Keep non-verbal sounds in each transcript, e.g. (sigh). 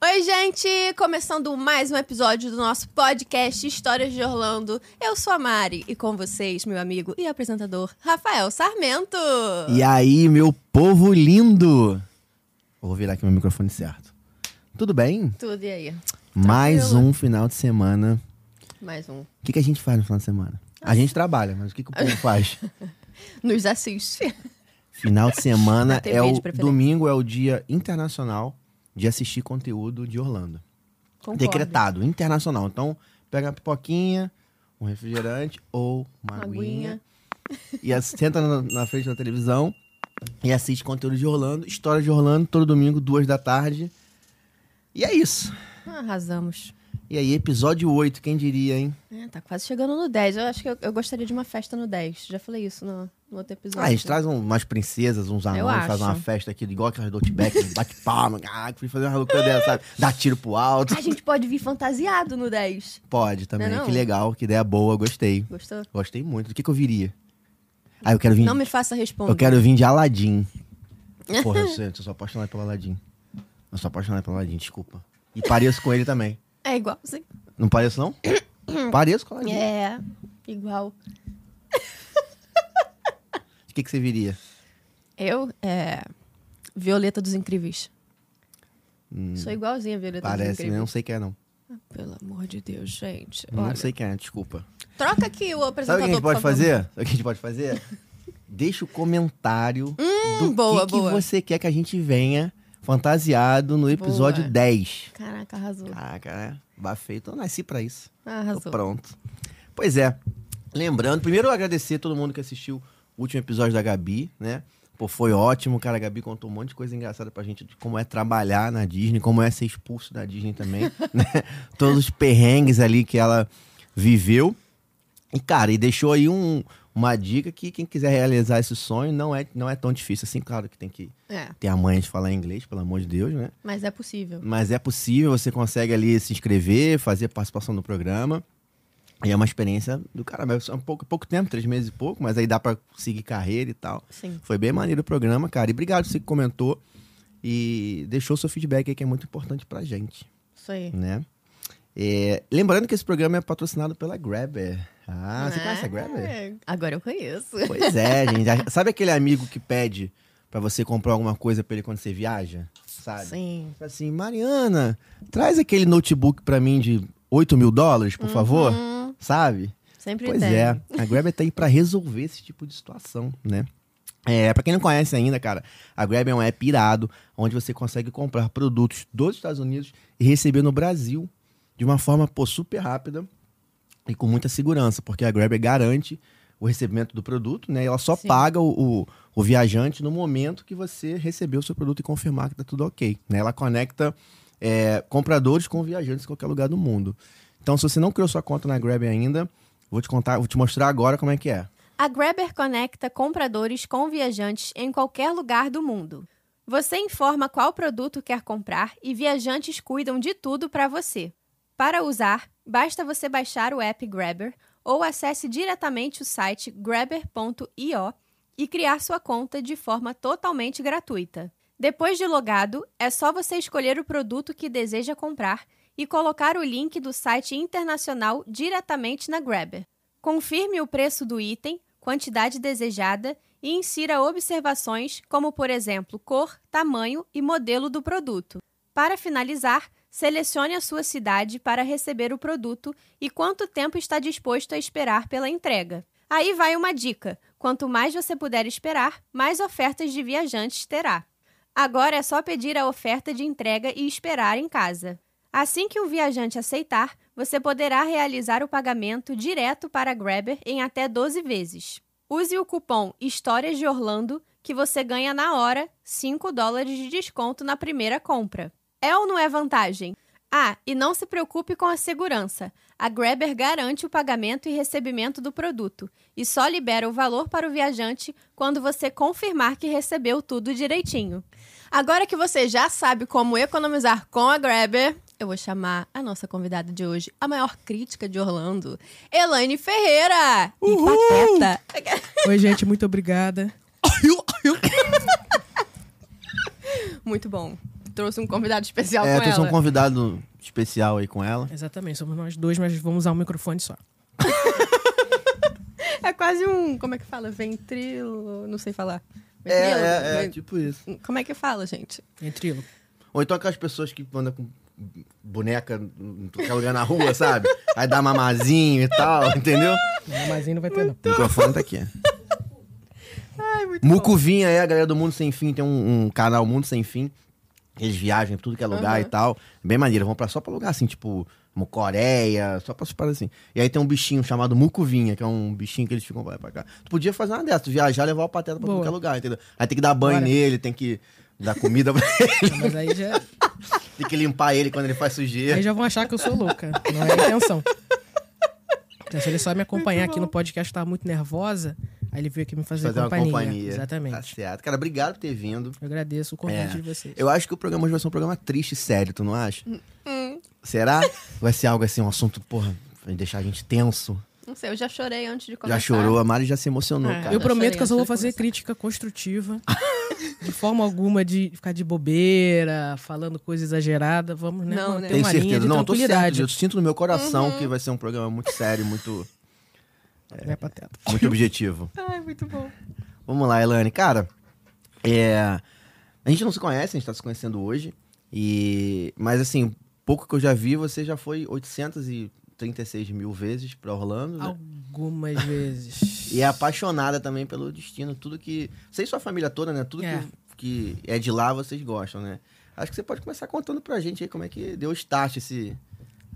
Oi, gente! Começando mais um episódio do nosso podcast Histórias de Orlando. Eu sou a Mari e com vocês, meu amigo e apresentador, Rafael Sarmento. E aí, meu povo lindo! Vou virar aqui meu microfone certo. Tudo bem? Tudo e aí? Mais um final de semana. Mais um. O que, que a gente faz no final de semana? A gente trabalha, mas o que, que o (laughs) povo faz? Nos assiste. Final de semana Na TV é de o preferência. domingo, é o dia internacional de assistir conteúdo de Orlando. Concordo. Decretado, internacional. Então, pega uma pipoquinha, um refrigerante ou uma, Uma aguinha. aguinha. e ass- senta na, na frente da televisão e assiste conteúdo de Orlando, história de Orlando, todo domingo, duas da tarde. E é isso. Ah, Arrasamos. E aí, episódio 8, quem diria, hein? É, tá quase chegando no 10. Eu acho que eu, eu gostaria de uma festa no 10. Já falei isso no, no outro episódio. Ah, eles trazem umas princesas, uns anões, acho. fazem uma festa aqui, igual aquelas do Outback, né? bate palma, ah, que fazer uma loucura dessa, sabe? Dá tiro pro alto. A gente pode vir fantasiado no 10. Pode também, Não é não? que legal, que ideia boa, gostei. Gostou? Gostei muito. Do que que eu viria? Ah, eu quero vir, Não me faça responder. eu quero vir de (laughs) Aladdin. Porra, eu, sei, eu sou apaixonado pelo Aladdin. Eu sou apaixonado pelo Aladdin, desculpa. E pareço com ele também. É igual, sim. Não pareço, (coughs) não? pareço com a Aladdin. É, igual. O que, que você viria? Eu, é. Violeta dos Incríveis. Sou igualzinha a Violeta dos Hum. Parece, né? Incríveis. Não sei quem é, não. Pelo amor de Deus, gente. Não Olha, sei quem é, desculpa. Troca aqui o apresentador, Sabe o que a gente por pode favor. fazer? Sabe o que a gente pode fazer? Deixa o comentário do Hum, boa, que, boa. que você quer que a gente venha fantasiado no episódio Boa. 10. Caraca, arrasou. Ah, Caraca, né? Bafeito, eu nasci pra isso. Tô Arrasou. Tá pronto. Pois é. Lembrando, primeiro eu agradecer a todo mundo que assistiu o último episódio da Gabi, né? Pô, foi ótimo, cara. A Gabi contou um monte de coisa engraçada pra gente de como é trabalhar na Disney, como é ser expulso da Disney também, né? Todos os perrengues ali que ela viveu. E, cara, e deixou aí um- uma dica que quem quiser realizar esse sonho não é, não é tão difícil assim. Claro que tem que É, ter a manha de falar inglês, pelo amor de Deus, né? mas é possível. Mas é possível, você consegue ali se inscrever, fazer participação no programa. E é uma experiência do caramba. É só um pouco, pouco tempo, três meses e pouco, mas aí dá pra seguir carreira e tal. Sim. Foi bem maneiro o programa, cara. E obrigado você que comentou e deixou seu feedback aí, que é muito importante pra gente, Isso aí. né? É, lembrando que esse programa é patrocinado pela Grabber. Ah, você Ah, conhece a Grabber? Agora eu conheço. Pois é, gente. Sabe aquele amigo que pede pra você comprar alguma coisa pra ele quando você viaja? Sabe? Sim. Fala assim, Mariana, traz aquele notebook pra mim de 8 mil dólares, por favor, Hum, sabe? sempre Pois tem. é, a Grab tá aí pra resolver esse tipo de situação, né? É, pra quem não conhece ainda, cara, a Grab é um app irado, onde você consegue comprar produtos dos Estados Unidos e receber no Brasil de uma forma, pô, super rápida e com muita segurança, porque a Grab garante o recebimento do produto, né? E ela só Sim. paga o, o, o viajante no momento que você recebeu o seu produto e confirmar que tá tudo ok. Né? Ela conecta é, compradores com viajantes em qualquer lugar do mundo. Então, se você não criou sua conta na Grab ainda, vou te contar, vou te mostrar agora como é que é. A Grabber conecta compradores com viajantes em qualquer lugar do mundo. Você informa qual produto quer comprar e viajantes cuidam de tudo para você. Para usar, basta você baixar o app Grabber ou acesse diretamente o site grabber.io e criar sua conta de forma totalmente gratuita. Depois de logado, é só você escolher o produto que deseja comprar e colocar o link do site internacional diretamente na Grabber. Confirme o preço do item, quantidade desejada e insira observações como, por exemplo, cor, tamanho e modelo do produto. Para finalizar, selecione a sua cidade para receber o produto e quanto tempo está disposto a esperar pela entrega. Aí vai uma dica: quanto mais você puder esperar, mais ofertas de viajantes terá. Agora é só pedir a oferta de entrega e esperar em casa. Assim que o viajante aceitar, você poderá realizar o pagamento direto para a Grabber em até 12 vezes. Use o cupom Histórias de Orlando que você ganha na hora 5 dólares de desconto na primeira compra. É ou não é vantagem? Ah, e não se preocupe com a segurança. A Grabber garante o pagamento e recebimento do produto e só libera o valor para o viajante quando você confirmar que recebeu tudo direitinho. Agora que você já sabe como economizar com a Grabber, eu vou chamar a nossa convidada de hoje, a maior crítica de Orlando, Elaine Ferreira. E pateta. Oi, gente, muito obrigada. Muito bom. trouxe um convidado especial É, com trouxe ela. um convidado especial aí com ela. Exatamente, somos nós dois, mas vamos usar um microfone só. É quase um. Como é que fala? Ventrilo. Não sei falar. É, Ventrilo? é, é, Ven- tipo isso. Como é que fala, gente? Ventrilo. Ou então aquelas pessoas que andam com boneca em qualquer lugar na rua, sabe? Aí dá mamazinho e tal, entendeu? Mas ainda não vai ter, não. O microfone tá aqui. Ai, muito bom. Mucuvinha é a galera do Mundo Sem Fim, tem um, um canal Mundo Sem Fim. Eles viajam pra tudo que é lugar Aham. e tal. Bem maneiro, vão pra, só pra lugar assim, tipo, como Coreia, só pra essas paradas assim. E aí tem um bichinho chamado Mucuvinha, que é um bichinho que eles ficam pra lá e pra cá. Tu podia fazer uma dessas, tu viajar e levar o pateta pra Boa. tudo que é lugar, entendeu? Aí tem que dar banho Bora. nele, tem que dar comida pra (laughs) ele, Mas aí já, tem que limpar ele quando ele faz sujeira. aí já vão achar que eu sou louca. Não é a intenção. Então, se ele só me acompanhar aqui no podcast, tava muito nervosa. Aí ele veio aqui me fazer, fazer uma companhia. companhia. Tá Exatamente. certo. Cara, obrigado por ter vindo. Eu agradeço o convite É. de vocês. Eu acho que o programa hoje vai ser um programa triste e sério, tu não acha? Será? Vai ser algo assim, um assunto, porra, vai deixar a gente tenso. Não sei, eu já chorei antes de começar. Já chorou, a Mari já se emocionou, É. cara. Eu pro- prometo que eu só vou Excelente, fazer excelente. crítica construtiva. (laughs) De forma alguma de ficar de bobeira, falando coisa exagerada. Vamos, né? Não, manter né? Tem uma linha certeza? de Não, tô certo. tranquilidade. Eu sinto no meu coração que vai ser um programa muito sério, muito, Né, Pateta? muito (laughs) objetivo. Ai, muito bom. Vamos lá, Elane. Cara, é, a gente não se conhece, a gente tá se conhecendo hoje. E... Mas assim, pouco que eu já vi, você já foi 836 mil vezes pra Orlando. né? (laughs) Algumas vezes. E é apaixonada também pelo destino, tudo que. Você e sua família toda, né? Tudo É. que, que é de lá vocês gostam, né? Acho que você pode começar contando pra gente aí como é que deu o start esse.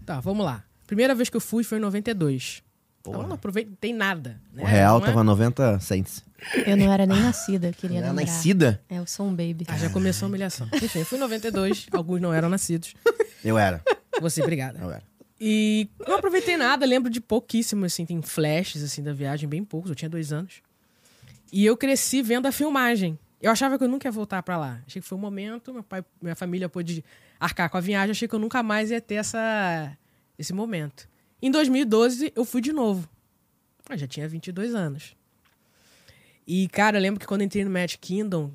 Tá, vamos lá. Primeira vez que eu fui foi em 92. Porra. Então não aproveitei nada. Né? o real Não é- tava 90 cents. Eu não era nem nascida, queria Era lembrar. nascida? É, eu sou um baby. Ah, já começou (laughs) a humilhação. Enfim, eu fui em 92, alguns não eram nascidos. Eu era. Você, obrigada. Eu (laughs) era. E não aproveitei nada, lembro de pouquíssimo, assim, tem flashes, assim, da viagem, bem poucos, eu tinha dois anos. E eu cresci vendo a filmagem. Eu achava que eu nunca ia voltar pra lá. Achei que foi um momento, meu pai, minha família pôde arcar com a viagem, achei que eu nunca mais ia ter essa, esse momento. Em 2012, eu fui de novo. Eu já tinha 22 anos. E, cara, eu lembro que quando eu entrei no Magic Kingdom,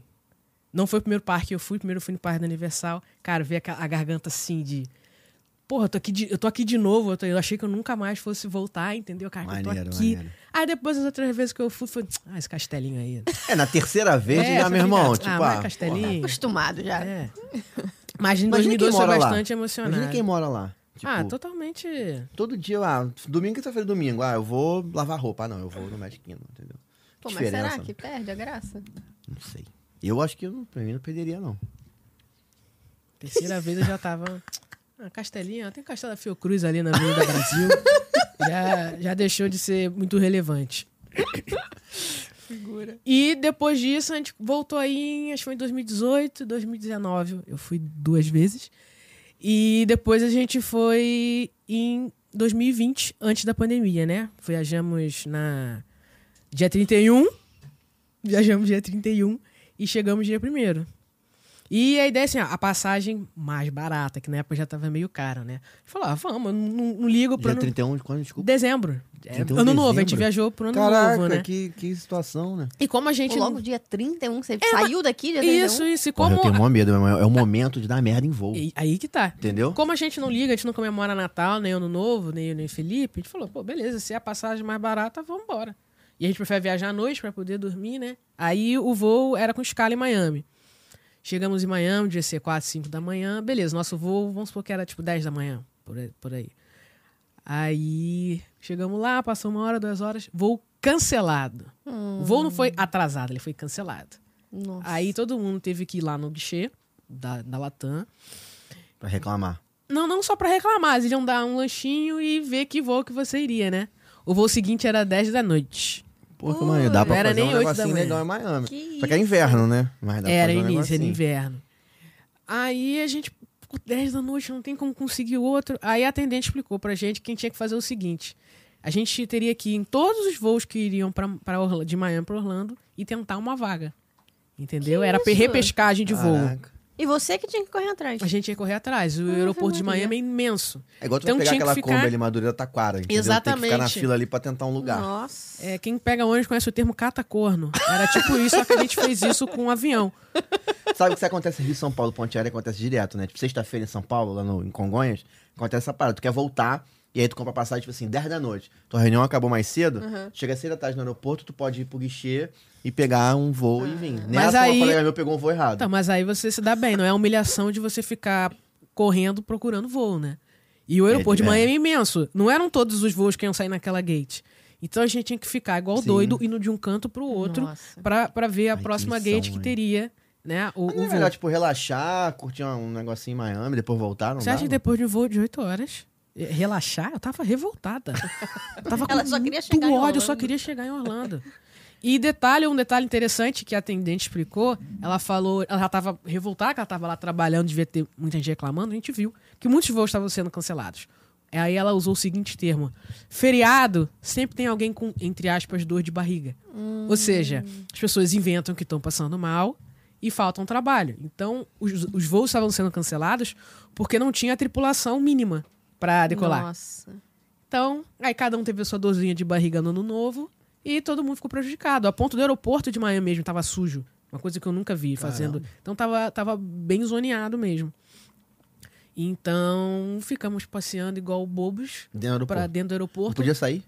não foi o primeiro parque que eu fui, primeiro eu fui no parque da Universal. Cara, ver a garganta assim de. Porra, eu tô aqui de, eu tô aqui de novo, eu, tô- eu achei que eu nunca mais fosse voltar, entendeu? Cara, que eu Maneiro, tô aqui. maneiro. Aí depois as outras vezes que eu fui, foi. Ah, esse castelinho aí. É, na terceira vez É, já, essa meu irmão. ligação. Tipo, ah, ah, mas porra. castelinho. Acostumado já. É. Mas em Imagina quem 2012 foi mora lá. bastante emocionado. Imagina quem mora lá. Tipo, ah, totalmente. todo dia, ah, domingo, quinta-feira, domingo. Ah, eu vou lavar roupa. Ah, não, eu vou no Magic Kingdom, entendeu? Pô, Que mas será diferença, que perde a graça? Não sei. Eu acho que eu, não- pra mim não perderia, não. Terceira vez eu já tava. Ah, castelinho, ó, tem o castelo da Fiocruz ali na Avenida Brasil. já, já deixou de ser muito relevante. Figura. E depois disso, a gente voltou aí, em- acho que foi em 2018, 2019. Eu fui duas vezes. E depois a gente foi em 2020, antes da pandemia, né? Viajamos na dia 31. Viajamos dia 31 e chegamos dia 1 e a ideia é assim, ó, a passagem mais barata, que na época já tava meio cara, né? Falou, ah, vamos, eu não, não ligo Dia pra... ano- 31 de quando, desculpa? Dezembro. É, 31 de ano novo, a gente Então, dezembro? viajou pro ano Caraca, novo, né? que, que situação, né? E como a gente... né? Pô, logo dia 31, você saiu daqui dia 31? É, Isso, isso. E Porra, como. eu tenho maior medo, meu irmão. É o momento de dar merda em voo. E- Aí que tá. Entendeu? Como a gente não liga, a gente não comemora Natal, nem Ano Novo, nem, nem Felipe, a gente falou, pô, beleza, se é a passagem mais barata, vamos embora. E a gente prefere viajar à noite pra poder dormir, né? Aí o voo era com escala em Miami. Chegamos em Miami, dia ser 4, 5 da manhã. Beleza, nosso voo, vamos supor que era tipo 10 da manhã, por aí. Por aí. Aí chegamos lá, passou uma hora, duas horas, voo cancelado. O voo não foi atrasado, ele foi cancelado. Nossa. Aí todo mundo teve que ir lá no guichê da, da Latam. Pra reclamar. Não, não só pra reclamar, eles iam dar um lanchinho e ver que voo que você iria, né? O voo seguinte era 10 da noite. Pô, que mano, dá pra Não era fazer um nem oito da negocinho manhã. legal em Miami. Que Só que era inverno, né? Mas dá pra fazer era um início, era negocinho. inverno. Aí a gente, pô, 10 da noite, não tem como conseguir outro. Aí a atendente explicou pra gente que a gente tinha que fazer o seguinte: a gente teria que ir em todos os voos que iriam pra, pra Orla- de Miami pra Orlando e tentar uma vaga. Entendeu? Que era pe- isso? repescagem de voo. Caraca. E você que tinha que correr atrás. A gente ia correr atrás. O Ah, aeroporto de Maria. Miami é imenso. É igual tu Então vai pegar tinha que aquela ficar- Kombi ali, Madureira Taquara. Entendeu? Tem que ficar na Exatamente. fila ali pra tentar um lugar. Nossa. É, quem pega ônibus conhece o termo catacorno. Era tipo isso, só que a gente fez isso com um avião. Sabe o que isso acontece Rio São Paulo, Ponte Aérea acontece direto, né? Tipo, sexta-feira em São Paulo, lá no, em Congonhas, acontece essa parada. Tu quer voltar, e aí tu compra passagem, tipo assim, 10 da noite. Tua reunião acabou mais cedo, chega cedo da tarde no aeroporto, tu pode ir pro guichê e pegar um voo e vir. Nessa, Ah, aí- uma colega meu pegou um voo errado. Tá, mas aí você se dá bem, não é a humilhação de você ficar correndo procurando voo, né? E o aeroporto de é. Miami é imenso. Não eram todos os voos que iam sair naquela gate. Então a gente tinha que ficar igual Sim. doido, indo de um canto pro outro Nossa. pra, pra ver a Ai, que próxima missão, gate que hein? teria, né? O, Mas não o é voo. melhor, tipo, relaxar, curtir um negocinho em Miami, depois voltar, não Você dá, acha que não? depois de um voo de 8 horas, eh, relaxar? Eu (laughs) tava revoltada. Eu tava com Ela só queria muito chegar em ódio, eu só Orlando. queria chegar em Orlando. E detalhe, um detalhe interessante que a atendente explicou, ela falou, ela já tava revoltada, que ela tava lá trabalhando, devia ter muita gente reclamando, a gente viu que muitos voos estavam sendo cancelados. Aí ela usou o seguinte termo: feriado sempre tem alguém com, entre aspas, dor de barriga. Ou seja, as pessoas inventam que estão passando mal e faltam trabalho. Então, os, os voos estavam sendo cancelados porque não tinha a tripulação mínima para decolar. Nossa. Então, aí cada um teve a sua dorzinha de barriga no ano novo e todo mundo ficou prejudicado. A ponto do aeroporto de Miami mesmo tava sujo. Uma coisa que eu nunca vi fazendo. Então tava, tava bem zoneado mesmo. Então ficamos passeando igual bobos Dentro do aeroporto. para dentro do Não aeroporto. podia sair?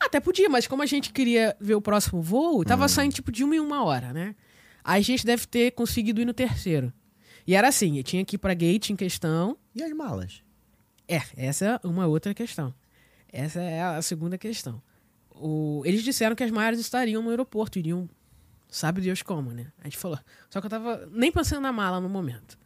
Até podia, mas como a gente queria ver o próximo voo, tava saindo tipo de uma em uma hora, né? Aí a gente deve ter conseguido ir no terceiro. E era assim, eu tinha que ir pra gate em questão, E as malas? é, essa é uma outra questão. Essa é a segunda questão. O- eles disseram que as maiores estariam no aeroporto, iriam, sabe Deus como, né? A gente falou. Só que eu tava nem pensando na mala no momento.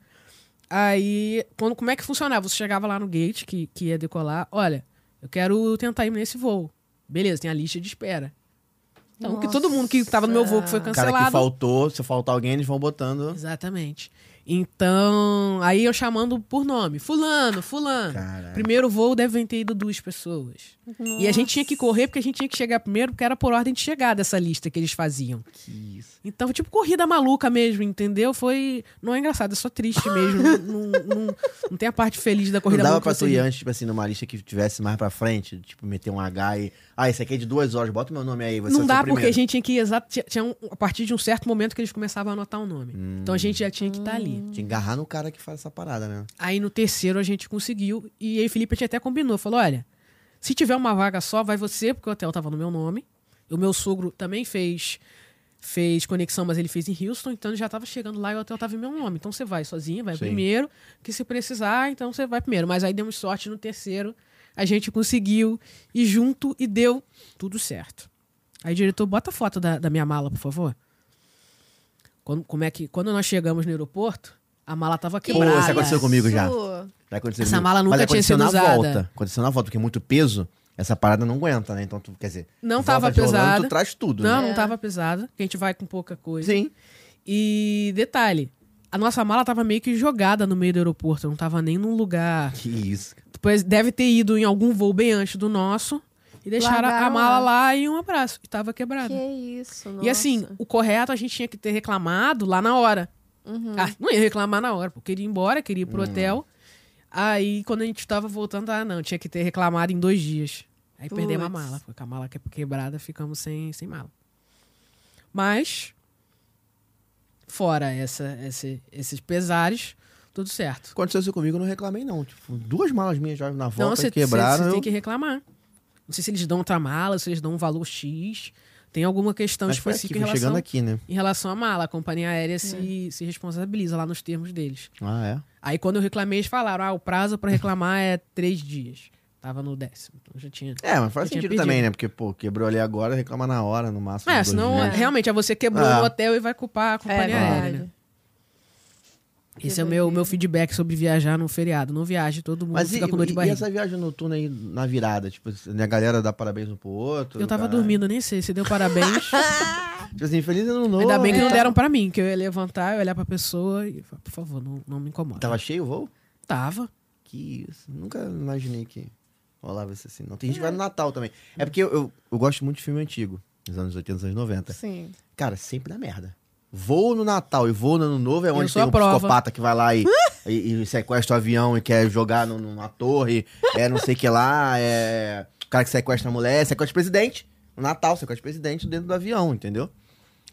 Aí, quando, como é que funcionava? Você chegava lá no gate que, que ia decolar, olha, eu quero tentar ir nesse voo. Beleza, tem a lista de espera. Então, que todo mundo que tava no meu voo que foi O cara cancelado. que faltou, se faltar alguém, eles vão botando... Exatamente. Então, aí eu chamando por nome. Fulano, fulano. Caraca. É. Primeiro voo devem ter ido duas pessoas. E a gente tinha que correr porque a gente tinha que chegar primeiro, porque era por ordem de chegada essa lista que eles faziam. Que isso. Então, tipo, corrida maluca mesmo, entendeu? Foi. Não é engraçado, é só triste (laughs) mesmo. não, não, não- não tem a parte feliz da Não corrida dava maluca. pra que tu ir você- antes, tipo assim, numa lista que tivesse mais pra frente, tipo, meter um H e. Ah, esse aqui é de duas horas, bota o meu nome aí. Você Não vai ser o dá, porque a primeiro. gente tinha que ir exato. tinha- tinha um- a partir de um certo momento que eles começavam a anotar o nome. Hum. Então a gente já tinha que estar ali. Tinha que agarrar no cara que faz essa parada, né? Aí no terceiro a gente conseguiu. E aí o Felipe a gente até combinou. Falou: olha, se tiver uma vaga só, vai você, porque o hotel tava no meu nome. O meu sogro também fez fez conexão, mas ele fez em Houston, então ele já tava chegando lá e o hotel tava em meu nome. Então você vai sozinho, vai Sim. primeiro, que se precisar, então você vai primeiro. Mas aí demos sorte no terceiro, a gente conseguiu ir junto e deu tudo certo. Aí, diretor, bota a foto da, da minha mala, por favor. Quando, como é que, quando nós chegamos no aeroporto, a mala tava Pô, quebrada. isso aconteceu comigo já. Isso. Já aconteceu Essa comigo. mala nunca Mas tinha aconteceu sido na usada. volta. Aconteceu na volta, porque é muito peso, essa parada não aguenta, né? Então, tu, quer dizer. Não tu tava volta de Orlando, pesada. Tu traz tudo, Não, né? não tava pesada, porque a gente vai com pouca coisa. Sim. E detalhe, a nossa mala tava meio que jogada no meio do aeroporto, não tava nem num lugar. Que isso. Depois deve ter ido em algum voo bem antes do nosso e deixaram a Largaram mala lá. lá e um abraço. E tava quebrada. Que isso, nossa. E assim, o correto a gente tinha que ter reclamado lá na hora. Ah, não ia reclamar na hora, porque queria ir embora, queria ir pro Hum. hotel. Aí, quando a gente tava voltando, ah, não, tinha que ter reclamado em dois dias. Aí perdemos a Puts. mala, porque a mala que- é quebrada, ficamos sem, sem mala. Mas, fora essa, esse- esses pesares, tudo certo. Aconteceu isso comigo, eu não reclamei, não. Tipo, duas malas minhas já na Não, volta você quebraram. tem eu- que reclamar. Não sei se eles dão outra mala, se eles dão um valor X. Tem alguma questão Mas foi aqui, foi específica em tipo assim, relação chegando aqui, né? em relação à mala, a companhia aérea se, se responsabiliza lá nos termos deles. Ah, é. Aí quando eu reclamei, eles falaram: ah, o prazo para reclamar é três dias. Tava no décimo, então já tinha. É, mas faz Eu tinha sentido pedido. também, né? Porque, pô, quebrou ali agora, reclama na hora, no máximo. É, dois senão dias. é, realmente é você quebrou Ah. no hotel e vai culpar a é, companhia aérea. né? verdade. Esse é o meu, meu feedback sobre viajar num feriado. Não viaje, todo mundo Mas e, fica com dor e- de e barriga. essa viagem noturna aí na virada? Tipo, assim, a galera dá parabéns um pro outro. Eu tava caralho. dormindo, nem sei se deu parabéns. Tipo assim, feliz ano novo. Ainda bem que né? não deram pra mim, que eu ia levantar, eu ia olhar pra pessoa e falar, por favor, não, não me incomoda. Tá, Tava cheio o voo? Tava. Que isso. Nunca imaginei que rolava isso assim. Não tem gente que vai no Natal também. É porque eu, eu, eu gosto muito de filme antigo, dos anos 80, dos anos 90. Sim. Cara, sempre dá merda. Voo no Natal e voo no Ano Novo é onde sou tem a um prova. psicopata que vai lá e, e, e sequestra o avião e quer jogar no- numa torre, é não sei o que lá, é o cara que sequestra a mulher, sequestra o presidente. No Natal, sequestra o presidente dentro do avião, entendeu?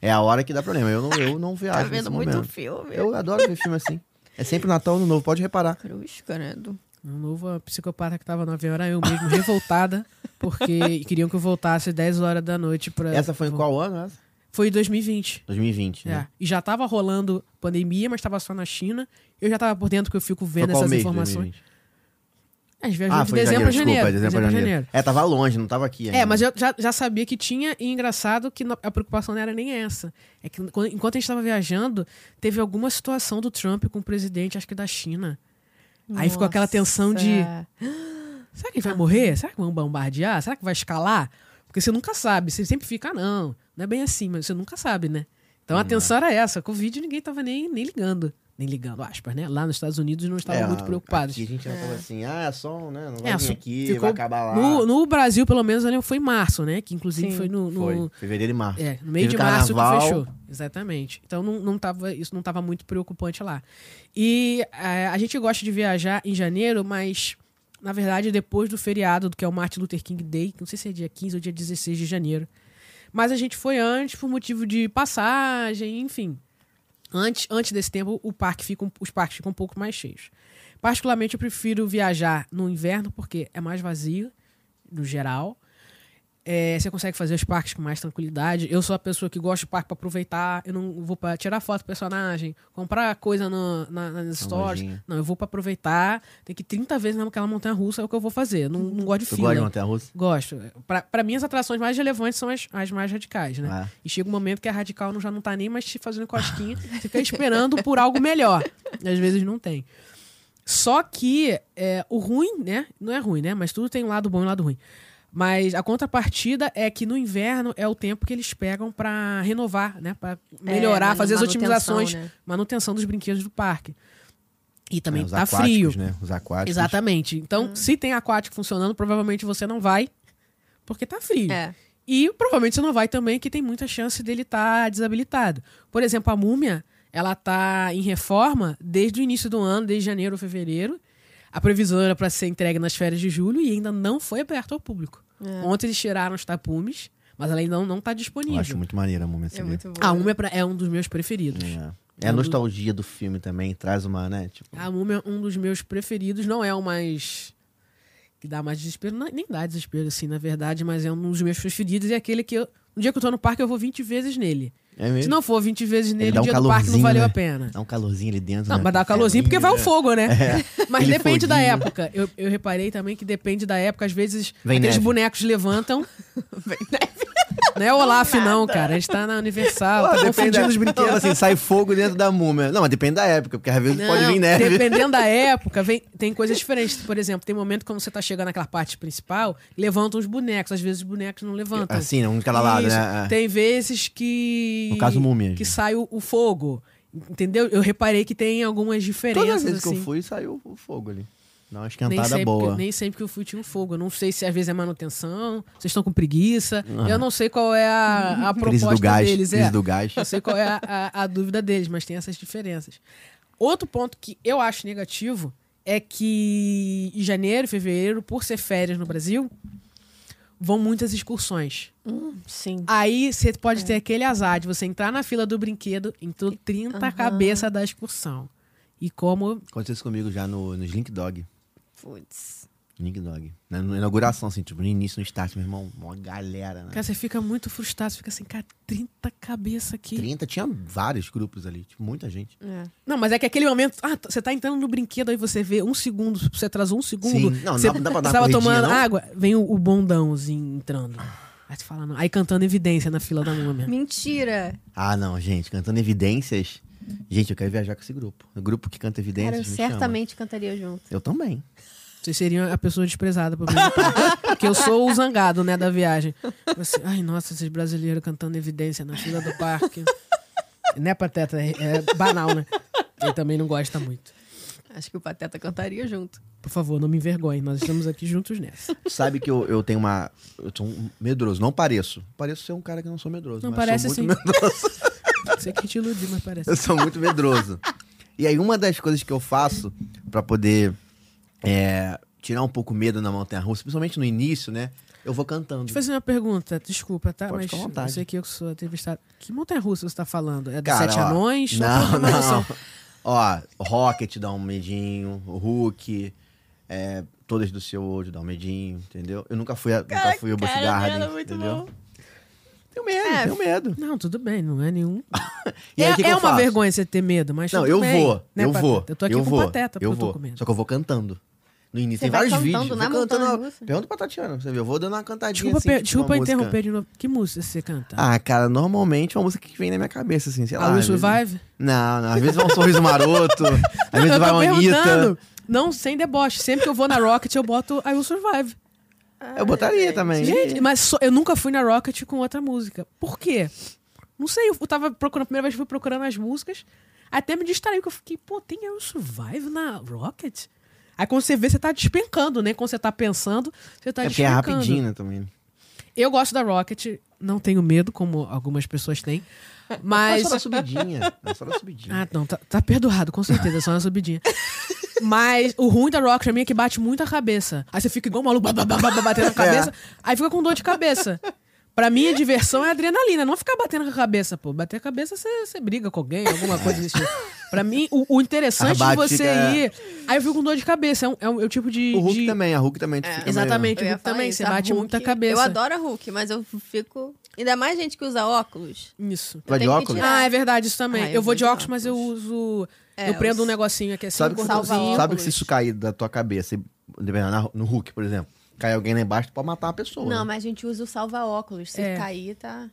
É a hora que dá problema. Eu não, eu não Tá viajo nesse vendo muito momento. filme. Eu adoro ver filme assim. É sempre Natal, Ano Novo, pode reparar. Cruz, credo. Um novo a psicopata que tava no avião era eu mesmo, revoltada, porque queriam que eu voltasse 10 horas da noite pra. Essa foi em qual ano? Essa? Foi em 2020. 2020, né? É. E já tava rolando pandemia, mas tava só na China. Eu já tava por dentro que eu fico Foi vendo qual essas mês de informações. 2020? A gente viajou Ah, de foi em dezembro a janeiro, desculpa, janeiro. é dezembro a a janeiro. É, tava longe, não tava aqui ainda. É, mas eu já, já sabia que tinha, e engraçado que no- a preocupação não era nem essa. É que quando- enquanto a gente estava viajando, teve alguma situação do Trump com o presidente, acho que da China. Aí ficou aquela tensão de. Nossa. Será que ele vai morrer? Será que vão bombardear? Será que vai escalar? Porque você nunca sabe. Você sempre fica, ah, não, não é bem assim, mas você nunca sabe, né? Então a é. atenção era essa. Covid ninguém tava nem, nem ligando. Nem ligando, aspas, né? Lá nos Estados Unidos não estavam É, muito preocupados. Aqui a gente já tava assim, ah, é só, né? Não vai É, vir só- aqui, ficou vai acabar lá. No, no Brasil, pelo menos, eu lembro, foi em março, né? Que inclusive Sim. foi no. no- Foi, fevereiro e março. É, no meio Teve de março carnaval. que fechou. Exatamente. Então não, não tava, isso não estava muito preocupante lá. E é, a gente gosta de viajar em janeiro, mas na verdade depois do feriado, do que é o Martin Luther King Day, que não sei se é dia 15 ou dia 16 de janeiro. Mas a gente foi antes por motivo de passagem, enfim. Antes, antes desse tempo, o parque fica, um- os parques ficam um pouco mais cheios. Particularmente, eu prefiro viajar no inverno porque é mais vazio, no geral. É, você consegue fazer os parques com mais tranquilidade. Eu sou a pessoa que gosta de parque pra aproveitar. Eu não vou pra tirar foto do personagem, comprar coisa no, na, nas stories. lojinha. Não, eu vou pra aproveitar. Tem que ir 30 vezes naquela montanha russa, é o que eu vou fazer. Eu Não, não gosto de Tu fila. gosta de montanha russa? Gosto. Pra, pra mim, as atrações mais relevantes são as, as mais radicais, né? Ah. E chega um momento que a radical não, já não tá nem mais te fazendo cosquinha, (laughs) fica esperando por algo melhor. Às vezes não tem. Só que é, o ruim, né? Não é ruim, né? Mas tudo tem um lado bom e um lado ruim. Mas a contrapartida é que no inverno é o tempo que eles pegam pra renovar, né? Pra melhorar, É, manu- fazer as manutenção, otimizações, né? manutenção dos brinquedos do parque. E também É, os tá aquáticos, frio. né? Os aquáticos. Exatamente. Então, Hum. se tem aquático funcionando, provavelmente você não vai, porque tá frio. É. E provavelmente você não vai também, que tem muita chance dele estar desabilitado. Por exemplo, a múmia, ela tá em reforma desde o início do ano, desde janeiro ou fevereiro. A previsão era para ser entregue nas férias de julho e ainda não foi aberta ao público. Ontem eles tiraram os tapumes, mas ela ainda não está Eu acho disponível. muito maneiro a múmia É sabia? muito bom. A múmia é pra- é um dos meus preferidos. É. É a nostalgia do filme também, traz uma, né? Tipo, A Múmia é um dos meus preferidos. Não é o mais. que dá mais desespero. Não- é, Nem dá desespero, assim, na verdade, mas é um dos meus preferidos. E é aquele que. Eu, no dia que eu tô no parque, eu vou 20 vezes nele. é Se mesmo? não for 20 vezes nele, dá um o dia do parque não calorzinho, valeu né? a pena. Dá um calorzinho ali dentro. Não, né? mas dá um calorzinho porque vai o né? fogo, né? (laughs) Mas Aquele depende da foguinho. época. Eu, eu reparei também que depende da época. Às vezes, Vem aqueles neve. (laughs) bonecos levantam. Não é Olaf, não, cara. A gente tá na Universal, Pô, tá depende confundindo da- os brinquedos. Não, assim, sai fogo dentro da múmia. Não, mas depende da época, porque às vezes pode Não, vir neve. Dependendo da época, vem, tem coisas diferentes. Por exemplo, tem momento quando você tá chegando naquela parte principal, levantam os bonecos. Às vezes os bonecos não levantam. Assim, um de cada lado, Isso. né? É. Tem vezes que. No caso, múmia. Que sai o, o fogo. Entendeu? Eu reparei que tem algumas diferenças. Todas as vezes que assim. eu fui, saiu o fogo ali. Dá uma Nem esquentada sempre, boa. Que, nem sempre que eu fui tinha um fogo. Eu não sei se às vezes é manutenção, vocês estão com preguiça. Eu não sei qual é a, a Crise proposta do gás. deles. crise é. do gás. Não sei qual é a, a- a dúvida deles, mas tem essas diferenças. Outro ponto que eu acho negativo é que em janeiro, fevereiro, por ser férias no Brasil, vão muitas excursões. Sim. Aí você pode ter aquele azar de você entrar na fila do brinquedo, entrou 30 cabeça da excursão. E como Aconteceu isso comigo já no, no Slink Dog. Putz. Nick Dog. Na na inauguração, assim, tipo, no início, no start, meu irmão, uma galera, né? cara, você fica muito frustrado, você fica assim, cara, 30 cabeça aqui. 30, tinha vários grupos ali, tipo, muita gente. É. Não, mas é que aquele momento, ah, t- você tá entrando no brinquedo, aí você vê um segundo, você atrasou um segundo. Sim. Não, você dá- dá pra dar uma tava corridinha, tomando não? água, vem o, o bondãozinho entrando. Aí você fala, não. Aí cantando evidência na fila da múmia. Mentira. Ah, não, gente, cantando evidências. Gente, eu quero viajar com esse grupo. O grupo que canta Cara, evidências. eu me certamente cantaria junto. chama. Eu também. Você seria a pessoa desprezada por mim. Porque eu sou o zangado, né, da viagem. Você, ai, nossa, esses brasileiros cantando evidência na fila do parque. né, Pateta? É, é banal, né? Ele também não gosta muito. Acho que o Pateta cantaria junto. Por favor, não me envergonhe, nós estamos aqui juntos nessa. Tu Sabe que eu, eu tenho uma. Eu sou um medroso. Não pareço. Pareço ser um cara que não sou medroso. Não mas parece sou assim. muito medroso. Sei que te iludi, mas parece. (laughs) Eu sou muito medroso. e aí, uma das coisas que eu faço pra poder é, tirar um pouco o medo na montanha russa, principalmente no início, né? Eu vou cantando. Deixa eu fazer uma pergunta, desculpa, tá? Pode Mas ficar à vontade. eu sei que eu sou entrevistado. Que montanha russa você tá falando? É dos Cara, Sete ó, Anões? Não, Ou- não. Ó, Rocket dá um medinho, o Hulk, é, todas do seu hoje dá um medinho, entendeu? Eu nunca fui, a, nunca fui o Bush Garden, Caramba, muito entendeu? bom. Tenho medo, É. tenho medo. Não, tudo bem, não é nenhum. E aí, é o que que é eu uma faço? vergonha você ter medo, mas. Não, tudo eu bem, vou, né, eu Pateta? vou. Eu tô aqui eu com vou, pateta, porque eu eu, tô vou. com Só medo. que eu vou cantando. No início, Você tem vai vários cantando vídeos. na vou cantando. montanha uma- russa? Pergunta pra Tatiana, pra você ver. Eu vou dando uma cantadinha Desculpa, assim, per- tipo desculpa uma música. interromper de novo. Que música você canta? Ah, cara, normalmente é uma música que vem na minha cabeça, assim, sei lá. a Will às vezes- Survive? Não, não, às vezes vai um sorriso (laughs) maroto, às vezes eu vai tô uma Anitta. perguntando. Não, sem deboche. Sempre que eu vou na Rocket, eu boto I Will Survive. Eu botaria também. Gente, mas só- eu nunca fui na Rocket com outra música. Por quê? Não sei, eu tava procurando, a primeira vez que fui procurando as músicas, até me distraiu, que eu fiquei, pô, tem I Will Survive na Rocket? Aí quando você vê, você tá despencando, né? Quando você tá pensando, você tá é porque é despencando. rapidinho, né, também. Eu gosto da Rocket, não tenho medo, como algumas pessoas têm, É mas... só na subidinha. É (laughs) só na subidinha. Ah, não, tá, tá perdoado, com certeza, é só na (laughs) subidinha. Mas o ruim da Rock pra mim é que bate muito a cabeça. Aí você fica igual um maluco bá, bá, bá, bá, (laughs) bá, batendo É. a cabeça, aí fica com dor de cabeça. Pra mim, a diversão é a adrenalina, não ficar batendo com a cabeça, pô. Bater a cabeça, você, você briga com alguém, alguma coisa desse tipo. Pra mim, o, o interessante de A você batida- ir. Aí eu fico com dor de cabeça. É um, é um- é o tipo de. o Hulk de- também, a Hulk também. tu fica meio- Exatamente. Eu ia Hulk falar também, isso, você a É. bate Hulk- muita cabeça. Eu adoro a Hulk, mas eu fico. Ainda mais gente que usa óculos. Isso. Tu vai de Tem que óculos? tirar. Ah, é verdade, isso também. Ah, eu vou de óculos, mas eu uso. É, eu prendo os- um negocinho aqui assim, Sabe, que, um se- Salva gordinho. sabe que se óculos. isso cair da tua cabeça, e- na- no Hulk, por exemplo, cair alguém lá embaixo, tu pode matar uma pessoa. Não, né? mas a gente usa o salva-óculos. Se É. cair, tá.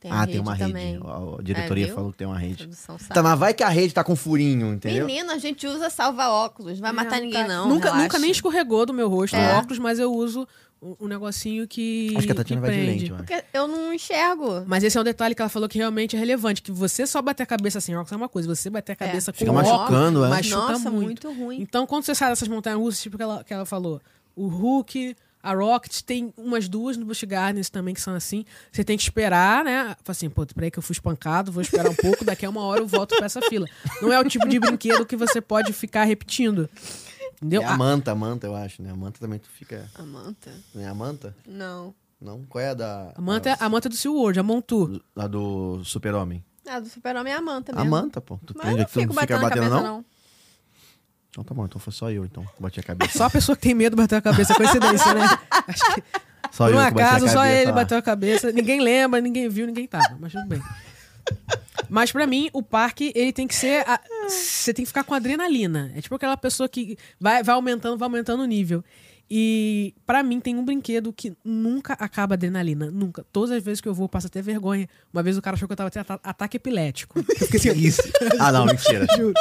Tem ah, tem uma rede. também. Ó, A diretoria É, viu? falou que tem uma rede. Produção sabe. Tá, mas vai que a rede tá com furinho, entendeu? Menino, a gente usa salva-óculos. Vai matar ninguém, não. Nunca, relaxa. nunca nem escorregou do meu rosto É. o óculos, mas eu uso um, um negocinho que. Acho que a Tatiana que vai de prende. lente, mano. Porque eu não enxergo. Mas esse é um detalhe que ela falou que realmente é relevante: que você só bater a cabeça sem óculos é uma coisa, você bater a cabeça com Fica óculos. machucando, é. mas- machuca Nossa, muito. muito ruim. Então, quando você sai dessas montanhas russas, tipo que ela, que ela falou, o Hulk, a Rocket, tem umas duas no Busch Gardens também que são assim. Você tem que esperar, né? Fala assim, pô, peraí que eu fui espancado, vou esperar um (laughs) pouco, daqui a uma hora eu volto pra essa fila. Não é o tipo de brinquedo que você pode ficar repetindo. Entendeu? É Ah, a manta, a manta, eu acho, né? A manta também tu fica. Amanta? Né? A manta? Não. Não? Qual é a da. A manta, a manta é do SeaWorld, a Montu. A do Super-Homem? Ah, do super-homem é a manta A mesmo. manta, pô. Tu Mas eu prende não aqui, tu fico não batendo fica na batendo, cabeça, não? não. Então tá bom, então foi só eu, então. que Bati a cabeça. Só a pessoa que tem medo bateu a cabeça, coincidência, né? Acho que, Só por um eu que bati a acaso, só cabeça tá ele lá. (laughs) bateu a cabeça. Ninguém lembra, ninguém viu, ninguém tava, mas tudo bem. (laughs) Mas pra mim, o parque, ele tem que ser. a- Você tem que ficar com adrenalina. É tipo aquela pessoa que vai, vai aumentando, vai aumentando o nível. E pra mim, tem um brinquedo que nunca acaba a adrenalina. Nunca. Todas as vezes que eu vou, eu passo até vergonha. Uma vez o cara achou que eu tava tendo ata- (laughs) ataque epilético. Eu fiquei assim, ó, (laughs) Isso. Ah, não, mentira. Juro.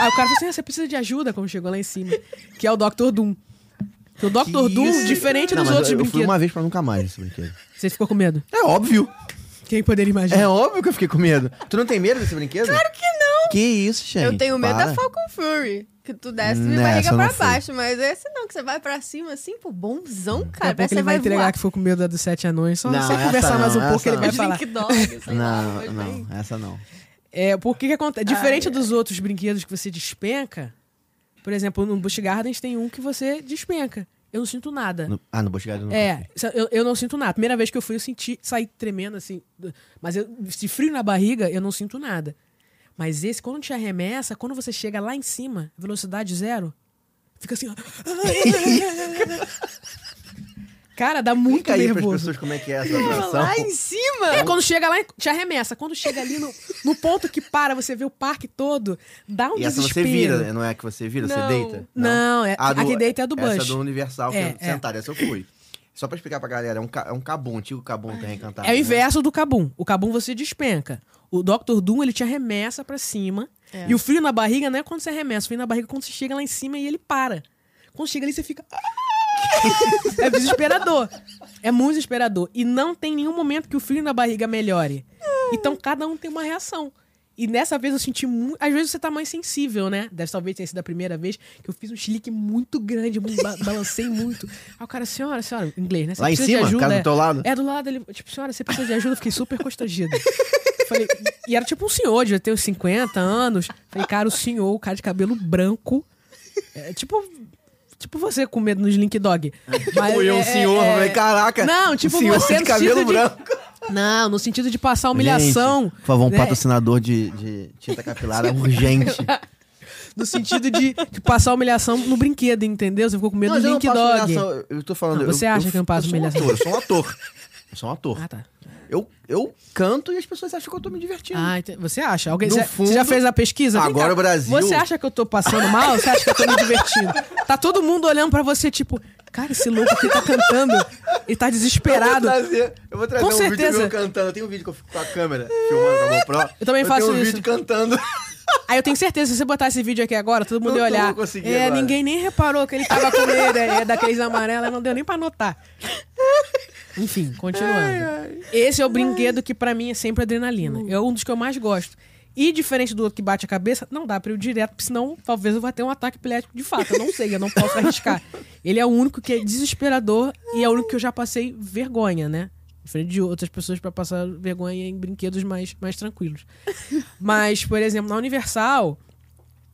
Aí o cara falou assim: "Ah, você precisa de ajuda quando chegou lá em cima. Que é o Dr. Doom. Que o Dr. Doom, Isso. diferente Não, dos mas outros eu, eu fui brinquedos. uma vez pra nunca mais esse brinquedo. Você ficou com medo? É óbvio. Quem poderia imaginar? É óbvio que eu fiquei com medo. Tu não tem medo desse brinquedo? Claro Que não. Que isso, gente. eu tenho medo para. da Falcon Fury. Que tu desce Nessa de barriga eu não pra fui. baixo. Mas esse não, que você vai pra cima assim, pô, bonzão, Daqui cara. a Parece pouco que ele você vai vai entregar voar. que foi com medo da dos sete anões. Só, Não, só essa conversar mais um não, essa pouco, ele vai não. falar. Drink dog, sei lá, Não, mas bem. não, essa não. É, porque que acontece? Diferente dos outros brinquedos que você despenca, por exemplo, no Busch Gardens tem um que você despenca. Eu não sinto nada. No- ah, no Busch Garden eu não É, sa- eu, eu não sinto nada. Primeira vez que eu fui, eu senti, saí tremendo assim. do- Mas eu, se frio na barriga, eu não sinto nada. Mas esse, quando te arremessa, quando você chega lá em cima, velocidade zero, (laughs) fica assim, ó. Cara, dá muito Fica aí pras nervoso. pessoas como é que é essa atração. Lá em cima? É, quando chega lá, te arremessa. Quando chega ali no, no ponto que para, você vê o parque todo, dá um E essa desespero. você vira, né? não é a que você vira, você Não. deita? Não, é- A a que deita é a do Essa Busch. do Universal, É, que é. é sentada, essa eu fui. Só pra explicar pra galera, é um, ca- é um cabum, antigo cabum terra encantada. É o né? inverso do Cabum. O Cabum você despenca. O Dr. Doom, ele te arremessa pra cima. E o frio na barriga não é quando você arremessa. O frio na barriga é quando você chega lá em cima e ele para. Quando chega ali, você fica... (laughs) é desesperador. É muito desesperador. E não tem nenhum momento que o frio na barriga melhore. Então, cada um tem uma reação. E nessa vez eu senti muito... Às vezes você tá mais sensível, né? Deve talvez tenha sido a primeira vez que eu fiz um chilique muito grande. Eu ba- balancei muito. Aí o cara, senhora, senhora... Em inglês, né? Você Lá em precisa de cima, o ajuda, cara é. do teu lado. É, do lado ele, tipo, senhora, você precisa de ajuda, eu fiquei super constrangida. Falei, e era tipo um senhor, devia ter uns 50 anos. Falei, cara, o senhor, o cara de cabelo branco. É tipo. Tipo você com medo nos Link Dog. Mas Tipo, eu, um é- senhor, é- falei, caraca. Não, tipo um senhor você de no cabelo sentido de- branco. Não, no sentido de passar humilhação. Gente, por favor, um né? patrocinador de, de tinta capilar (laughs) é urgente. No sentido de, de passar humilhação no brinquedo, entendeu? Você ficou com medo Não, dos eu não Link passo Dog. humilhação, eu- Eu tô falando. Não, você eu, acha eu, que eu não passo sou um humilhação? ator, Eu sou um ator. Eu sou um ator. Ah, tá. Eu, eu canto e as pessoas acham que eu tô me divertindo. Ah, ente- você acha? Alguém, No você, fundo, você já fez a pesquisa? Vem agora cá, o Brasil- Você acha que eu tô passando mal? Você acha que eu tô me divertindo? Tá todo mundo olhando pra você, tipo, cara, esse louco aqui tá cantando e tá desesperado. Eu vou trazer, eu vou trazer Com um certeza. vídeo meu cantando. Tem um vídeo que eu fico com a câmera filmando tá com a GoPro. Eu também faço tenho um isso. vídeo cantando. Aí eu tenho certeza, se você botar esse vídeo aqui agora, todo mundo Não- não ia olhar. vou conseguir é, agora. ninguém nem reparou que ele tava com medo, é, é daqueles amarelos, não deu nem pra notar. Enfim, continuando. Esse é o brinquedo que pra mim é sempre adrenalina. É um dos que eu mais gosto. E diferente do outro que bate a cabeça, não dá pra eu ir direto, porque senão talvez eu vá ter um ataque epilético de fato. Eu não sei, eu não posso arriscar. Ele é o único que é desesperador e é o único que eu já passei vergonha, né? Diferente de outras pessoas pra passar vergonha em brinquedos mais, mais tranquilos. Mas, por exemplo, na Universal,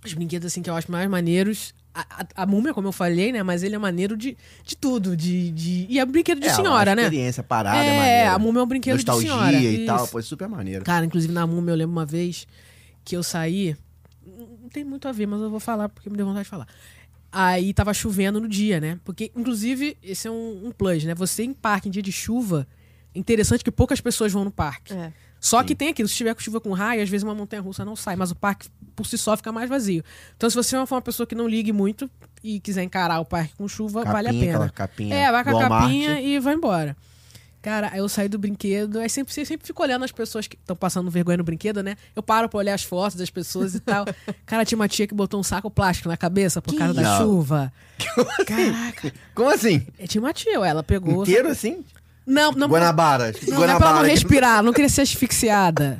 os brinquedos assim que eu acho mais maneiros. A, a, a múmia, como eu falei, né? Mas ele é maneiro de, de tudo. De, de... E é brinquedo de É, senhora, uma né? experiência parada, É, maneira. a Múmia é um brinquedo de Nostalgia senhora, e tal, isso. pô, é super maneiro. Cara, inclusive na Múmia, eu lembro uma vez que eu saí. Não tem muito a ver, mas eu vou falar porque me deu vontade de falar. Aí tava chovendo no dia, né? Porque, inclusive, esse é um, um plus, né? Você em parque em dia de chuva, é interessante que poucas pessoas vão no parque. É. Só que tem aquilo, se tiver com chuva com raio, às vezes uma montanha russa não sai, mas o parque por si só fica mais vazio. Então, se você for uma pessoa que não ligue muito e quiser encarar o parque com chuva, Capinha, vale a pena. aquela capinha É, vai com do a Walmart. capinha e vai embora. Cara, aí eu saí do brinquedo, aí sempre, sempre fico olhando as pessoas que estão passando vergonha no brinquedo, né? Eu paro pra olhar as fotos das pessoas (laughs) e tal. Cara, tinha uma tia que botou um saco plástico na cabeça por Que causa da isso? chuva. Caraca. Como assim? É, Tinha uma tia, ué, ela pegou. Inteiro assim? Não, não. Guanabara. Não, não é pra ela não respirar, não queria ser asfixiada.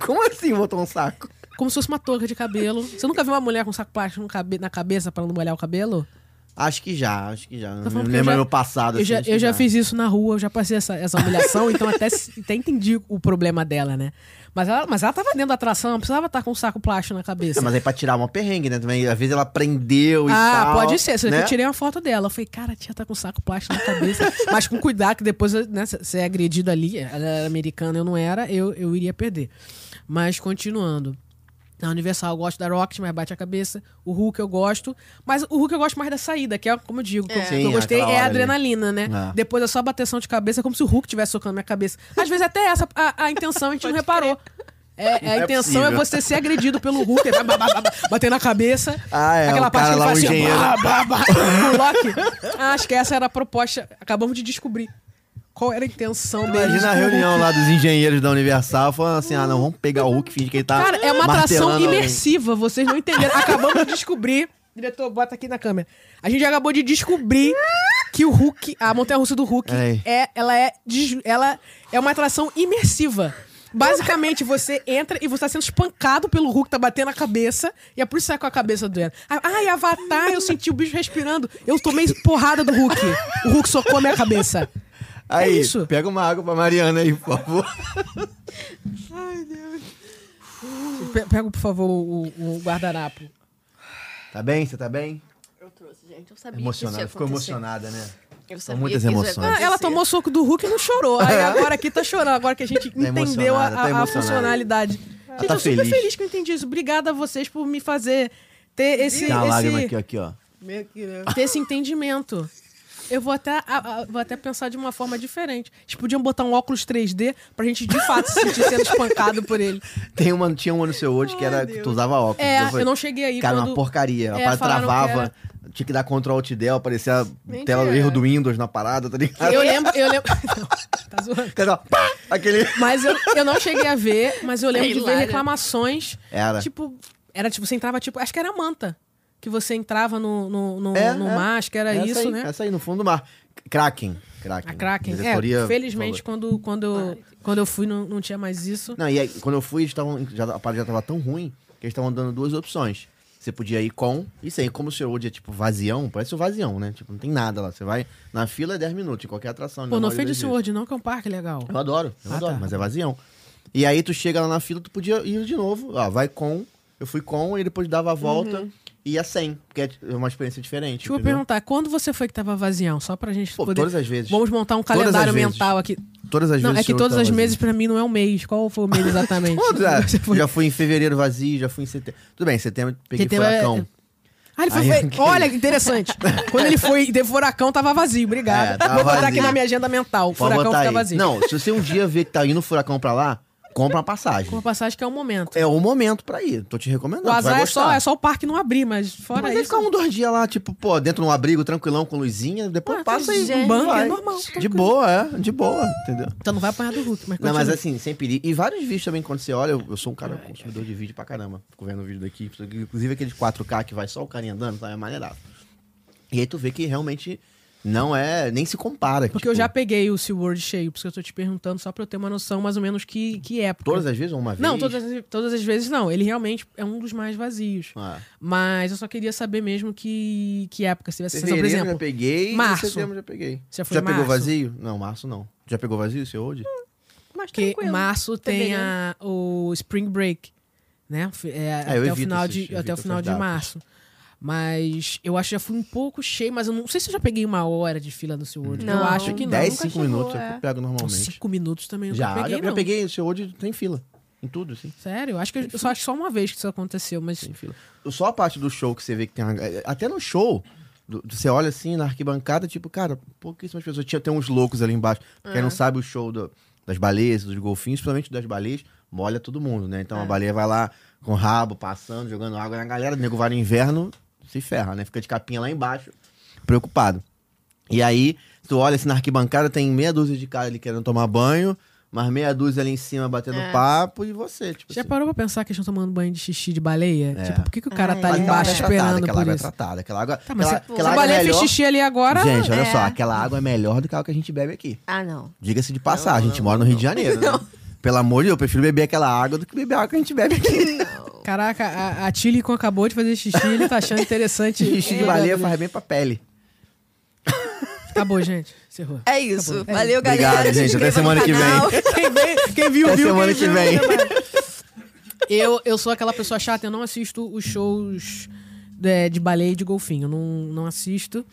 Como assim botou um saco? Como se fosse uma touca de cabelo. Você nunca viu uma mulher com um saco plástico no cabe- na cabeça pra não molhar o cabelo? Acho que já, acho que já. Não Tá falando que eu lembro já- meu passado. Eu assim, já, acho que eu já fiz isso na rua, eu já passei essa, essa humilhação, então até, se- até entendi o problema dela, né? Mas ela, mas ela tava dentro da atração, não precisava estar com um saco plástico na É, cabeça. mas aí pra tirar uma perrengue, né? Também, às vezes ela prendeu e ah, tal. pode ser. Só que né? Eu tirei uma foto dela. Eu falei, cara, a tia tá com um saco plástico na cabeça. (laughs) mas com cuidado, que depois né, você é agredido ali. Ela era americana, eu não era, eu, eu iria perder. Mas continuando. Na Universal eu gosto da Rocket, mas bate a cabeça. O Hulk eu gosto. Mas o Hulk eu gosto mais da saída, que é, como eu digo, que eu- É. que eu Sim, gostei aquela é a hora ali. adrenalina, né? É. Depois é só bateção de cabeça, como se o Hulk estivesse socando minha cabeça. Às vezes até essa a, a intenção a gente não reparou. É, é, a Não é intenção é possível. você ser agredido pelo Hulk, ele vai ba- ba- ba- bater na cabeça. Ah, é, Aquela o cara parte que ele lá, faz o assim, engenheiro. bah, bah, bah, com o Loki. (laughs) Ah, acho que essa era a proposta. Acabamos de descobrir qual era a intenção dele. Imagina a reunião lá dos engenheiros da Universal falando assim: ah, não, vamos pegar o Hulk, fingir que ele tá. Cara, é uma atração martelando alguém. imersiva, vocês não entenderam. Acabamos de descobrir. Diretor, bota aqui na câmera. A gente acabou de descobrir que o Hulk, a montanha-russa do Hulk, Peraí. é, ela, é, des- ela é uma atração imersiva. Basicamente, você entra e você tá sendo espancado pelo Hulk, tá batendo a cabeça, e é por isso que sai com a cabeça doendo. Ah, Ai, Avatar, eu senti o bicho respirando. Eu tomei porrada do Hulk. O Hulk socou a minha cabeça. Aí, é isso. pega uma água pra Mariana aí, por favor. Pe- Pega, por favor, o, o guardanapo. Tá bem? Você tá bem? Eu trouxe, gente. Eu sabia é Emocionada, ficou emocionada, né? Eu sabia muitas que isso ia emoções. Ah, ela tomou soco do Hulk e não chorou. Aí agora aqui tá chorando, agora que a gente entendeu a, emocionada, É. (laughs) tá a- a emocionada. funcionalidade. gente, tá eu super feliz. feliz que eu entendi isso. Obrigada a vocês por me fazer ter esse, Tem uma lágrima esse, aqui, ó, aqui, ó. ter esse entendimento. Eu vou até, a- a- vou até pensar de uma forma diferente. Eles podiam botar um óculos 3D pra gente de fato se sentir sendo espancado por ele. Tem uma, tinha uma no seu hoje que era que tu usava óculos. É, falei, eu não cheguei aí Cara, quando- uma porcaria. A É, parada falaram que travava, tinha que dar Ctrl Alt Del, aparecia a tela do Mentira. erro do Windows na parada, tá ligado? (laughs) Eu lembro, eu lembro. (laughs) Não, tá zoando. Cada- pá, aquele. Mas eu, eu não cheguei a ver, mas eu lembro É de ver hilário. reclamações. Era. Tipo, era tipo, você entrava, tipo, acho que era a manta. Que você entrava no, no, no, É, no é. mar, acho que era Essa isso, aí, né? Essa aí, no fundo do mar. Kraken. Kraken. A Kraken. Diretoria É, felizmente, falou. quando, quando, eu, quando eu fui, não, não tinha mais isso. Não, e aí, quando eu fui, eles tavam, já, a parada já tava tão ruim que eles estavam dando duas opções. Você podia ir com, e sem. Como o seu hoje é tipo vazião, parece o vazião, né? Tipo, não tem nada lá. Você vai na fila é 10 minutos, em qualquer atração. Pô, na não maioria ofende o das vezes. Sword, não, que é um parque legal. Eu adoro, eu Ah, adoro, tá. mas é vazião. E aí tu chega lá na fila, tu podia ir de novo. Ah, vai com. Eu fui com e depois dava a volta e ia sem. Porque é uma experiência diferente. Uhum. Deixa eu entendeu? perguntar, quando você foi que tava vazião? Só pra gente Pô, poder... todas as vezes. Vamos montar um Todas as calendário vezes. mental aqui. Todas as não, vezes. é que eu todas tava as vazio. meses pra mim não é um mês. Qual foi o mês exatamente? Todas, (laughs) ah, Você foi- Já fui em fevereiro vazio, já fui em setembro. Tudo bem, setembro peguei Setembro é- furacão. Ah, ele foi. Aí, é foi- ok. Olha, (laughs) interessante. Quando ele foi de furacão, tava vazio. Obrigado. É, tava Vou botar vazio. aqui na minha agenda mental. Pode furacão botar fica aí. vazio. Não, se você um dia ver que tá indo furacão pra lá, compra uma passagem. Com a passagem que é o momento. É o momento pra ir. Tô te recomendando. tu o vai azar é gostar. só, é só o parque não abrir, mas fora Mas aí isso. ficar um, dois dias lá, tipo, pô, dentro de um abrigo tranquilão com luzinha, depois Ah, passa aí. gente, não banco é vai. normal, tranquilo. De boa, é. De boa, entendeu? Então não vai apanhar do Hulk, mas Não, mas continua. assim, sempre ir. E vários vídeos também, quando você olha, eu, eu sou um cara consumidor de vídeo pra caramba. Fico vendo vídeo daqui, inclusive aqueles 4K que vai só o carinha andando, tá? É maneirado. E aí tu vê que realmente não é, nem se compara. Porque tipo, eu já peguei o SeaWorld cheio, por isso que eu tô te perguntando, só pra eu ter uma noção mais ou menos que, que época. Todas as vezes ou uma vez? Não, todas, as- todas as vezes não. Ele realmente é um dos mais vazios. Ah, Mas eu só queria saber mesmo que, que época se tivesse sensação, por fevereiro já exemplo. peguei, março. setembro já peguei. Já foi já pegou março? vazio? Não, março não. Já pegou vazio, seu hoje? Mas Porque tranquilo. tá março tem a- o Spring Break, né? F- é, eu até o evito final esses- de, evito até o essas final de datas. março. Mas eu acho que já fui um pouco cheio, mas eu não sei se eu já peguei uma hora de fila no SeaWorld. Não. Eu acho que não. Dez, 10, nunca 5 chegou, minutos é. eu pego normalmente. Cinco minutos também eu já, nunca peguei, já, já não. peguei, o seu hoje tem fila. Em tudo, assim. Sério, eu acho que eu só acho que só uma vez que isso aconteceu, mas Tem fila. Só a parte do show que você vê que tem uma... Até no show, do- você olha assim na arquibancada, tipo, cara, pouquíssimas pessoas. Tinha, tem uns loucos ali embaixo. Quem não sabe o show do- das baleias, dos golfinhos, principalmente das baleias, molha todo mundo, né? Então a baleia vai lá com o rabo, passando, jogando água na galera. O nego vai no inverno, se ferra, né? Fica de capinha lá embaixo, preocupado. E aí, tu olha assim na arquibancada, tem meia dúzia de cara ali querendo tomar banho, mas meia dúzia ali em cima batendo papo e você, tipo já assim. parou pra pensar que eles estão tomando banho de xixi de baleia? É. Tipo, por que, que o cara Ah, tá é. ali Mas embaixo é tratada, esperando aquela por água isso? é tratada, aquela água. Tá, mas aquela, se, aquela se a água é baleia fez melhor. xixi ali agora, Gente, olha É. só, aquela água é melhor do que a água que a gente bebe aqui. Ah, não. Diga-se de passagem, a gente mora no Rio de Janeiro, né? Pelo amor de Deus, eu prefiro beber aquela água do que beber a água que a gente bebe (laughs) aqui. caraca, a, a Tilicon acabou de fazer xixi, ele tá achando interessante. (laughs) tá Xixi de baleia faz bem pra pele. Acabou, gente. Encerrou. É isso. Valeu, Obrigado, galera. Se gente. Até inscreva semana no que vem. canal. Quem, vem- quem viu, Até viu. semana quem que viu, vem. Eu, eu sou aquela pessoa chata, eu não assisto os shows é, de baleia e de golfinho. eu Não, não assisto.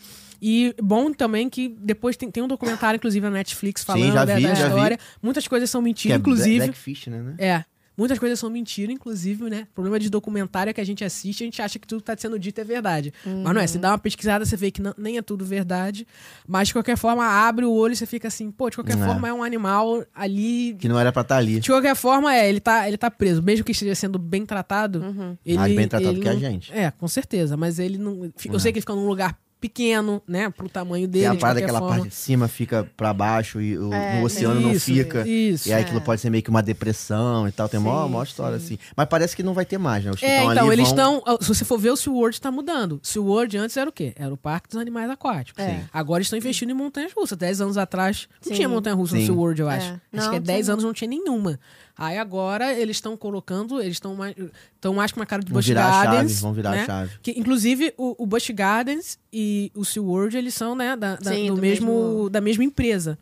E bom também que depois tem, tem um documentário, inclusive, na Netflix falando já da, vi, da já vi. história. Muitas coisas (laughs) são Que mentira, é inclusive. Blackfish, né? né? É. Muitas coisas são mentira, inclusive, né? O problema de documentário é que a gente assiste e a gente acha que tudo que tá sendo dito é verdade. Mas não é. Se dá uma pesquisada, você vê que não- nem é tudo verdade. Mas, de qualquer forma, abre o olho e você fica assim, pô, de qualquer É. forma é um animal ali. Que não era pra estar ali. De qualquer forma, é, ele tá, ele tá preso. Mesmo que esteja sendo bem tratado, Uhum. ele. Mais bem tratado ele que a não- gente. Uhum. É, com certeza. Mas ele não. fi- Eu sei que ele fica num lugar pequeno, né? Pro tamanho Tem dele. a de parada qualquer daquela forma. parte de cima fica pra baixo e o, É, no oceano não isso, fica. isso. É. e aí aquilo pode ser meio que uma depressão e tal. Tem mó maior história assim. Mas parece que não vai ter mais, né? Os que É, tão então, ali eles vão- estão. Se você for ver, o SeaWorld tá mudando. SeaWorld antes era o quê? Era o Parque dos Animais Aquáticos. É. Sim. Agora estão investindo em montanhas russas. Dez anos atrás não Sim. tinha montanha russa no Sim. SeaWorld, eu É. acho. Acho Não, que não há 10 tinha. anos não tinha nenhuma. Aí agora eles estão colocando, eles estão mais, tão mais com uma cara de Vão Busch virar a chave, Gardens. vão virar né? a chave. Que, inclusive, o, o Busch Gardens e o SeaWorld, eles são, né, da, da- Sim, do, do mesmo, mesmo- Uhum. da mesma empresa.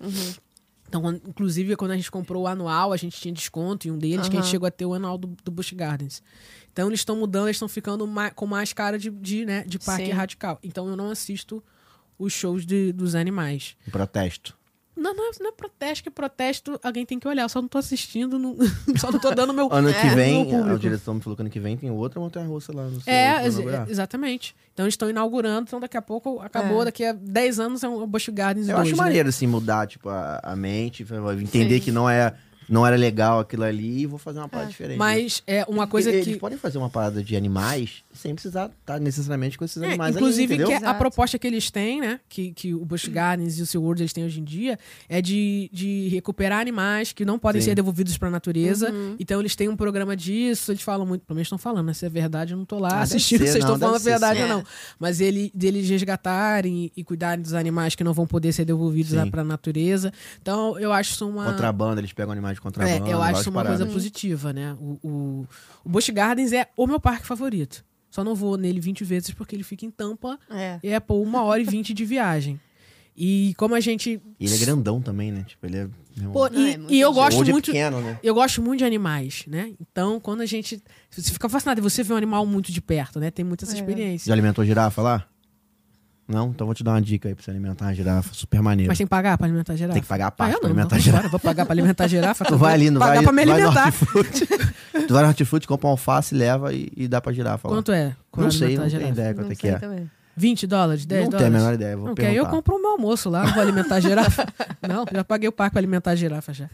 Então, quando- inclusive, quando a gente comprou o anual, a gente tinha desconto em um deles, que a gente Aham. chegou a ter o anual do, do Busch Gardens. Então, eles estão mudando, eles estão ficando ma- com mais cara de, de, né, de parque Sim. radical. Então, eu não assisto os shows de- dos animais. Um protesto. Não, não, é- não é protesto, que protesto alguém tem que olhar. Eu só não tô assistindo, não- (laughs) só não tô (laughs) dando meu... Ano que meu vem, a É, público. direção me falou que ano que vem tem outra montanha russa lá no seu É, pra ex- inaugurar. exatamente. Então eles estão inaugurando, então daqui a pouco acabou, É. daqui a 10 anos é um Busch Gardens Eu 2, acho né? maneiro, assim, mudar, tipo, a, a mente, entender Sim. que não, é, não era legal aquilo ali e vou fazer uma parada diferente. Mas é uma E- coisa eles que podem fazer uma parada de animais sem precisar estar necessariamente com esses É, animais inclusive ali, que entendeu? a Exato. proposta que eles têm, né, que, que o Busch Gardens e o SeaWorld eles têm hoje em dia é de, de recuperar animais que não podem Sim. ser devolvidos para a Uhum. natureza. Então eles têm um programa disso, eles falam muito, pelo menos estão falando, né, se é verdade eu não tô lá Ah, deve assistindo, ser, vocês não, estão falando a deve ser, verdade sim. ou não. É. Mas ele deles resgatarem e cuidarem dos animais que não vão poder ser devolvidos Sim. para a natureza. Então eu acho isso uma Contrabando, eles pegam animais de é, contrabando. eu acho várias isso uma paradas. coisa positiva, né? O, o, o Busch Gardens é o meu parque favorito. Só não vou nele 20 vezes porque ele fica em Tampa É. e é, pô, uma hora e vinte de viagem. E como a gente. E ele é grandão também, né? Tipo, ele é. meu Pô, irmão, Não, e, é muito e eu gente. gosto hoje muito. é pequeno, né? Eu gosto muito de animais, né? Então, quando a gente. Você fica fascinado e você vê um animal muito de perto, né? Tem muita essa É. Já experiência. alimentou girafa lá? Não? Então vou te dar uma dica aí pra você alimentar uma girafa. Super maneiro. Mas tem que pagar pra alimentar a girafa? Tem que pagar a Ah, parte eu pra não, não, alimentar a para, girafa. eu vou pagar pra alimentar (laughs) a girafa. Tu vai ali, não pagar vai? pra me tu vai no alimentar. hortifruti. tu vai no hortifruti, compra uma alface, leva e, e dá pra girafa lá. Quanto é? Não sei, não alimentar a tenho girafa? ideia quanto é que é. 20 dólares? 10 Não tenho a dólares? menor ideia, vou Não, que aí eu perguntar. compro o meu almoço lá, não vou alimentar a (laughs) girafa. não, já paguei o parque pra alimentar a girafa já.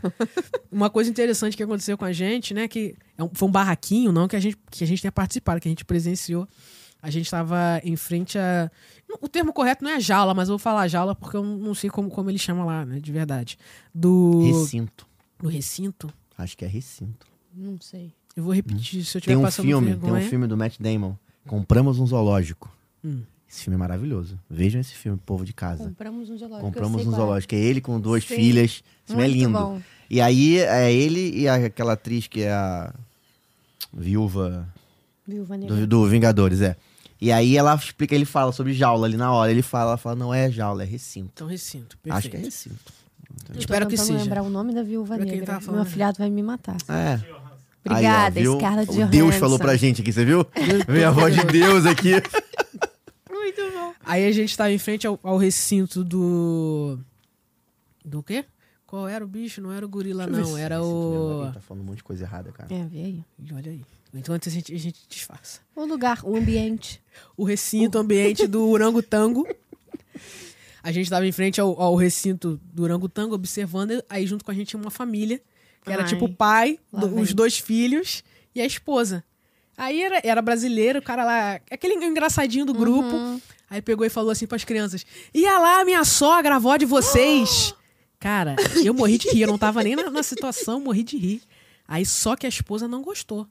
Uma coisa interessante que aconteceu com a gente, né, que é um- foi um barraquinho, não que a gente que a gente tenha participado, que a gente presenciou. A gente estava em frente a o termo correto não é jaula, mas eu vou falar jaula porque eu não sei como como ele chama lá, né, de verdade. Do Recinto. do recinto. Acho que é recinto. Não sei. Eu vou repetir se eu tiver Tem um passando filme, vergonha. tem um filme do Matt Damon. Compramos um zoológico. Hum. Esse filme é maravilhoso. Vejam esse filme, povo de casa. Compramos um zoológico. Compramos um zoológico. É ele com duas Sei. filhas. Esse filme é Muito lindo. bom. E aí é ele e a- aquela atriz que é a viúva Viu, Vanessa? do, do Vingadores, é. E aí ela explica, ele fala sobre jaula ali na hora. Ele fala, ela fala, não é jaula, é recinto. Então recinto, perfeito. Acho que é recinto. Espero que seja. lembrar o nome da viúva Pra quem negra. tava Meu falando. afilhado vai me matar. É. Obrigada, Aí, ó, viu? Scarlett O Johansson. Deus falou pra gente aqui, você viu? Vem a voz de Deus aqui. Muito bom. Aí a gente tava em frente ao, ao recinto do. Do quê? Qual era o bicho? Não era o gorila, não. Era o. Tá falando um monte de coisa errada, cara. É, vê aí. Ih, Olha aí. Então antes a gente, a gente disfarça. O lugar, o ambiente. O recinto, ambiente do orangotango. A gente tava em frente ao, ao recinto do orangotango, observando. Aí junto com a gente tinha uma família, que era Ai, tipo o pai, lá do- os vem. dois filhos e a esposa. Aí era, era brasileiro, o cara lá, aquele engraçadinho do grupo. Uhum. Aí pegou e falou assim pras crianças: Ia lá, minha sogra, avó (gasps) de vocês. (gasps) Cara, eu morri de rir, eu não tava nem na, na situação, morri de rir. Aí só que a esposa não gostou.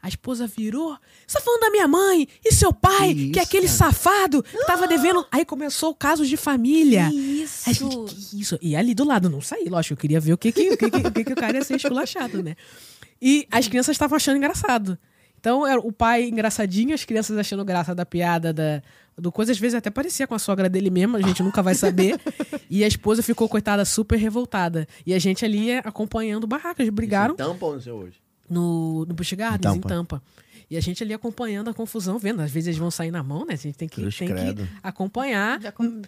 A esposa virou. Você tá falando da minha mãe e seu pai, Que que, isso, é aquele cara? safado que tava devendo. Aí começou o caso de família. Que Aí, isso. gente, que isso? E ali do lado, não saí, lógico. Eu queria ver o que, que, o que, que- o que que o cara ia ser esculachado, né? E as crianças estavam achando engraçado. Então, era o pai engraçadinho, as crianças achando graça da piada, da, do coisa. Às vezes até parecia com a sogra dele mesmo, a gente nunca vai saber. E a esposa ficou, coitada, super revoltada. E a gente ali é, acompanhando barracas, brigaram Tampa ou não sei hoje? no, no Busch Gardens, Em em Tampa. Tampa. E a gente ali acompanhando a confusão, vendo. Às vezes eles vão sair na mão, né? A gente tem que, Cruz tem que credo. acompanhar. Ah, Já com-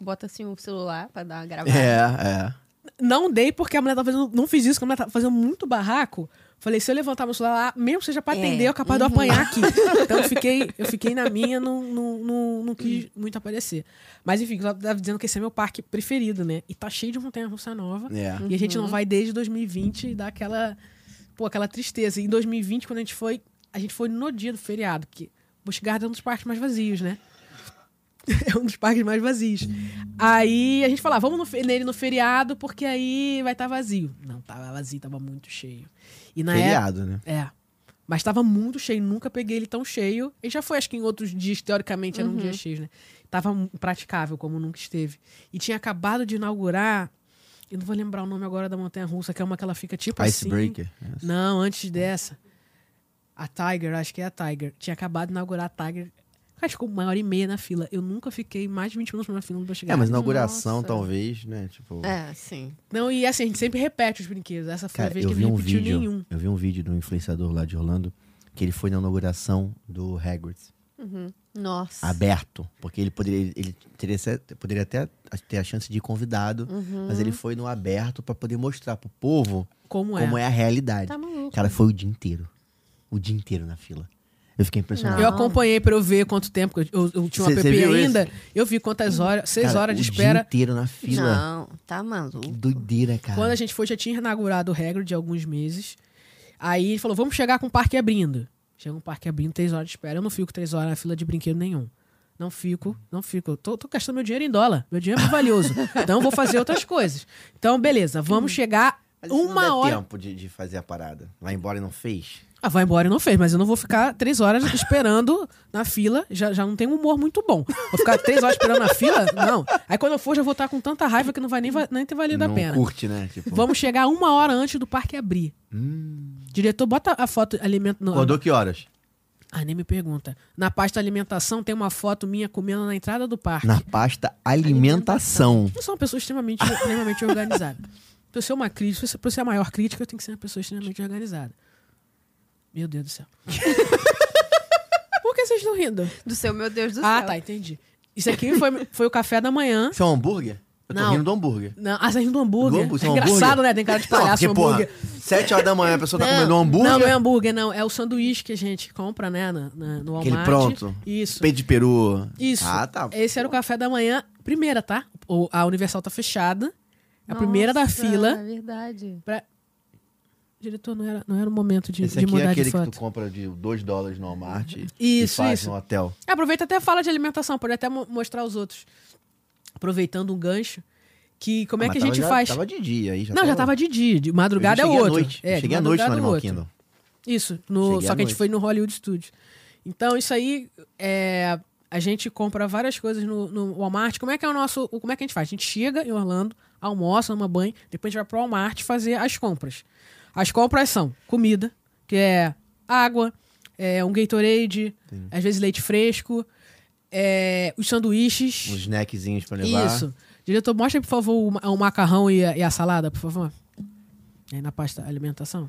bota assim o celular pra dar uma gravada. É, é. Não dei porque a mulher tava fazendo. Não fiz isso, porque a mulher tava fazendo muito barraco. Falei, se eu levantar meu celular lá, mesmo que seja pra É, atender, eu é capaz de eu apanhar aqui. Então eu fiquei, eu fiquei na minha, não, não, não, não quis muito aparecer. Mas enfim, eu tava dizendo que esse é meu parque preferido, né? E tá cheio de montanha russa nova. É. E a gente não vai desde 2020 e dá aquela, pô, aquela tristeza. E em 2020, quando a gente foi, a gente foi no dia do feriado, porque Busch Garden é um dos parques mais vazios, né? (laughs) É um dos parques mais vazios. Aí a gente falava, vamos no fe- nele no feriado, porque aí vai estar vazio. Não, tava vazio, tava muito cheio. E na época. Feriado, né? É. Mas tava muito cheio, nunca peguei ele tão cheio. E já foi, acho que em outros dias, teoricamente, eram dias cheios, né? Tava impraticável, como nunca esteve. E tinha acabado de inaugurar. Eu não vou lembrar o nome agora da montanha russa, que é uma que ela fica tipo assim. Icebreaker. né? Não, antes dessa. A Tiger, acho que é a Tiger. Tinha acabado de inaugurar a Tiger. Acho que uma hora e meia na fila. Eu nunca fiquei mais de 20 minutos na fila do Busch É, mas Gardens. inauguração, Nossa. talvez, né? Tipo. É, sim. Não, e assim, a gente sempre repete os brinquedos. Essa foi a Cara, vez eu que vi não um repetiu vídeo. nenhum. Eu vi um vídeo de um influenciador lá de Orlando que ele foi na inauguração do Hagrid's Nossa. aberto, porque ele poderia ele teria, se- poderia até ter a chance de ir convidado, Uhum. mas ele foi no aberto pra poder mostrar pro povo Como é? como é a realidade. Tá maluco. Cara, foi o dia inteiro. O dia inteiro na fila. Eu fiquei impressionado. Eu Não. acompanhei pra eu ver quanto tempo, que eu, eu, eu tinha um Cê- cê app viu ainda, eu vi quantas horas, seis Cara, horas de o dia espera. inteiro na fila. Não, tá Que maluco. doideira, cara. Quando a gente foi, já tinha inaugurado o regra de alguns meses. Aí ele falou, vamos chegar com o parque abrindo. Chega um parque abrindo, três horas de espera. Eu não fico três horas na fila de brinquedo nenhum. Não fico, não fico. Eu Tô, tô gastando meu dinheiro em dólar. Meu dinheiro é (laughs) muito valioso. então eu vou fazer outras coisas. Então, beleza, vamos chegar Hum. Mas isso uma não dá hora. tempo de, de fazer a parada. Vai embora e não fez? Ah, vai embora e não fez, mas eu não vou ficar três horas (laughs) esperando na fila. Já, já não tem um humor muito bom. Vou ficar três horas esperando na fila? Não. Aí quando eu for, já vou estar com tanta raiva que não vai nem, va- nem ter valido não a pena. curte, né? Tipo, Vamos chegar uma hora antes do parque abrir. hum. Diretor, bota a foto alimento no. Acordou que horas? Ah, nem me pergunta. Na pasta alimentação tem uma foto minha comendo na entrada do parque. Na pasta alimentação. Eu sou uma pessoa extremamente, extremamente (laughs) organizada. Pra eu ser uma crítica, pra eu ser a maior crítica, eu tenho que ser uma pessoa extremamente organizada. Meu Deus (laughs) do céu. Por que vocês estão rindo? Do seu, meu Deus do ah, céu. tá, entendi. Isso aqui foi, foi o café da manhã. Isso é um hambúrguer? Eu tô Não. rindo do hambúrguer. Não, ah, você rindo do hambúrguer. Globo, isso é é um hambúrguer? engraçado, né? Tem cara de palhaço porque, o hambúrguer. porra, 7 horas da manhã a pessoa tá comendo um Não, hambúrguer. não é hambúrguer, não. É o sanduíche que a gente compra, né? na- na- no Walmart. Aquele pronto. Isso. Peito de peru. Isso. Ah, tá. Esse era o café da manhã. Primeira, tá? O- a Universal tá fechada. É a primeira da Nossa, fila. É verdade. Diretor, não era, não era o momento de, Esse aqui de é mudar aquele de que foto. tu compra de 2 dólares no Walmart e- Isso, e faz isso. no hotel. Aproveita até fala de alimentação, pode até mo- mostrar os outros. Aproveitando um gancho. Que como é Ah, que a mas gente tava, faz? Já, tava de dia aí. Já não, já tava de dia, de madrugada é Eu o cheguei à outro. noite. É, Eu de cheguei à noite no madrugada é Animal outro. Kingdom. Isso, no- Cheguei só à que a gente noite. foi no Hollywood Studios. Então, isso aí é, a gente compra várias coisas no, no Walmart. Como é que é o nosso. o- Como é que a gente faz? A gente chega em Orlando, almoça, toma banho, depois a gente vai pro Walmart fazer as compras. As compras são comida, que é água, é um Gatorade, às vezes leite fresco, é, os sanduíches. Uns snackzinhos pra levar. Isso. Diretor, mostra, por favor, o, ma- o macarrão e a, e a salada, por favor. Aí na pasta alimentação.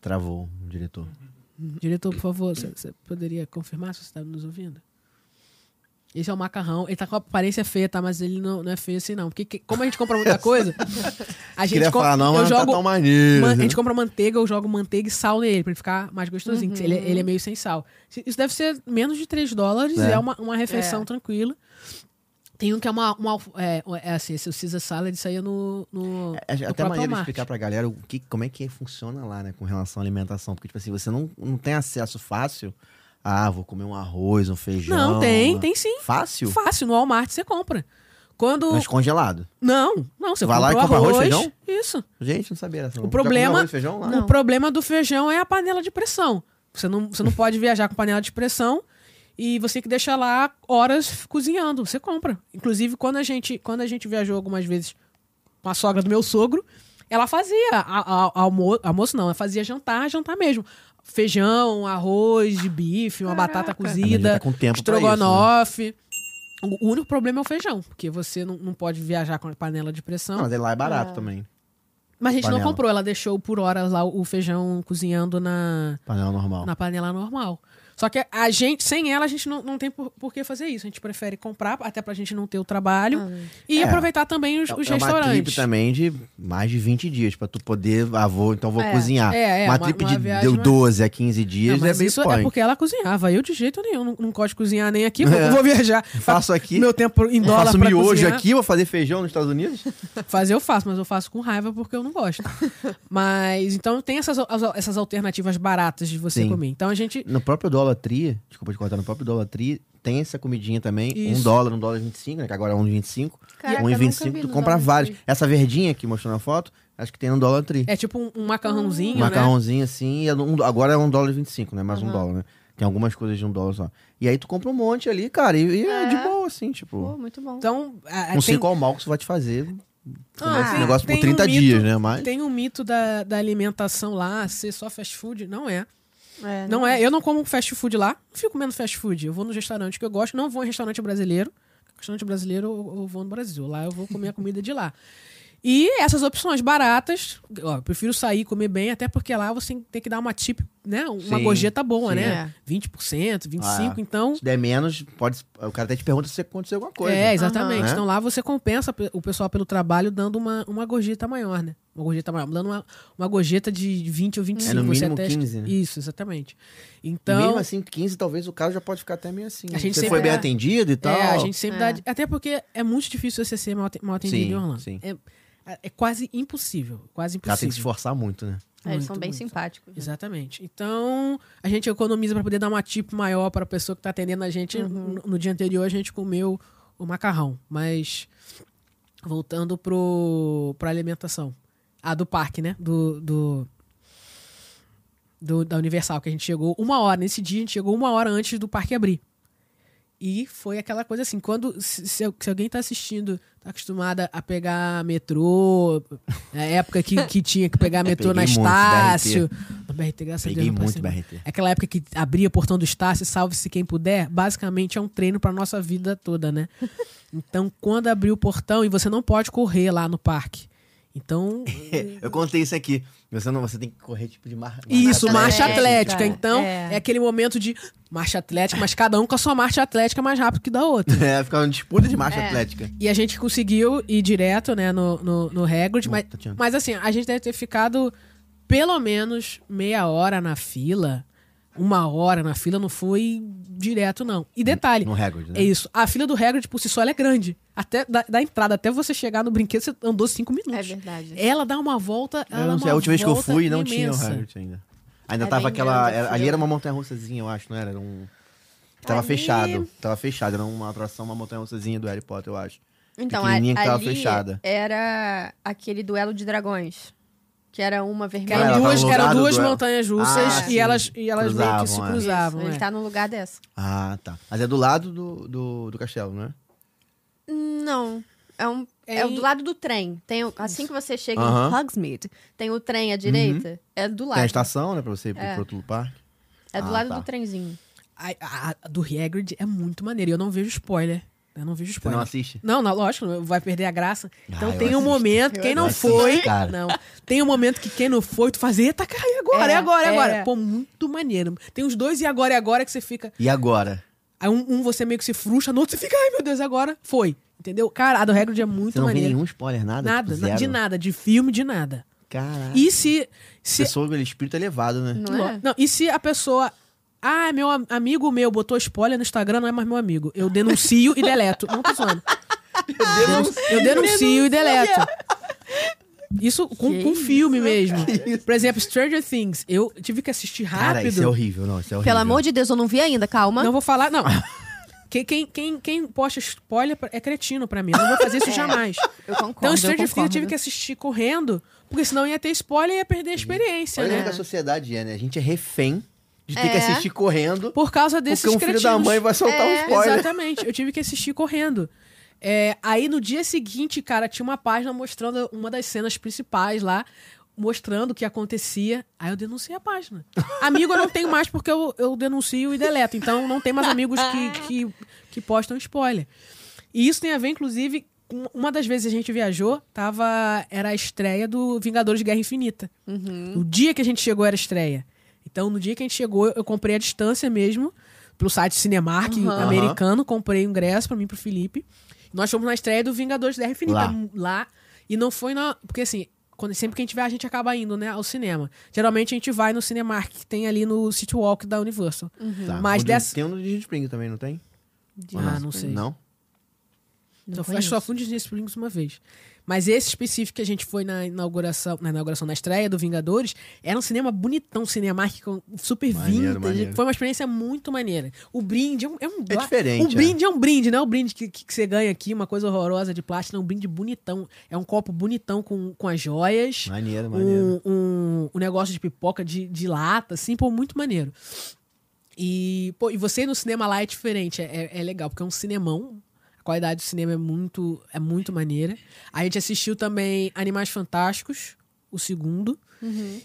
Travou o diretor. Diretor, por favor, você poderia confirmar se você está nos ouvindo? Esse é o macarrão. Ele tá com a aparência feia, tá? Mas ele não, não é feio assim, não. Porque que- como a gente compra muita (laughs) coisa, a gente Queria com- falar, não, eu mas não tá jogo- tão maneiro, man- a né? gente compra manteiga, eu jogo manteiga e sal nele, pra ele ficar mais gostosinho. porque Ele, é- ele é meio sem sal. Isso deve ser menos de 3 dólares e É. é uma, uma refeição tranquila. Tem um que é uma. uma alf- é, é assim, esse o Caesar Salad, isso aí é no. no É, até no próprio maneiro Walmart. explicar pra galera o que, como é que funciona lá, né, com relação à alimentação. Porque, tipo assim, você não, não tem acesso fácil. Ah, vou comer um arroz, um feijão. Não, tem, uma- tem sim. Fácil? Fácil, no Walmart você compra. Quando. Mas congelado. Não, não, você Vai lá e compra o compra arroz, arroz, feijão? Isso. Gente, não sabia dessa. não. O Já comeu problema- arroz e feijão lá? O problema do feijão é a panela de pressão. Você não, você não pode viajar com panela de pressão e você tem que deixar lá horas cozinhando. Você compra. Inclusive, quando a gente, quando a gente viajou algumas vezes com a sogra do meu sogro, ela fazia a, a- almo- almoço, não, ela fazia jantar, jantar mesmo. Feijão, arroz de bife, uma batata Mas a gente cozida, tá com tempo pra isso, né? estrogonofe. O único problema é o feijão, porque você não, não pode viajar com a panela de pressão. Não, mas ele lá é barato também. Mas a gente não Panela. comprou, ela deixou por horas lá o feijão cozinhando na, Panela normal. na panela normal. Só que a gente, sem ela, a gente não, não tem por, por que fazer isso. A gente prefere comprar, até pra gente não ter o trabalho. E É. aproveitar também os, os é uma trip restaurantes. também de mais de 20 dias pra tu poder. Ah, vou, então vou É, cozinhar. é, é, uma, uma- trip uma de viagem deu mais- 12 a 15 dias Não, é mas bem isso é point. porque ela cozinhava. Eu, de jeito nenhum, não, não gosto de cozinhar nem aqui. Vou, É. vou viajar. Faço aqui. Meu tempo em dólar faço pra miojo cozinhar. aqui, vou fazer feijão nos Estados Unidos. Fazer eu faço, mas eu faço com raiva porque eu não (laughs) gosto. mas, então, tem essas, al- essas alternativas baratas de você Sim. comer. Então, a gente... No próprio Dollar Tree, desculpa te cortar, no próprio Dollar Tree tem essa comidinha também. Isso. Um dólar, um dólar e 25, né? Que agora é um de 25. Caraca, um e eu nunca 25, vi tu no compra Dollar tipo, vários. Tree. Essa verdinha que mostrou na foto, acho que tem no Dollar Tree. É tipo um, um macarrãozinho, um né? macarrãozinho assim, e é um- agora é um dólar e 25, né? Mais um dólar, né? Tem algumas coisas de um dólar só. E aí tu compra um monte ali, cara, e, e é, de boa, assim, Pô, tipo. muito bom. Então, a, a- Um tem, 5 ao mal que isso vai te fazer. Ah, esse tem- negócio por tem 30 um mito- dias, né? Mas. tem um mito da, da alimentação lá ser só fast food. Não é. É, Não é. Eu não como fast food lá. Não fico comendo fast food. Eu vou no restaurante que eu gosto. Não vou em restaurante brasileiro. Restaurante brasileiro eu, eu vou no Brasil. Lá eu vou comer a comida de lá. E essas opções baratas, ó, eu prefiro sair e comer bem, até porque lá você tem que dar uma tip, né? Uma Sim, gorjeta boa, é, sim. né? 20%, 25%, Ah, então. Se der menos, pode, o cara até te pergunta se aconteceu alguma coisa. É, exatamente. Né? Então lá você compensa pe- o pessoal pelo trabalho dando uma, uma gorjeta maior, né? Uma gorjeta maior, dando uma, uma gorjeta de 20 ou 25. É, no você mínimo até... 15, né? Isso, exatamente. Mesmo Então, assim, 15, talvez o cara já pode ficar até meio assim. A gente Você sempre foi bem dá- atendido e tal. é, a gente sempre É. dá... Até porque é muito difícil você ser mal, mal atendido Sim, em Orlando. sim. É, é quase impossível, quase O cara tem que se impossível. esforçar muito, né? É, eles são Muito, bem muito. simpáticos. né? Exatamente. Então, a gente economiza para poder dar uma tip maior para a pessoa que tá atendendo a gente. No, no dia anterior, a gente comeu o macarrão. Mas, voltando pro, pra alimentação. A do parque, né? Do, do, do- da Universal, que a gente chegou uma hora. Nesse dia, a gente chegou uma hora antes do parque abrir. E foi aquela coisa assim, quando se, se al- se alguém tá assistindo, tá acostumada a pegar metrô, na época que, que tinha que pegar metrô na Peguei muito né, Estácio, no BRT, graças a Deus. Peguei não muito passei. (laughs) BRT. Aquela época que abria o portão do Estácio, salve-se quem puder, basicamente é um treino pra nossa vida (laughs) toda, né? Então, quando abrir o portão, e você não pode correr lá no parque. Então, É, Eu contei isso aqui. Você não, você tem que correr tipo de marcha. isso, marcha atlética. atlética, Então, é. é. aquele momento de marcha atlética, mas cada um com a sua marcha atlética mais rápido que da outra. (laughs) É, ficar uma disputa de marcha atlética. E a gente conseguiu ir direto, né, no, no, no Hagrid, mas, Tatiana. mas assim, a gente deve ter ficado pelo menos meia hora na fila, uma hora na fila, não foi direto, não. E detalhe, No recorde, né? é isso, a fila do Hagrid por si só ela é grande. Até da, da entrada até você chegar no brinquedo, você andou cinco É minutos. verdade. ela dá uma volta, ela Eu dá não sei, uma a última vez que eu volta fui não tinha o imensa. Hagrid ainda. Ainda Era tava ainda, aquela. ainda era- fui. ali era uma montanha russazinha, eu acho, não era? Era um. que Tava Ali- fechado. Tava fechado. Era uma atração, uma montanha russazinha do Harry Potter, eu acho. Então, a, pequenininha ali que tava fechada. era aquele duelo de dragões. Que era uma vermelha. Ah, Eram ela duas, tava no eram lado duas do- montanhas russas Ah, e sim. elas, e elas meio que se Cruzavam, é. cruzavam. Ele é. tá no lugar dessa. Ah, tá. Mas é do lado do, do, do castelo, né? Não. É, um, é, É o em- do lado do trem. Tem o- assim que você chega em Aham. Uhum. Hogsmeade, tem o trem à direita. É do lado. Tem a estação, né? Pra você ir pro- pro outro parque. É do Ah, lado tá. do trenzinho. A, a- a do Hagrid é muito maneiro. E eu não vejo spoiler. Eu não vejo Você spoiler. não assiste? Ah, Não, não, lógico, não vai perder a graça. Então eu tem um assisto. momento, quem não assisto, foi. cara. Não. Tem um momento que quem não foi, tu faz, eita, cara, e agora? É, É, agora, é é. agora. Pô, muito maneiro. Tem uns dois e agora, e agora que você fica. E agora? Aí um, um você meio que se frustra, no outro você fica, ai meu Deus, agora foi. Entendeu? Cara, a do Hagrid é muito Você não viu maneiro. nenhum spoiler, nada? Nada, tipo, zero. de nada, de filme, de nada. Caraca. E se. se Pessoa, ele é espírito elevado, né? Não é? Não, e se a pessoa. Ah, meu am- amigo meu botou spoiler no Instagram, não é mais meu amigo. Eu denuncio e deleto. Não tô zoando. Eu denuncio, e deleto. Isso com, com filme mesmo. Por exemplo, Stranger Things. Eu tive que assistir rápido. Cara, isso é horrível, não. Isso é horrível. Pelo amor de Deus, eu não vi ainda, calma. Não vou falar, não. Quem, quem, quem, quem posta spoiler é cretino pra mim. Eu não vou fazer (laughs) isso É. jamais. Eu concordo. Então, eu Stranger Things eu concordo. tive que assistir correndo, porque senão ia ter spoiler e ia perder a experiência, Olha como né? que a sociedade é, né? A gente é refém de ter É. que assistir correndo. Por causa desses É, Porque um filho cretinos. da mãe vai soltar um spoiler. Exatamente, eu tive que assistir correndo. É, aí no dia seguinte, cara, tinha uma página mostrando uma das cenas principais lá, mostrando o que acontecia. Aí eu denunciei a página. Amigo eu não tenho mais porque eu, eu denuncio e deleto. Então não tem mais amigos que, que, que postam spoiler. E isso tem a ver, inclusive, com uma das vezes que a gente viajou, tava, era a estreia do Vingadores Guerra Infinita. O dia que a gente chegou era a estreia. Então, no dia que a gente chegou, eu comprei à distância mesmo, pelo site Cinemark americano, comprei o ingresso pra mim e pro Felipe. Nós fomos na estreia do Vingadores Guerra Infinita Lá. lá. E não foi na. Porque assim, quando, sempre que a gente vai, a gente acaba indo, né, ao cinema. Geralmente a gente vai no Cinemark que tem ali no City Walk da Universal. Tá, Mas o de- dessa. Tem um do Disney Spring também, não tem? Ou Ah, não sei. Não? Então, acho que só fui no Disney Springs uma vez. Mas esse específico que a gente foi na inauguração, na inauguração na estreia do Vingadores, era um cinema bonitão, Cinemark, com super Maneiro, vintage. maneiro. Foi uma experiência muito maneira. O brinde é um... É, um É diferente, O é. brinde é um brinde, não é o brinde que, que você ganha aqui, uma coisa horrorosa de plástico, não, um brinde bonitão. É um copo bonitão com, com as joias Maneiro, maneiro. um, um, um negócio de pipoca de, de lata, assim, pô, muito maneiro. E, pô, e você ir no cinema lá é diferente, é, é legal, porque é um cinemão. A qualidade do cinema é muito, é muito maneira. A gente assistiu também Animais Fantásticos, o segundo.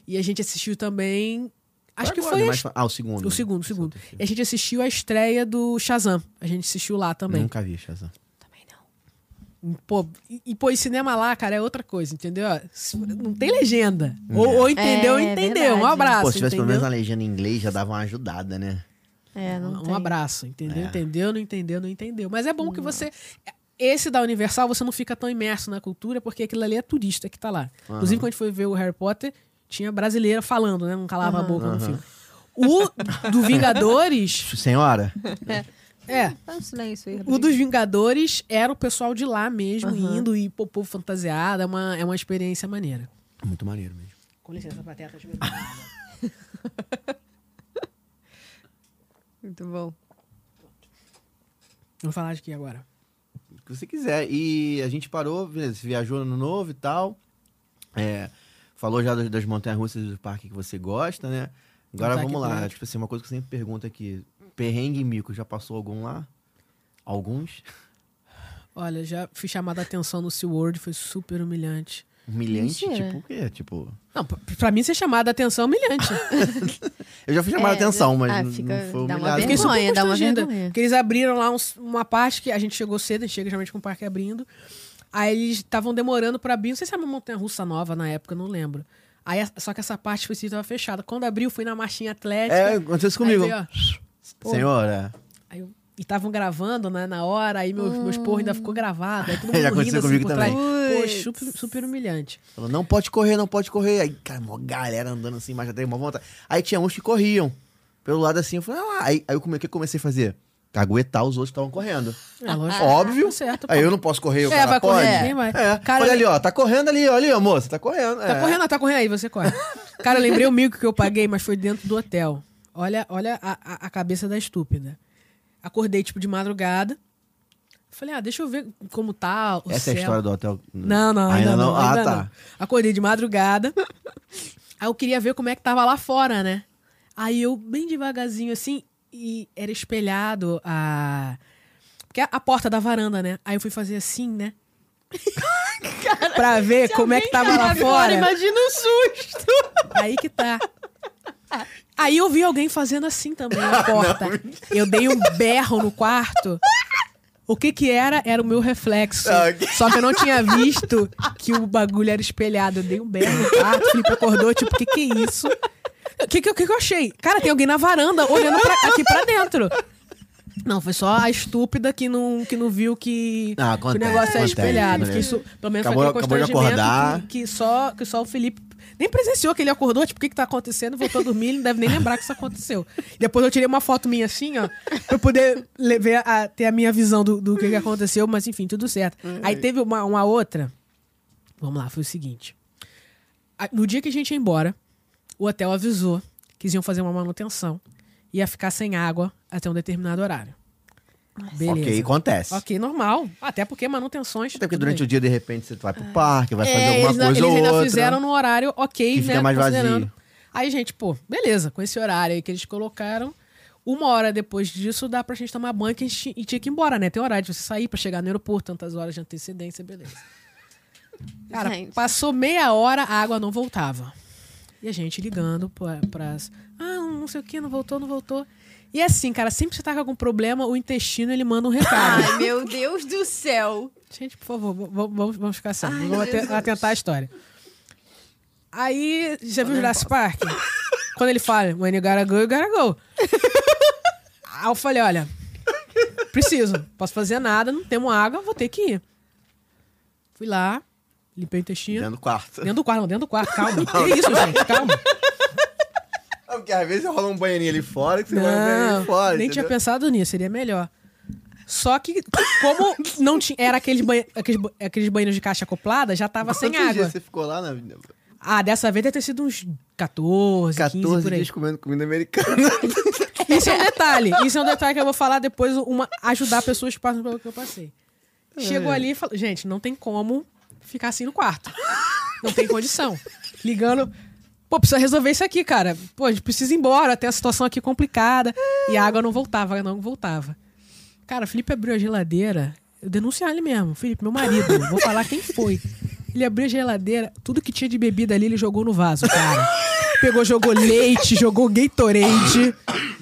E a gente assistiu também. Acho que Agora, foi. a mas- est- Ah, o segundo. O segundo, o segundo. Esse é E a gente assistiu a estreia do Shazam. A gente assistiu lá também. Nunca vi, Shazam. Também não. Pô, e, e, pô, e cinema lá, cara, é outra coisa, entendeu? Se- Não tem legenda. Ou, ou entendeu, É, entendeu. Um verdade. abraço. Hum. Pô, se tivesse pelo entendeu? menos uma legenda em inglês, já dava uma ajudada, né? É, não Um tem. Hum. abraço, entendeu? É. Entendeu, não entendeu, não entendeu. Mas é bom que você. Esse da Universal, você não fica tão imerso na cultura, porque aquilo ali é turista que tá lá. Inclusive, quando a gente foi ver o Harry Potter, tinha brasileira falando, né? Não calava a boca no filme. O (laughs) do Vingadores. (laughs) Senhora, é. Faz um silêncio aí, O Rodrigo. dos Vingadores era o pessoal de lá mesmo, indo e pô, povo fantasiado. É uma, é uma experiência maneira. muito maneiro mesmo. Com licença, pateta. deixa eu ver. Muito bom. Vamos falar de que agora? O que você quiser. E a gente parou, beleza, você viajou no novo e tal. É, falou já das, das montanhas russas e do parque que você gosta, né? Agora Tá aqui vamos lá. pronto. Tipo assim, uma coisa que eu sempre pergunto aqui: perrengue e mico, já passou algum lá? Alguns? Olha, já fui chamada a atenção no SeaWorld, foi super humilhante. Humilhante? Mentira. Um Tipo o quê? Tipo. Não, pra, pra mim ser chamada a atenção é humilhante. Ah, Eu já fui chamar a É, atenção, mas ah, não- fica- não foi dá uma humilhado. Fiquei super Vergonha, dá uma constrangida, vergonha. Porque eles abriram lá uns- uma parte que a gente chegou cedo, a gente chega geralmente com o parque abrindo. Aí eles estavam demorando pra abrir, não sei se era uma montanha russa nova na época, não lembro. Aí, a- só que essa parte específica tava fechada. Quando abriu, fui na marchinha atlética. É, aconteceu isso comigo. Aí veio, Pô. Senhora, Aí eu- e estavam gravando, né, na hora, aí meu, meus porros ainda ficou gravado. Aí todo mundo (laughs) Já rindo, aconteceu assim, comigo por também. trás. Pô, super, super humilhante. falou, não pode correr, não pode correr. Aí, cara, mó galera andando assim, mas já tem uma vontade. Aí tinha uns que corriam. Pelo lado assim, eu falei, ah, lá. Aí, aí eu come- o que eu comecei a fazer? Caguetar os outros que estavam correndo. É Ah, lógico. Óbvio. Tá certo, aí eu não posso correr, o É, cara vai pode. correr, ninguém vai. É. Cara, Olha eu- ali, ó, tá correndo ali, ó, ali, ó, moça, tá correndo. Tá é. correndo, tá correndo aí, você corre. Cara, eu lembrei o mico que eu paguei, mas foi dentro do hotel. Olha, olha a, a- a cabeça da estúpida. Acordei, tipo, de madrugada. Falei, ah, deixa eu ver como tá o Essa é céu. a história do hotel. Não, não, ainda, não. Ah, ainda tá. não. Acordei de madrugada. aí eu queria ver como é que tava lá fora, né? Aí eu, bem devagarzinho assim, e era espelhado a. Porque a, a porta da varanda, né? Aí eu fui fazer assim, né? pra ver como é que tava lá fora. Imagina o susto. Aí que tá. Aí eu vi alguém fazendo assim também Ah, na porta. eu dei um berro no quarto. O que que era? Era o meu reflexo. Ah, ok. Só que eu não tinha visto que o bagulho era espelhado. Eu dei um berro no quarto, o Felipe acordou, tipo, o que que é isso? O que que, o que que eu achei? Cara, tem alguém na varanda olhando pra- aqui pra dentro. Não, foi só a estúpida que não, que não viu que, Ah, que acontece, o negócio é acontece, espelhado. né? Fiquei su- pelo menos Acabou- foi aquele acabou de constrangimento acordar. Que, que só, que só o Felipe nem presenciou que ele acordou, tipo, o que que tá acontecendo? Voltou a dormir, ele não deve nem lembrar que isso aconteceu. Depois eu tirei uma foto minha assim, ó, pra eu poder le- ver a- ter a minha visão do, do que que aconteceu, mas enfim, tudo certo. Aí teve uma, uma outra. Vamos lá, foi o seguinte. A- No dia que a gente ia embora, o hotel avisou que eles iam fazer uma manutenção e ia ficar sem água até um determinado horário. Beleza. Ok, acontece. Ok, normal. Até porque manutenções. Até porque tudo durante bem. o dia, de repente, você vai pro parque, vai É, fazer alguma eles, na- coisa eles ou ainda outra. fizeram no horário ok, Que né? fica mais vazio. considerando. Aí, gente, pô, beleza, com esse horário aí que eles colocaram. Uma hora depois disso, dá pra gente tomar banho que a gente, e tinha que ir embora, né? Tem horário de você sair pra chegar no aeroporto, tantas horas de antecedência, beleza. Cara, Gente. passou meia hora, a água não voltava. E a gente ligando pra, pras. Ah, não sei o que, não voltou, não voltou. E assim, cara, sempre que você tá com algum problema, o intestino ele manda (laughs) um recado. Ai, meu Deus do céu. Gente, por favor, v- v- vamos, vamos ficar sérios. Ai, Vamos aten- Jesus. atentar a história. Aí, já viu o Jurassic Park? Quando ele fala, when you gotta go, you gotta go. Aí eu falei, olha, preciso, posso fazer nada, não temos água, vou ter que ir. Fui lá, limpei o intestino. Dentro do quarto. Dentro do quarto, não, dentro do quarto, calma. Que isso, gente, calma. (laughs) É Porque às vezes rola um banheirinho ali fora, que você vai no banheirinho Não, ali fora. nem né? entendeu? tinha pensado nisso, seria melhor. Só que, como não tinha. Era aqueles, banhe- aqueles, ba- aqueles banheiros de caixa acoplada, já tava sem Quantos água. dias você ficou lá na vida? Ah, dessa vez deve ter sido uns 14, 15 por 14 aí. dias comendo comida americana. Isso é um detalhe. Isso é um detalhe que eu vou falar depois, uma, ajudar pessoas que passam pelo que eu passei. Chegou É. ali e falou, gente, não tem como ficar assim no quarto. Não tem condição. Ligando, pô, precisa resolver isso aqui, cara. Pô, a gente precisa ir embora, tem a situação aqui complicada. E a água não voltava, não voltava. Cara, o Felipe abriu a geladeira, eu denunciar ele mesmo. Felipe, meu marido, vou falar quem foi. Ele abriu a geladeira, tudo que tinha de bebida ali ele jogou no vaso, cara. Pegou, jogou leite, jogou Gatorade.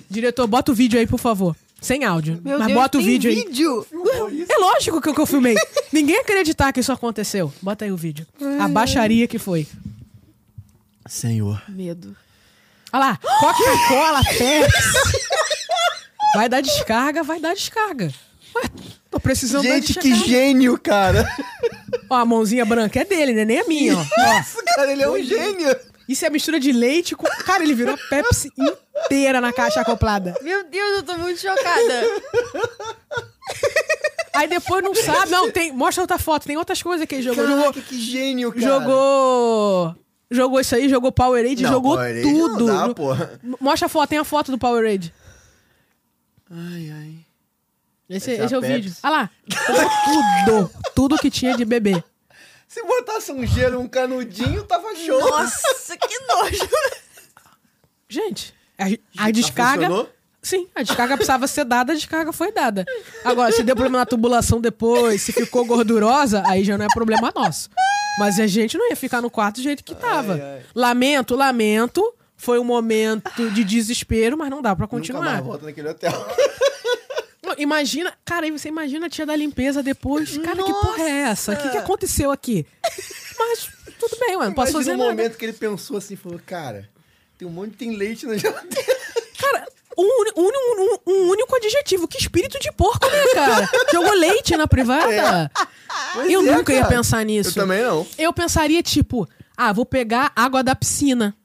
Diretor, bota o vídeo aí, por favor. Sem áudio. Meu mas Deus, bota o tem vídeo, aí. vídeo. É lógico que eu, que eu (laughs) filmei. Ninguém ia acreditar que isso aconteceu. Bota aí o vídeo. A baixaria que foi. Senhor. Medo. Olha lá, (laughs) Coca-Cola, Pepsi. Vai dar descarga, vai dar descarga. Ué, tô precisando dar Gente, descarga. que gênio, cara. Ó, a mãozinha branca é dele, né? Nem a (laughs) minha, ó. Ó, Nossa, cara, ele é um gênio. Isso é mistura de leite com... Cara, ele virou a Pepsi inteira na caixa acoplada. Meu Deus, eu tô muito (laughs) chocada. Aí depois não sabe... Não, tem... Mostra outra foto. Tem outras coisas que ele jogou. Jogou- Caraca, que gênio, cara. Jogou... Jogou isso aí, jogou Powerade, Não, jogou Powerade não tudo. dá, Jo- porra. Mostra a foto, tem a foto do Powerade. Ai, ai. Essa Esse, é esse é a o Pepsi. vídeo. Olha lá. (laughs) Jogou tudo. Tudo que tinha de bebê. Se botasse um gelo, um canudinho, tava show. Nossa, que nojo! Gente, É, a, a Já descarga. funcionou? Sim, a descarga precisava ser dada, a descarga foi dada. Agora, se deu problema na tubulação depois, se ficou gordurosa, aí já não é problema nosso. Mas a gente não ia ficar no quarto do jeito que tava. Lamento, lamento. Foi um momento de desespero, mas não dá pra Nunca continuar. mais volta naquele hotel. Não, Imagina, cara, aí você imagina a tia da limpeza depois. Cara, que porra é essa? O que, que aconteceu aqui? Mas tudo bem, mano, não posso Imagina fazer o nada. momento que ele pensou assim, falou, cara, tem um monte, tem leite na (laughs) geladeira. Cara, um, uni- um, um- um único adjetivo. Que espírito de porco, né, cara? (laughs) Jogou leite na privada? É. Pois Eu é, nunca ia cara. pensar nisso. Eu também não. Eu pensaria, tipo, ah, vou pegar água da piscina.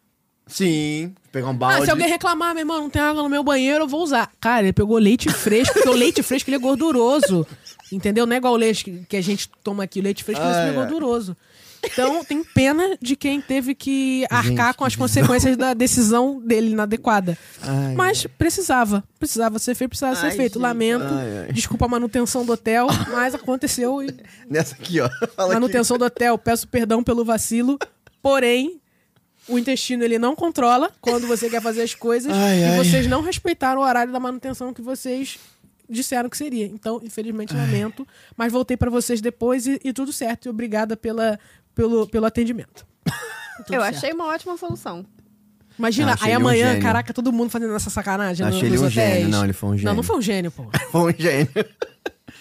Sim, pegar um balde. Ah, se alguém reclamar, meu irmão, não tem água no meu banheiro, eu vou usar. Cara, ele pegou leite fresco, porque o leite fresco ele é gorduroso. Entendeu? Não é igual o leite que- que a gente toma aqui. O leite fresco ele Ai, é ai. gorduroso. Então, tem pena de quem teve que arcar Gente, com as que consequências da decisão dele inadequada. Ai, Mas precisava. Precisava ser feito, precisava Ai, ser feito. gente. Lamento. Ai, ai. Desculpa a manutenção do hotel, mas aconteceu. E... Nessa aqui, ó. Fala aqui. Manutenção do hotel, peço perdão pelo vacilo, porém, o intestino ele não controla quando você quer fazer as coisas Ai, e ai. vocês não respeitaram o horário da manutenção que vocês disseram que seria. Então, infelizmente, lamento, mas voltei pra vocês depois e, e tudo certo. E obrigada pela, pelo, pelo atendimento. Tudo Eu certo. achei uma ótima solução. Imagina, Achei aí ele um amanhã, gênio. caraca, todo mundo fazendo essa sacanagem no- Achei ele nos um hotéis. gênio, não, ele foi um Não, gênio. não foi um gênio, pô. Foi um gênio.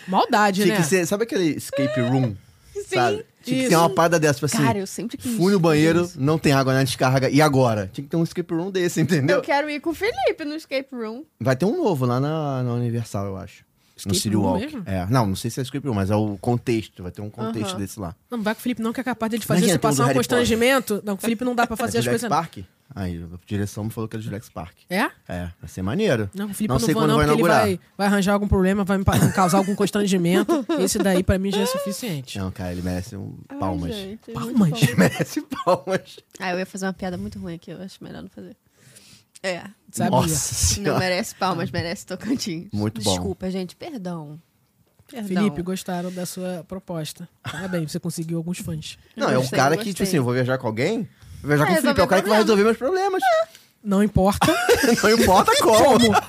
Maldade, Tinha né? que ser, sabe aquele escape (laughs) room? Sim, sabe? Tinha que ter isso. uma parada dessa, tipo assim. Cara, eu sempre quis Fui no banheiro, isso. não tem água na descarga. E agora? Tinha que ter um escape room desse, entendeu? Eu quero ir com o Felipe no escape room. Vai ter um novo lá na, na Universal, eu acho. no Escape City room Walk. mesmo? É. Não, não sei se é escape room, mas é o contexto. Vai ter um contexto Aham. desse lá. Não, não vai com o Felipe não, que é capaz de fazer Imagina, você tem o do passar um Harry Potter. constrangimento. Não, com o Felipe não dá pra fazer é as Jurassic coisas. Park? Aí, a direção me falou que é do Jurassic Park. É? É, vai ser maneiro. Não, o Felipe não eu sei não vou quando não, vai porque ele inaugurar. vai, vai arranjar algum problema, vai me pa- (laughs) me causar algum constrangimento. Esse daí, pra mim, já é suficiente. Não, cara, ele merece um Ai, palmas. (laughs) gente, é muito Palmas. bom. merece palmas. Ah, eu ia fazer uma piada muito ruim aqui, eu acho melhor não fazer. É. Sabia. Nossa Não (laughs) senhora. merece palmas, merece Tocantins. Muito bom. Desculpa, gente, perdão. Perdão. Felipe, gostaram da sua proposta. Parabéns, você conseguiu alguns fãs. Não, é um Gostei, cara que, gostei. tipo assim, eu vou viajar com alguém, vou viajar Vai com o Felipe, é resolver o cara que vai problema. resolver meus problemas. Não importa. (laughs) Não importa como. Como?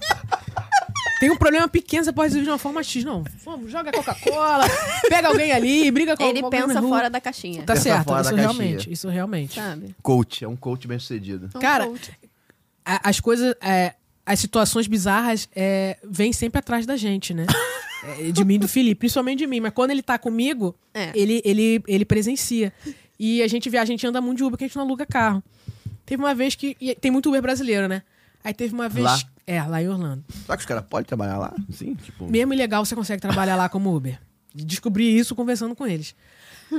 Tem um problema pequeno, você pode resolver de uma forma X. Não, vamos, joga Coca-Cola, pega alguém ali, briga com Ele alguém na pensa rua. fora da Tá, caixinha, Tá Pensa certo, fora da isso caixinha. realmente, isso realmente. sabe? Coach, é um coach bem sucedido. É um Cara, coach. a- as coisas, é, as situações bizarras é, vêm sempre atrás da gente, né? É, de mim e do Felipe, principalmente de mim. Mas quando ele tá comigo, É. ele, ele, ele presencia. E a gente viaja, a gente anda muito de Uber, porque a gente não aluga carro. Teve uma vez que. e tem muito Uber brasileiro, né? Aí teve uma vez. Lá? É, lá em Orlando. Será que os caras podem trabalhar lá? Sim, tipo. Mesmo ilegal, você consegue trabalhar lá como Uber. Descobri isso conversando com eles.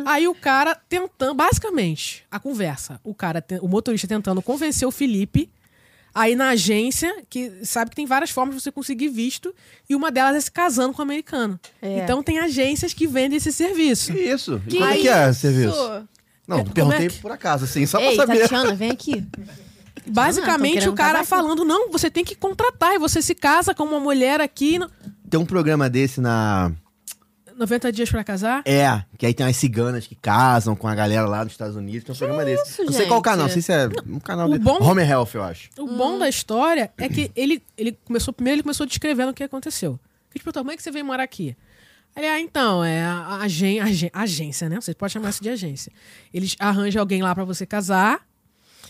Aí o cara tentando, basicamente, a conversa. O cara, te- o motorista tentando convencer o Felipe. Aí na agência, que sabe que tem várias formas de você conseguir visto, e uma delas é se casando com o americano. É. Então tem agências que vendem esse serviço. Que isso? E Que quando é que é o isso? serviço? Não, Como perguntei é que- por acaso, assim, só Ei, tá pra saber. Tatiana, vem aqui. Basicamente, Ah, querendo o cara casar aqui. falando: não, você tem que contratar, e você se casa com uma mulher aqui. no- Tem um programa desse na. 90 dias pra casar? É, que aí tem umas ciganas que casam com a galera lá dos Estados Unidos. Tem um programa desse. isso, não sei qual gente? canal, não sei se é um canal O de. bom- Home Health, eu acho. O bom da história é que ele, ele começou primeiro, ele começou descrevendo o que aconteceu. Que tipo, como é que você veio morar aqui? Ele, ah, então, é a, a agen- a agen- a agência, né? Você pode chamar isso de agência. Eles arranjam alguém lá pra você casar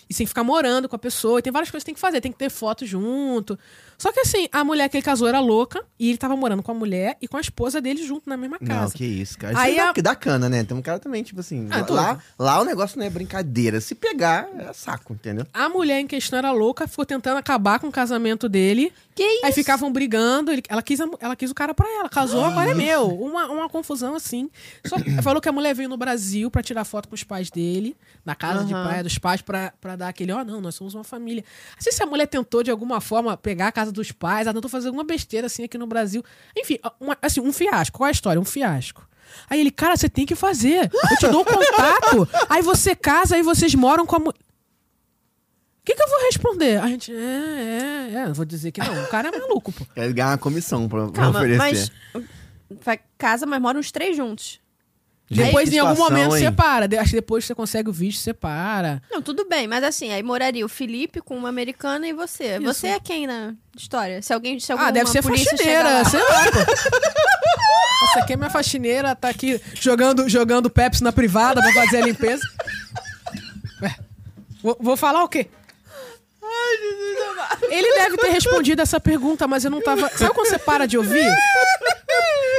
e você tem que ficar morando com a pessoa. E tem várias coisas que tem que fazer, tem que ter foto junto. Só que assim, a mulher que ele casou era louca e ele tava morando com a mulher e com a esposa dele junto na mesma casa. Não, que isso, cara. Isso Aí aí dá, a- que dá cana, né? Tem um cara também, tipo assim. Ah, doido. lá, lá o negócio não é brincadeira. Se pegar, é saco, entendeu? A mulher em questão era louca, ficou tentando acabar com o casamento dele. Que isso? Ah, Aí ficavam brigando, ele- ela, quis a mu- ela quis o cara pra ela, casou, agora é meu. Uma, uma confusão assim. (clears throat) Só que falou que a mulher veio no Brasil pra tirar foto com os pais dele, na casa de Aham. praia dos pais, pra, pra dar aquele, ó, não, nós somos uma família. Não sei se a mulher tentou de alguma forma pegar a casa dos pais, ela tentou fazer alguma besteira assim aqui no Brasil. Enfim, uma- assim, um fiasco. Qual é a história? Um fiasco. Aí ele, cara, você tem que fazer. Eu te dou (laughs) um contato. aí você casa, aí vocês moram com a mulher. O que, que eu vou responder? A gente, é, é, é. Eu vou dizer que não. O cara é maluco, pô. Quer ganhar uma comissão pra, pra Calma, oferecer. mas. vai- Casa, mas moram os três juntos. Gente, depois, que em algum situação, momento, hein? separa. De- Acho que depois você consegue o vídeo, separa. Não, tudo bem, mas assim, aí moraria o Felipe com uma americana e você. Você é quem na história? Se alguém. Se alguma Ah, deve ser polícia faxineira, chegar sei lá, pô. Essa aqui é minha faxineira, tá aqui jogando, jogando Pepsi na privada pra fazer a limpeza. Ué, vou, vou falar o quê? Ele deve ter respondido essa pergunta, mas eu não tava. Sabe quando você para de ouvir?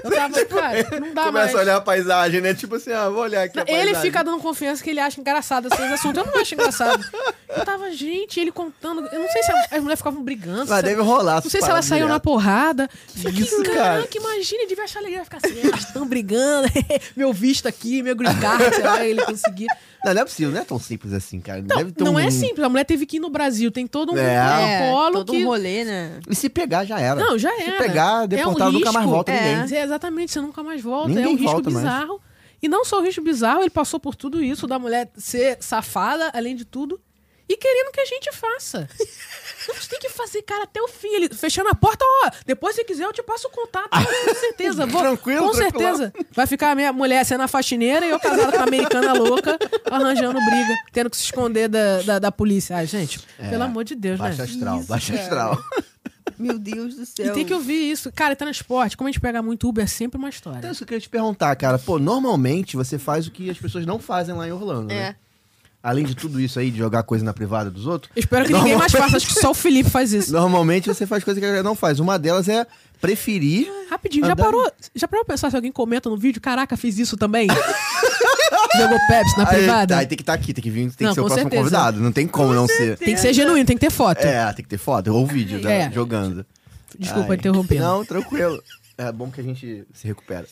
Eu tava, cara, não dá Tipo, Começa mais. a olhar a paisagem, né? Tipo assim, ah, vou olhar aqui a Ele paisagem. fica dando confiança que ele acha engraçado esses assuntos. Eu não acho engraçado. Eu tava, gente, ele contando. Eu não sei se as mulheres ficavam brigando. Ah, se- deve rolar. não sei se ela saiu na porrada. Fiquei, Isso, caraca, cara. imagina, ele devia achar legal ficar assim, "É, elas estão brigando, (laughs) meu visto aqui, meu green card, sei lá, ele conseguir. Não, não é possível, não é tão simples assim, cara. deve ter Não um... é simples, a mulher teve que ir no Brasil, tem todo um É. É, protocolo todo que... um rolê, né? E se pegar, já era. Não, já Se era. pegar, deportar, é um nunca mais risco. volta é. ninguém. É, exatamente, você nunca mais volta, é Ninguém um risco volta mais. bizarro. E não só o risco bizarro, ele passou por tudo isso, da mulher ser safada, além de tudo, e querendo que a gente faça. (laughs) A gente tem que fazer, cara, até o fim. Ele fechando a porta, ó. Depois, se quiser, eu te passo o (laughs) contato. Com certeza. Vou, Tranquilo, Com tranquilo. certeza. Vai ficar a minha mulher sendo a faxineira e eu casada com a americana louca, arranjando briga, tendo que se esconder da, da, da polícia. Ah, gente, pelo amor de Deus, É, Baixa né? astral, Isso, baixa cara. (laughs) astral. Meu Deus do céu. E tem que ouvir isso. Cara, e transporte, como a gente pega muito Uber, é sempre uma história. Então, isso que eu queria te perguntar, cara. Pô, normalmente você faz o que as pessoas não fazem lá em Orlando, É. né? Além de tudo isso aí, de jogar coisa na privada dos outros. Eu espero que ninguém mais normalmente- (laughs) faça, acho que só o Felipe faz isso. Normalmente você faz coisa que a galera não faz. Uma delas é preferir. Rapidinho, já Andando. parou? Já parou pra pensar se alguém comenta no vídeo? Caraca, fiz isso também? (laughs) Jogou Pepsi na privada? Aí, tá, aí tem que estar aqui, tem que vir, tem Não, que ser o com próximo certeza. convidado. Não tem como não ser. Tem que ser genuíno, tem que ter foto. É, tem que ter foto ou vídeo né, É. jogando. Desculpa Ai. interromper. Não, tranquilo. É bom que a gente se recupera.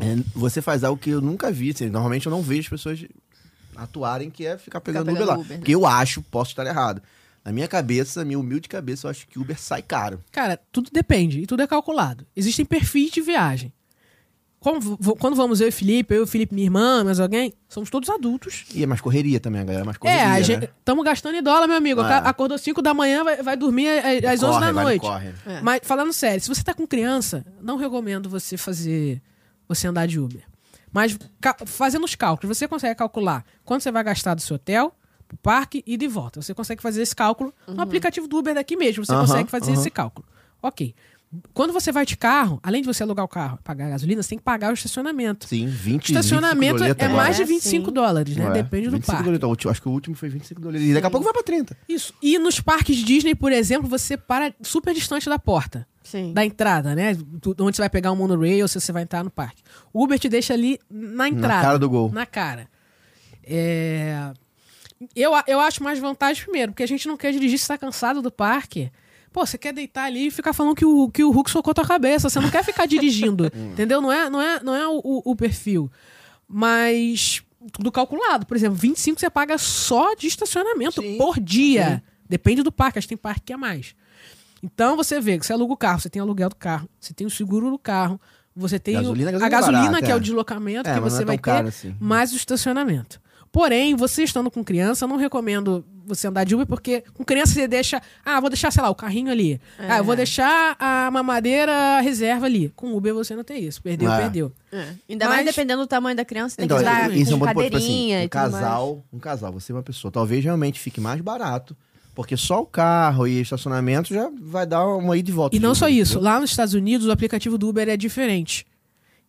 É, você faz algo que eu nunca vi. assim, normalmente eu não vejo as pessoas atuarem, que é ficar pegando, pegando Uber lá. Uber, né? Porque eu acho, posso estar errado. Na minha cabeça, na minha humilde cabeça, eu acho que Uber sai caro. Cara, tudo depende e tudo é calculado. Existem perfis de viagem. Como v- v- Quando vamos eu e Felipe, eu e Felipe, minha irmã, mais alguém, somos todos adultos. E é mais correria também, a galera. É mais correria, é, a né? gente, estamos gastando em dólar, meu amigo. Ah. Aca- Acordou 5 da manhã, vai, vai dormir a- a- às 11 da Corre, vale, noite. corre. É. Mas falando sério, se você tá com criança, não recomendo você fazer você andar de Uber. Mas ca- fazendo os cálculos, você consegue calcular quanto você vai gastar do seu hotel, pro parque e de volta. Você consegue fazer esse cálculo Uhum. no aplicativo do Uber daqui mesmo. Você Aham, consegue fazer aham. esse cálculo. Ok. Quando você vai de carro, além de você alugar o carro e pagar a gasolina, você tem que pagar o estacionamento. Sim, 20 25 Estacionamento doleta é agora. mais de É, sim. 25 dólares, né? É, Depende do 25 parque. doleta. O último- Acho que o último foi 25 doletas. E daqui a pouco vai pra 30. Isso. E nos parques Disney, por exemplo, você para super distante da porta. Sim. da entrada, né? Do- Onde você vai pegar o monorail, se você vai entrar no parque. O Uber te deixa ali na entrada. cara do gol. Na cara. É... Eu, a- eu acho mais vantagem primeiro, porque a gente não quer dirigir se tá cansado do parque. Pô, você quer deitar ali e ficar falando que o, que o Hulk socou tua cabeça. Você não quer (laughs) ficar dirigindo, Hum. entendeu? Não é, não é, não é o, o- o perfil. Mas tudo calculado. Por exemplo, 25 você paga só de estacionamento Sim. por dia. Depende do parque. Acho que tem parque que é mais. Então você vê que você aluga o carro, você tem o aluguel do carro, você tem o seguro do carro, você tem o- Gasolina, a gasolina gasolina, barata, que é o é. deslocamento É, que mas não você é vai tão caro ter, assim. mais o estacionamento. Porém, você estando com criança, eu não recomendo você andar de Uber, porque com criança você deixa. Ah, vou deixar, sei lá, o carrinho ali. Ah, eu vou deixar a mamadeira reserva ali. Com Uber você não tem isso. Perdeu, É. perdeu. É. Ainda Mas- mais dependendo do tamanho da criança, tem Então, que andar isso é um com bom ponto, tipo assim, cadeirinha um e tudo mais. casal, um casal, você é uma pessoa, talvez realmente fique mais barato, porque só o carro e estacionamento já vai dar uma ida e volta. E não de só Uber, isso, entendeu? lá nos Estados Unidos o aplicativo do Uber é diferente.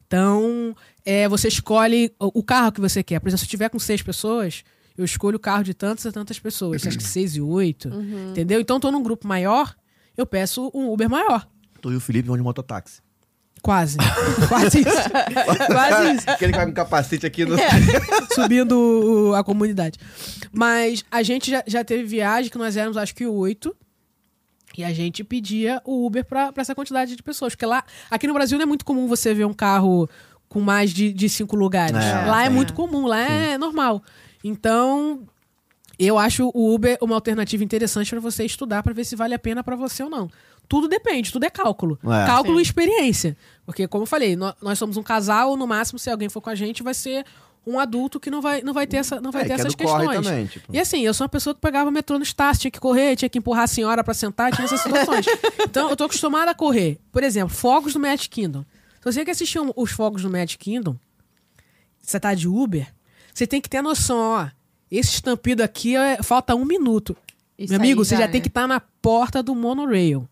Então, é, você escolhe o o carro que você quer. Por exemplo, se eu tiver com seis pessoas, eu escolho o carro de tantas e tantas pessoas. Acho que seis e oito. Entendeu? Então, tô num grupo maior, eu peço um Uber maior. Tu e o Felipe vão de (laughs) mototáxi. Quase. Quase isso. É, Quase (laughs) isso. É, Aquele que vai com capacete aqui (laughs) no... Subindo o- a comunidade. Mas a gente já, já teve viagem que nós éramos, acho que oito. E a gente pedia o Uber pra, pra essa quantidade de pessoas. Porque lá, aqui no Brasil não é muito comum você ver um carro com mais de, de cinco lugares. É, lá é, sim. muito comum, lá é normal. Então, eu acho o Uber uma alternativa interessante pra você estudar pra ver se vale a pena pra você ou não. Tudo depende, tudo é cálculo. É. Cálculo Sim. e experiência. Porque, como eu falei, nó- nós, somos um casal, no máximo, se alguém for com a gente, vai ser um adulto que não vai, não vai ter, essa, não vai É, ter que é essas do corre questões. também, tipo. E assim, eu sou uma pessoa que pegava metrô no estácio, tinha que correr, tinha que empurrar a senhora pra sentar, tinha essas (laughs) situações. então, eu tô acostumada a correr. Por exemplo, Fogos do Magic Kingdom. Se você quer assistir um- os Fogos do Magic Kingdom, você tá de Uber, você tem que ter a noção, ó, esse estampido aqui é- falta um minuto. Isso Meu aí amigo, você já né? tem que estar na porta do monorail.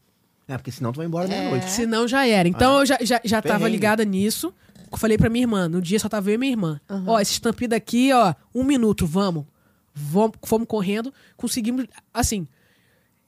É, porque senão tu vai embora meia-noite. Né? Senão já era. Então Ah, eu já, já, já tava Perrengue. ligada nisso. Eu Falei pra minha irmã, no dia só tava eu e minha irmã. Ó, esse estampido aqui, ó, um minuto, vamos. Vamos, fomos correndo, conseguimos, assim,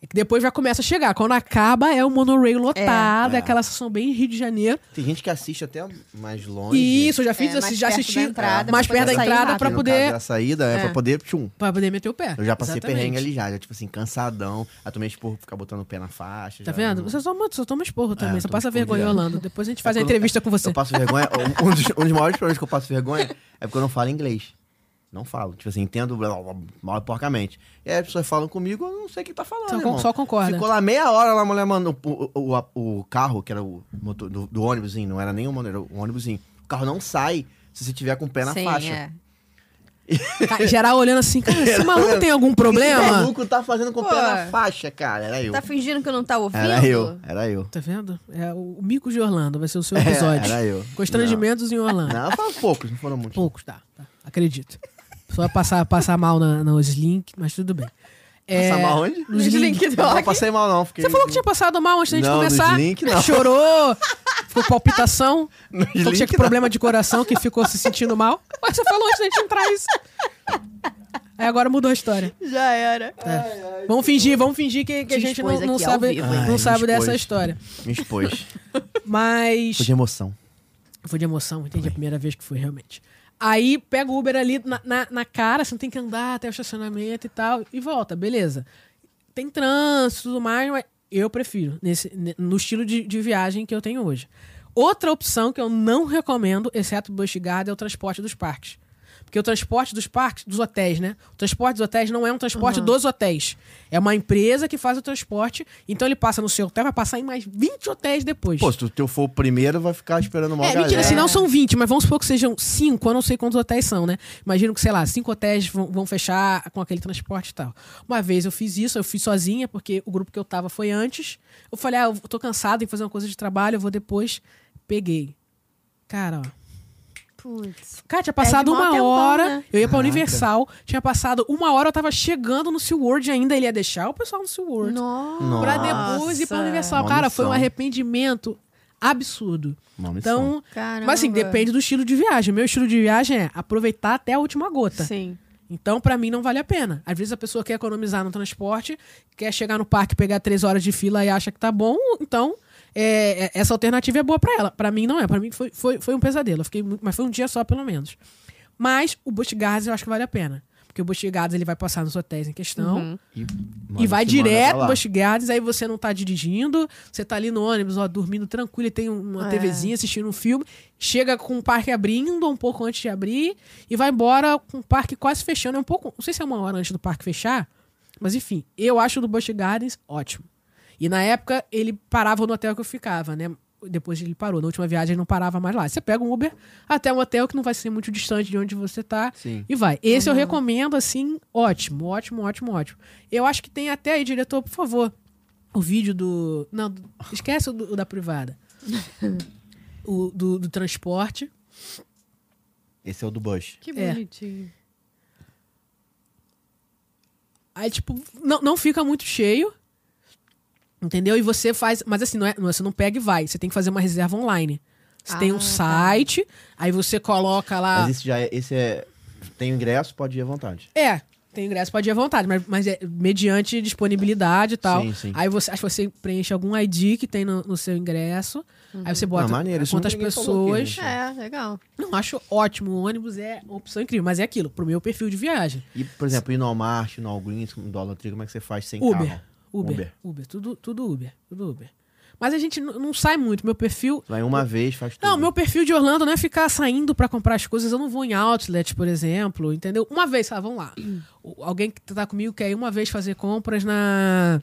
é que depois já começa a chegar. Quando acaba, é o monorail lotado, é, É. aquela estação bem Rio de Janeiro. Tem gente que assiste até mais longe. E isso, eu já fiz, É, mais assim, já perto da assisti entrada, mais pra perto da poder sair entrada rápido. pra no poder, caso da saída, é, É. pra poder. Tchum. pra poder meter o pé. Eu já passei Exatamente. perrengue ali já, já, tipo assim, cansadão. Aí tomei esporro, ficar botando o pé na faixa. Tá já vendo? não- Você só, só toma esporro também, eu só tomo passa esporro vergonha, direto. Holanda. Depois a gente faz a É quando- entrevista com você. Eu passo vergonha. um, um dos, um dos maiores problemas que eu passo vergonha é porque eu não falo inglês. Não falo. Tipo assim, entendo blá, blá, blá, mal e porcamente. E aí as pessoas falam comigo, eu não sei o que tá falando. Só con- irmão. só concorda. Ficou lá meia hora lá, a mulher mandou o, o, o- o carro, que era o motor do, do ônibusinho, não era nem o motor, era o ônibusinho. O carro não sai se você tiver com o pé na Sim, faixa. é. Cara, Geral olhando assim, cara, (laughs) esse maluco tem algum O problema? maluco tá fazendo com o Pô. pé na faixa, cara. Era eu. Tá fingindo que não tá ouvindo? Era eu, era eu. Tá vendo? É o Mico de Orlando, vai (laughs) ser o seu episódio. É, era eu. Constrangimentos em Orlando. Não, foram poucos, não foram muitos. Poucos, tá, tá. Acredito. Só vai passar, passar mal na, nos link, mas tudo bem. É, Passar mal onde? Nos link. Não, (laughs) não passei mal, não. Fiquei... Você falou que tinha passado mal antes da gente Não, nos começar. link, não. Chorou, ficou (laughs) palpitação, Nos falou que tinha link, não. problema de coração, que ficou se sentindo mal. Mas você falou antes da gente entrar isso. Aí agora mudou a história. Já era. Vamos fingir, vamos fingir que, que a Te gente não, expôs não aqui ao sabe, vivo, hein? não Ai, sabe me expôs. dessa história. Me (laughs) expôs. Mas. Foi de emoção. Foi de emoção, entendi a primeira vez que fui, realmente. Aí pega o Uber ali na, na, na cara, você não tem que andar até o estacionamento e tal, e volta, beleza. Tem trânsito e tudo mais, mas eu prefiro, nesse, ne- no estilo de, de viagem que eu tenho hoje. Outra opção que eu não recomendo, exceto o Busch Garden, é o transporte dos parques. Porque o transporte dos parques, dos hotéis, né? O transporte dos hotéis não é um transporte dos hotéis. É uma empresa que faz o transporte, então ele passa no seu hotel, vai passar em mais 20 hotéis depois. Pô, se o teu for o primeiro, vai ficar esperando mal. É, mentira, assim, não são 20, mas vamos supor que sejam 5, eu não sei quantos hotéis são, né? Imagino que, sei lá, 5 hotéis vão, vão fechar com aquele transporte e tal. Uma vez eu fiz isso, eu fiz sozinha, porque o grupo que eu tava foi antes. Eu falei, ah, eu tô cansado de fazer uma coisa de trabalho, eu vou depois. Peguei. Cara, ó. Putz. Cara, tinha Pede passado mó uma tempão, hora. né? Eu ia pra Universal, tinha passado uma hora, eu tava chegando no SeaWorld ainda. Ele ia deixar o pessoal no SeaWorld. Nossa. Nossa. Pra depois ir pra Universal. Cara, foi um Maldição. arrependimento absurdo. Maldição. Então, Caramba. mas assim, depende do estilo de viagem. Meu estilo de viagem é aproveitar até a última gota. Sim. Então, pra mim, não vale a pena. Às vezes a pessoa quer economizar no transporte, quer chegar no parque, pegar três horas de fila e acha que tá bom. Então, é, é- essa alternativa é boa pra ela. Pra mim, não é. Pra mim, foi, foi, foi um pesadelo. Eu fiquei, mu- mas foi um dia só, pelo menos. Mas o Busch Gardens eu acho que vale a pena. Porque o Busch Gardens, ele vai passar nos hotéis em questão. Uhum. Mano, e vai que manda direto pra pro lá. Busch Gardens, aí você não tá dirigindo, você tá ali no ônibus, ó, dormindo tranquilo, e tem uma É. TVzinha assistindo um filme, chega com o parque abrindo um pouco antes de abrir e vai embora com o parque quase fechando, é um pouco, não sei se é uma hora antes do parque fechar, mas enfim, eu acho o do Busch Gardens ótimo. E na época ele parava no hotel que eu ficava, né? Depois ele parou, na última viagem ele não parava mais lá. Você pega um Uber até um hotel que não vai ser muito distante de onde você tá Sim. e vai. Esse eu recomendo, assim, ótimo, ótimo, ótimo, ótimo. Eu acho que tem até aí, diretor, por favor, o vídeo do. Não, do- esquece o, do- o da privada. o do, do transporte. Esse é o do Bush. Que É. bonitinho. Aí, tipo, não, não fica muito cheio. Entendeu? E você faz. Mas assim, não é, não é- você não pega e vai. Você tem que fazer uma reserva online. Você tem um Ah, tá. site, aí você coloca lá. Mas esse já é. Esse é. Tem o ingresso, pode ir à vontade. É, tem ingresso, pode ir à vontade, mas, mas é mediante disponibilidade e tal. Sim, sim. Aí você, acho que você preenche algum ID que tem no, no seu ingresso. Aí você bota Ah, maneiro, isso quantas nunca ninguém falou aqui, pessoas. gente. É, legal. Não, acho ótimo. O ônibus é uma opção incrível, mas é aquilo, pro meu perfil de viagem. E, por exemplo, ir no Walmart, no Allgreens, no Dollar Tree, como é que você faz sem Uber, carro? Uber. Uber. Uber. Tudo, tudo Uber. Tudo Uber. Mas a gente n- não sai muito. Meu perfil. Tu Vai uma vez, faz tudo. Não, meu perfil de Orlando não é ficar saindo pra comprar as coisas. Eu não vou em outlet, por exemplo, entendeu? Uma vez, ah, vamos lá. O- Alguém que tá comigo quer ir uma vez fazer compras na.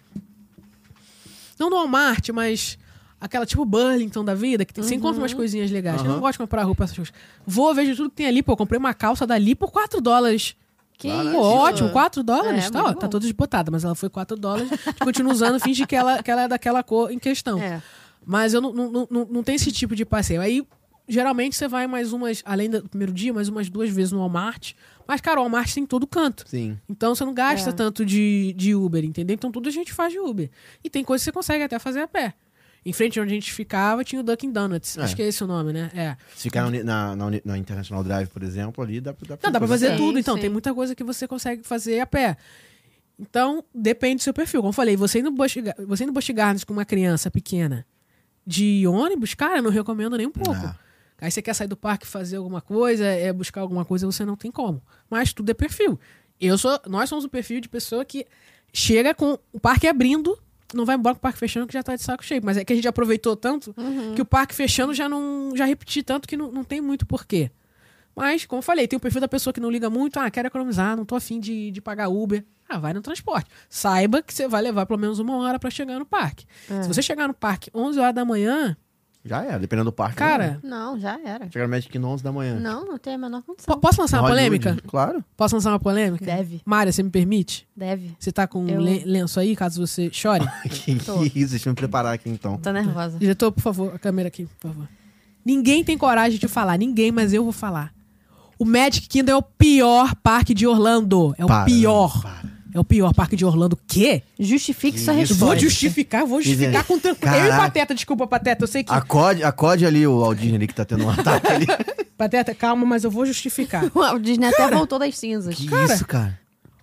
Não no Walmart, mas aquela tipo Burlington da vida, que tem- você encontra Uhum. umas coisinhas legais. Eu não Aham. gosto de comprar roupa, essas coisas. Vou, vejo tudo que tem ali. Pô, comprei uma calça dali por 4 dólares. Que Claro, isso? Pô, ótimo, 4 dólares, É, tá, muito ó, tá bom. toda esbotada, mas ela foi 4 dólares, a gente continua usando, finge que ela, que ela é daquela cor em questão. É. Mas eu não, não, não- não, não tenho esse tipo de passeio. Aí, geralmente, você vai mais umas, além do primeiro dia, mais umas duas vezes no Walmart. Mas, cara, o Walmart tem em todo canto. Sim. Então você não gasta É. tanto de, de Uber, entendeu? Então tudo a gente faz de Uber. E tem coisa que você consegue até fazer a pé. Em frente onde a gente ficava, tinha o Dunkin' Donuts. É. Acho que é esse o nome, né? É. Se ficar na, Uni- na, na, Uni- na International Drive, por exemplo, ali dá, pra- dá pra Não, dá pra fazer Sim, tudo, então. sim. Tem muita coisa que você consegue fazer a pé. Então, depende do seu perfil. Como eu falei, você indo Busch Gar- você indo Busch Gardens com uma criança pequena de ônibus, cara, eu não recomendo nem um pouco. Ah. Aí você quer sair do parque fazer alguma coisa, é buscar alguma coisa, você não tem como. Mas tudo é perfil. Eu sou, nós somos o perfil de pessoa que chega com o parque abrindo, não vai embora com o parque fechando que já tá de saco cheio. Mas é que a gente aproveitou tanto que o parque fechando já não, já repeti tanto que não, não tem muito porquê. Mas, como eu falei, tem o perfil da pessoa que não liga muito, ah, quero economizar, não tô afim de, de pagar Uber. Ah, vai no transporte. Saiba que você vai levar pelo menos uma hora pra chegar no parque. Se você chegar no parque 11 horas da manhã, Já era, dependendo do parque. cara, Não, já era. Chegar no Magic 11 da manhã. Não, não tem a menor condição. Po- posso lançar Na uma Hollywood, polêmica? Claro. Posso lançar uma polêmica? Deve, Mária, você me permite? deve. Você tá com um Eu- le- lenço aí, caso você (laughs) chore? que Tô. (laughs) isso, deixa eu me preparar aqui então. Tô nervosa. Diretor, por favor, a câmera aqui, por favor. Ninguém tem coragem de falar, ninguém, mas eu vou falar. O Magic Kingdom é o pior parque de Orlando. É o Para, pior. não, para. É o pior parque de Orlando. O quê? Justifique Que sua isso? resposta. Vou Pode. justificar, vou justificar com tanto. Eu e Caraca. Pateta, desculpa, Pateta, eu sei que. Acode, acode ali o Aldine ali que tá tendo um ataque (laughs) ali. Pateta, calma, mas eu vou justificar. (laughs) O Disney até voltou das cinzas. Que Cara. isso, cara?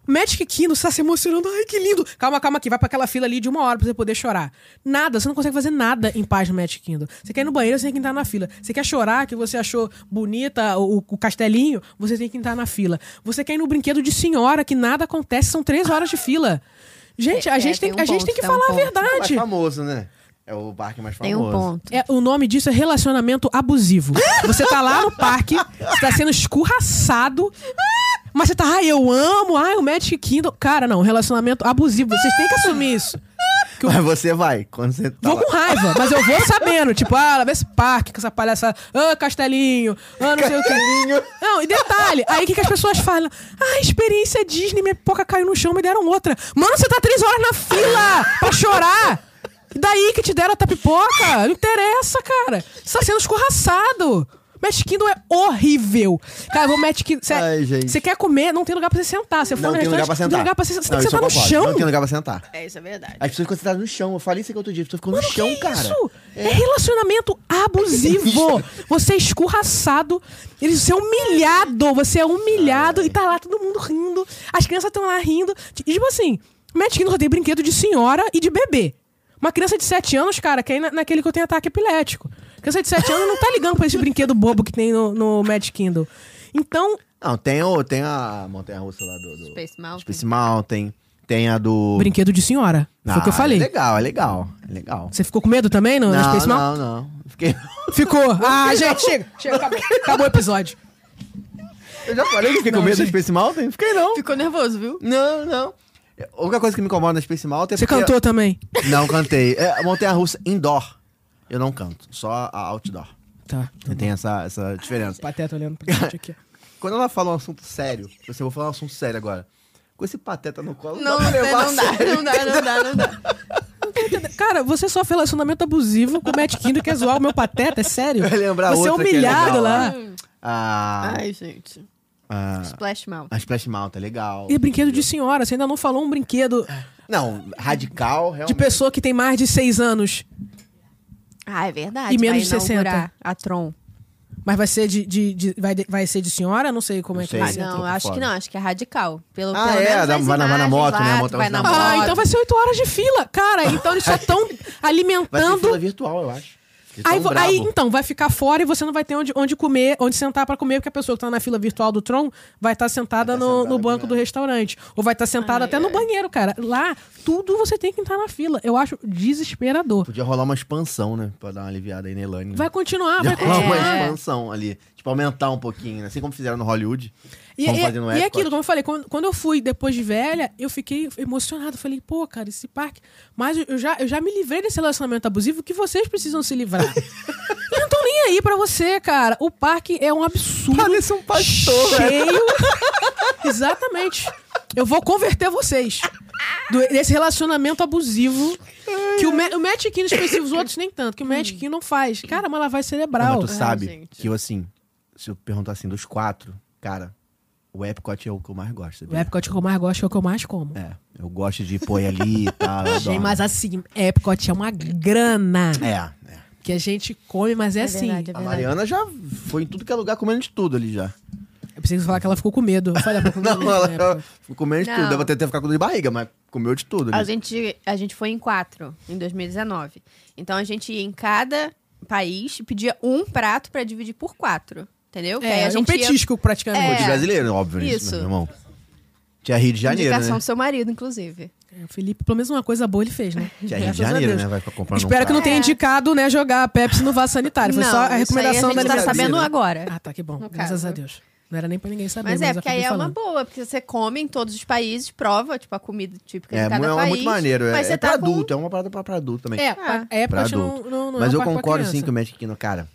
Magic Kingdom, você tá se emocionando. Ai, que lindo. Calma, calma aqui. Vai pra aquela fila ali de uma hora pra você poder chorar. Nada, você não consegue fazer nada em paz no Magic Kingdom. Você quer ir no banheiro, você tem que entrar na fila. Você quer chorar que você achou bonita o, o castelinho, você tem que entrar na fila. Você quer ir no brinquedo de senhora, que nada acontece, são três horas de fila. Gente, a, É, gente, tem tem, um a gente ponto, tem que tem um falar a ponto. É mais verdade. famoso, né? É o parque mais famoso. Tem um ponto. É, o nome disso é relacionamento abusivo. Você tá lá no parque, você tá sendo escurraçado, mas você tá, ai, eu amo, ai, o Magic Kingdom. Cara, não, relacionamento abusivo. Vocês têm que assumir isso. Que (laughs) eu Mas você vai, quando você tá vou lá. com raiva, mas eu vou sabendo. Tipo, ah, lá vem esse parque com essa palhaçada. Ah, castelinho. Ah, não sei o Castelinho. que. Não, e detalhe. Aí o que, que as pessoas falam? Ah, experiência Disney, minha pipoca caiu no chão, me deram outra. Mano, você tá três horas na fila pra chorar. E daí que te deram a tua pipoca? Não interessa, cara. Você tá sendo escorraçado. Magic Kingdom é horrível. Cara, eu vou Magic Kingdom. cê- Ai, gente. Você quer comer, não tem lugar pra você sentar. Você for Não no tem lugar pra sentar. restaurante, um não tem lugar pra você Você tem Não, que isso eu sentar no concordo. chão. Não tem lugar pra sentar. É, isso é verdade. As pessoas ficam sentadas no chão. Eu falei isso aqui outro dia. As pessoas ficam no Mano, chão, que cara. Isso? É relacionamento (laughs) abusivo. você é escorraçado. Eles, você é humilhado. Você é humilhado e tá lá todo mundo rindo. As crianças estão lá rindo. E, tipo assim, Magic Kingdom só tem brinquedo de senhora e de bebê. Uma criança de 7 anos, cara, que é na, naquele que eu tenho ataque epilético. Criança de 7 anos não tá ligando pra esse brinquedo bobo que tem no, no Magic Kingdom. Então, Não, tem, o, tem a montanha russa lá do, do- Space Mountain. Space Mountain. Tem a do. brinquedo de senhora. Foi o que eu Ah, falei. É legal, é legal. É legal. Você ficou com medo também no, no Não, Space Mountain? não, não. Fiquei. (laughs) Ficou. Ah, gente, chega. chega acabou, acabou o episódio. Eu já falei que fiquei com Não, medo do gente. Space Mountain? Fiquei não. Ficou nervoso, viu? Não, não. A única coisa que me incomoda na Space Mountain é Você porque- cantou também. Não cantei. É, montanha russa indoor. Eu não canto, só a outdoor. Tá. Tem essa, essa diferença. Pateta olhando pra gente aqui. Quando ela fala um assunto sério, você vou falar um assunto sério agora. Com esse pateta no colo, Não, dá pra levar não, a dá, sério. não dá, não dá, não dá. Cara, você sofre relacionamento abusivo com o Matt Kingdom, quer zoar o meu pateta, é sério? Vai lembrar você é outra que é humilhado legal lá. A, Ai, gente. a, Splash Mountain. a Splash Mountain é legal. E brinquedo de senhora, você ainda não falou um brinquedo É, Não, radical, de realmente. pessoa que tem mais de seis anos, Ah, é verdade. E menos de vai 60. inaugurar A Tron. mas vai ser de, de- de- vai, de- vai ser de senhora? Não sei como Não é que sei. vai Ah, ser. Sim, não, tô acho fora. que não, acho que é radical. Pelo, tá Ah, pelo é, menos dá- as vai na- vai na imagens moto, lá, né, tu moto vai vai na na moto. Ah, então vai ser oito horas de fila. Cara, então eles só (laughs) estão Vai ser alimentando fila virtual, eu acho. Eles tão Aí, vo- é um brabo. aí, então, vai ficar fora e você não vai ter onde, onde comer, onde sentar pra comer, porque a pessoa que tá na fila virtual do Tron vai estar sentada Vai tá no, sentada no banco do comendo. restaurante. Ou vai estar sentada até no banheiro, cara. Lá, tudo você tem que entrar na fila. Eu acho desesperador. Podia rolar uma expansão, né? Pra dar uma aliviada aí na Elane. né? Ah, Vai continuar, vai Podia rolar continuar. uma É. expansão ali. Tipo Pra aumentar um pouquinho, né? Assim como fizeram no Hollywood. E, estão e- fazendo no e é Epcot. aquilo, como eu falei, quando, quando eu fui depois de velha, eu fiquei emocionado. Falei, pô, cara, esse parque. Mas eu- eu já, eu já me livrei desse relacionamento abusivo que vocês precisam se (laughs) livrar. e não tô nem aí pra você, cara. O parque é um absurdo. Parece um pastor, né? Cheio. (laughs) Exatamente. Eu vou converter vocês do- desse relacionamento abusivo que o, Ma- o Magic Kingdom específico, os outros nem tanto, que o Magic Kingdom não faz. Cara, é uma lavagem Hum. Não, cerebral. mas tu sabe Ah, gente. que eu, assim, se eu perguntar assim, dos quatro, cara, o Epcot é o que eu mais gosto. O sabia? Epcot que eu mais gosto é o que eu mais como. É, eu gosto de pôr (laughs) ali e tal. eu Gente, adoro. mas assim, Epcot é uma grana É, é. que a gente come, mas é, assim. verdade, é A verdade. Mariana já foi em tudo que é lugar comendo de tudo ali já. Eu pensei que você falar que ela ficou com medo. Eu falei, ah, (laughs) pô, Não, ela já ficou comendo de Não. tudo. Deve até ter ficado com dor de barriga, mas comeu de tudo. A Ali. gente, a gente foi em quatro em 2019. Então a gente ia em cada país e pedia um prato pra dividir por quatro. Entendeu? Que aí É, a é um gente ia- petisco Pô, praticamente. de é. brasileiro, óbvio, isso, Isso. né, meu irmão. Tinha Rio de Janeiro, Indicação né? do seu marido, inclusive. O Felipe, pelo menos uma coisa boa ele fez, (laughs) né? Tinha Rio de Graças a Janeiro, Deus. né? Vai ficar comprando Espero um que não prato. tenha indicado, né, jogar Pepsi no vaso sanitário. Foi só a É. isso aí recomendação a gente da tá alimentação. sabendo Né? agora. Ah, tá, que bom. No Graças caso. a Deus. Não era nem pra ninguém saber. Mas é, porque aí acabei é uma falando. boa, porque você come em todos os países, prova, tipo, a comida típica É, de cada mu- é país. muito maneiro. É, Mas é você pra tá com- adulto, é uma parada pra, pra adulto também. É, Ah. a pra Epcot não, adulto. não, não Mas é eu um parque pra concordo criança. sim que o Magic Kingdom, cara.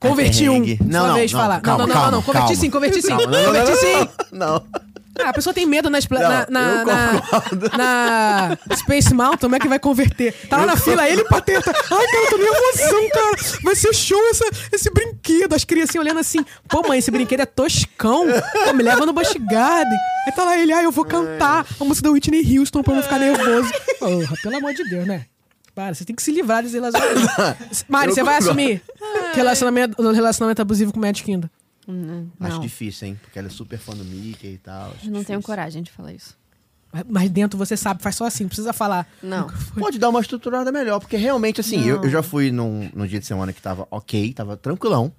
é Converti um. perrengue. Sua vez falar. calma, não, não, não, calma, não. Converti calma. sim, converti sim. Calma, não, não, não, converti sim. Não, não. Ah, a pessoa tem medo nas pla- Não, na, na, eu na, na Space Mountain, como é que vai converter? Tá lá na fila, ele e patenta. Ai, cara, eu tô nervosão, cara. Vai ser show essa, esse brinquedo. As criancinhas olhando assim, pô, mãe, esse brinquedo é toscão. Pô, me leva no Busch Garden. Aí tá lá ele, ah, eu vou cantar a música da Whitney Houston pra eu não ficar nervoso. Porra, pelo amor de Deus, né? Para, você tem que se livrar desse relacionamento. Mari, Eu você vai concordo. assumir relacionamento, relacionamento abusivo com o Magic Kingdom? Acho Não. difícil, hein? Porque ela é super fã do Mickey e tal. Eu acho não tenho difícil. coragem de falar isso. Mas dentro você sabe, faz só assim, não precisa falar. (laughs) Não. Pode dar uma estruturada melhor, porque realmente, assim, eu, eu já fui num, num dia de semana que tava ok, tava tranquilão.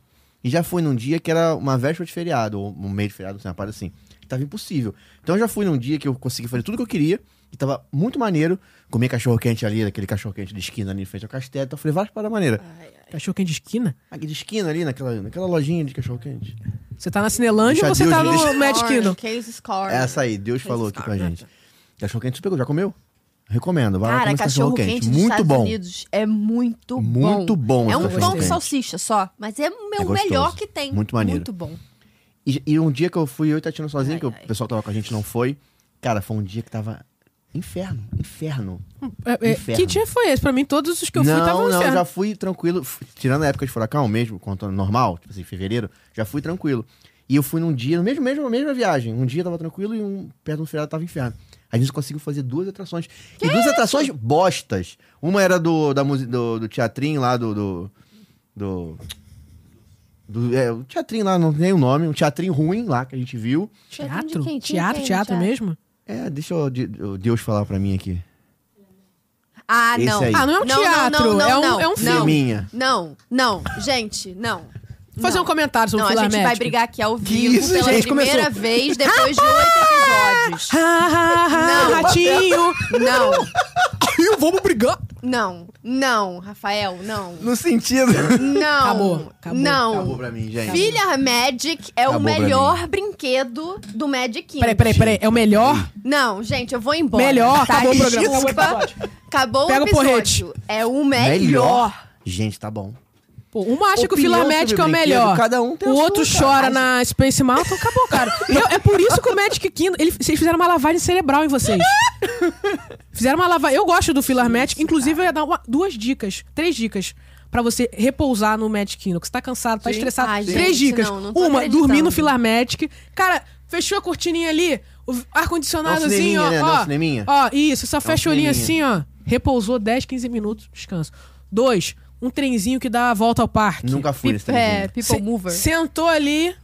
E já fui num dia que era uma véspera de feriado, ou um meio de feriado, assim, uma parada assim. que Tava impossível. Então eu já fui num dia que eu consegui fazer tudo que eu queria, e tava muito maneiro. Comi cachorro-quente ali, aquele cachorro-quente de esquina ali em frente ao castelo. Então eu falei várias paradas É. maneiras. Cachorro quente de esquina? Aqui de esquina ali, naquela, naquela lojinha de cachorro-quente. Você tá na Cinelândia ou Deixa você Deus, tá no deixa- Magic Kingdom? Case score. Essa aí, Deus falou aqui pra gente. Cachorro-quente, você pegou? Já comeu? Recomendo, vai lá Cara, comer esse cachorro quente dos Muito Estados bom. Unidos é muito bom. Muito bom É esse um cachorro pão com quente. salsicha só, mas é o É meu gostoso. melhor que tem. Muito maneiro. Muito bom. E, e um dia que eu fui eu e Tatiana sozinho, Ai, que o ai. pessoal que tava com a gente não foi. Cara, foi um dia que tava inferno, inferno. Hum. É, é, Inferno. que dia foi esse? Pra mim, todos os que eu fui não, estavam no não, inferno. já fui tranquilo. F- Tirando a época de furacão mesmo, contando normal, tipo assim, fevereiro, já fui tranquilo. E eu fui num dia, no mesmo, mesmo, mesma viagem. Um dia tava tranquilo e um perto do feriado tava inferno. A gente conseguiu fazer duas atrações. e duas atrações bostas. Uma era do, da, musi- do, do teatrinho lá do. do. do, do- é, o teatrinho lá, não tem nem o nome, um teatrinho ruim lá que a gente viu. Teatro? De quem? De Teatro, quem? teatro mesmo? É, deixa eu, de- o Deus falar pra mim aqui. Ah, Esse não. aí. Ah, não é um teatro, Não, não, é um- não, é um não. filminha. Não, não, gente, não. Fazer Não. um comentário sobre Não, o a gente Filar vai Magic. brigar aqui ao vivo isso, pela gente, primeira começou. vez depois de oito episódios. Ah, Não. ratinho! (laughs) Não, Eu vamos brigar! não, não, Rafael, não. No sentido. Não. Acabou, acabou, Não. Acabou pra mim, gente. Filha Magic é Acabou o pra melhor brinquedo do Magic Kingdom. Peraí, peraí, peraí. É o melhor? Não, gente, eu vou embora. Melhor, tá? acabou o programa, Desculpa. acabou o episódio. Acabou Pega o o porrete. episódio. É o melhor. Gente, tá bom. Pô, uma acha que o Opinião Filar sobre Magic é o brinquedo, melhor. cada um tem o a sua, outro cara. chora na Space Mountain, acabou, cara. (laughs) É, é por isso que o Magic Kingdom. ele- vocês fizeram uma lavagem cerebral (laughs) em vocês. Fizeram uma lavagem. Eu gosto do Filar Magic. Inclusive, eu ia dar uma- duas dicas, três dicas. Pra você repousar no Magic Kingdom. Que você tá cansado, tá estressado. Ai, Três gente, dicas. não, não tô uma, dormir no acreditando. Filar Magic. Cara, fechou a cortininha ali, o ar-condicionadozinho, Dá um cineminha, ó. né? Dá um Ó, cineminha. ó, isso, só um fecha o olhinho assim, cineminha. ó. Repousou 10, 15 minutos, descanso. Dois, um trenzinho que dá a volta ao parque. Nunca fui nesse Pip, é, people trem. Se- mover. Sentou ali,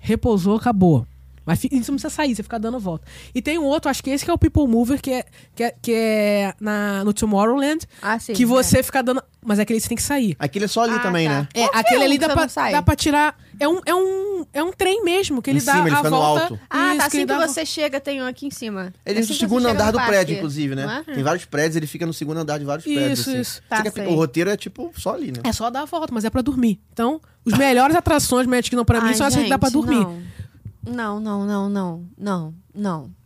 repousou, acabou. Mas fi- isso não precisa sair, você fica dando volta. E tem um outro, acho que esse que é o People Mover, que é, que é, que é na, no Tomorrowland. Ah, sim, que é. você fica dando. Mas aquele você tem que sair. Aquele é só ali Ah, também, tá. né? É, Qualquer aquele um que ali dá você pra, não sai. dá pra tirar. É um, é um. é um trem mesmo, que ele Em dá cima, ele a fica no volta. alto. Ah, Isso, tá. que ele Assim que dá a você chega, tem um aqui em cima. Ele é assim no que segundo você chega andar no do parque, prédio, inclusive, né? não é? Tem vários prédios, ele fica no segundo andar de vários prédios. Isso, assim. isso. Tá, Só que sei. o roteiro é tipo só ali, né? volta. É só dar a volta, mas é pra dormir. Então, (laughs) os melhores atrações Magic Kingdom pra mim Ai, são essas que dá pra gente, dormir. Não, não, não, não, não, não, não, não. (laughs)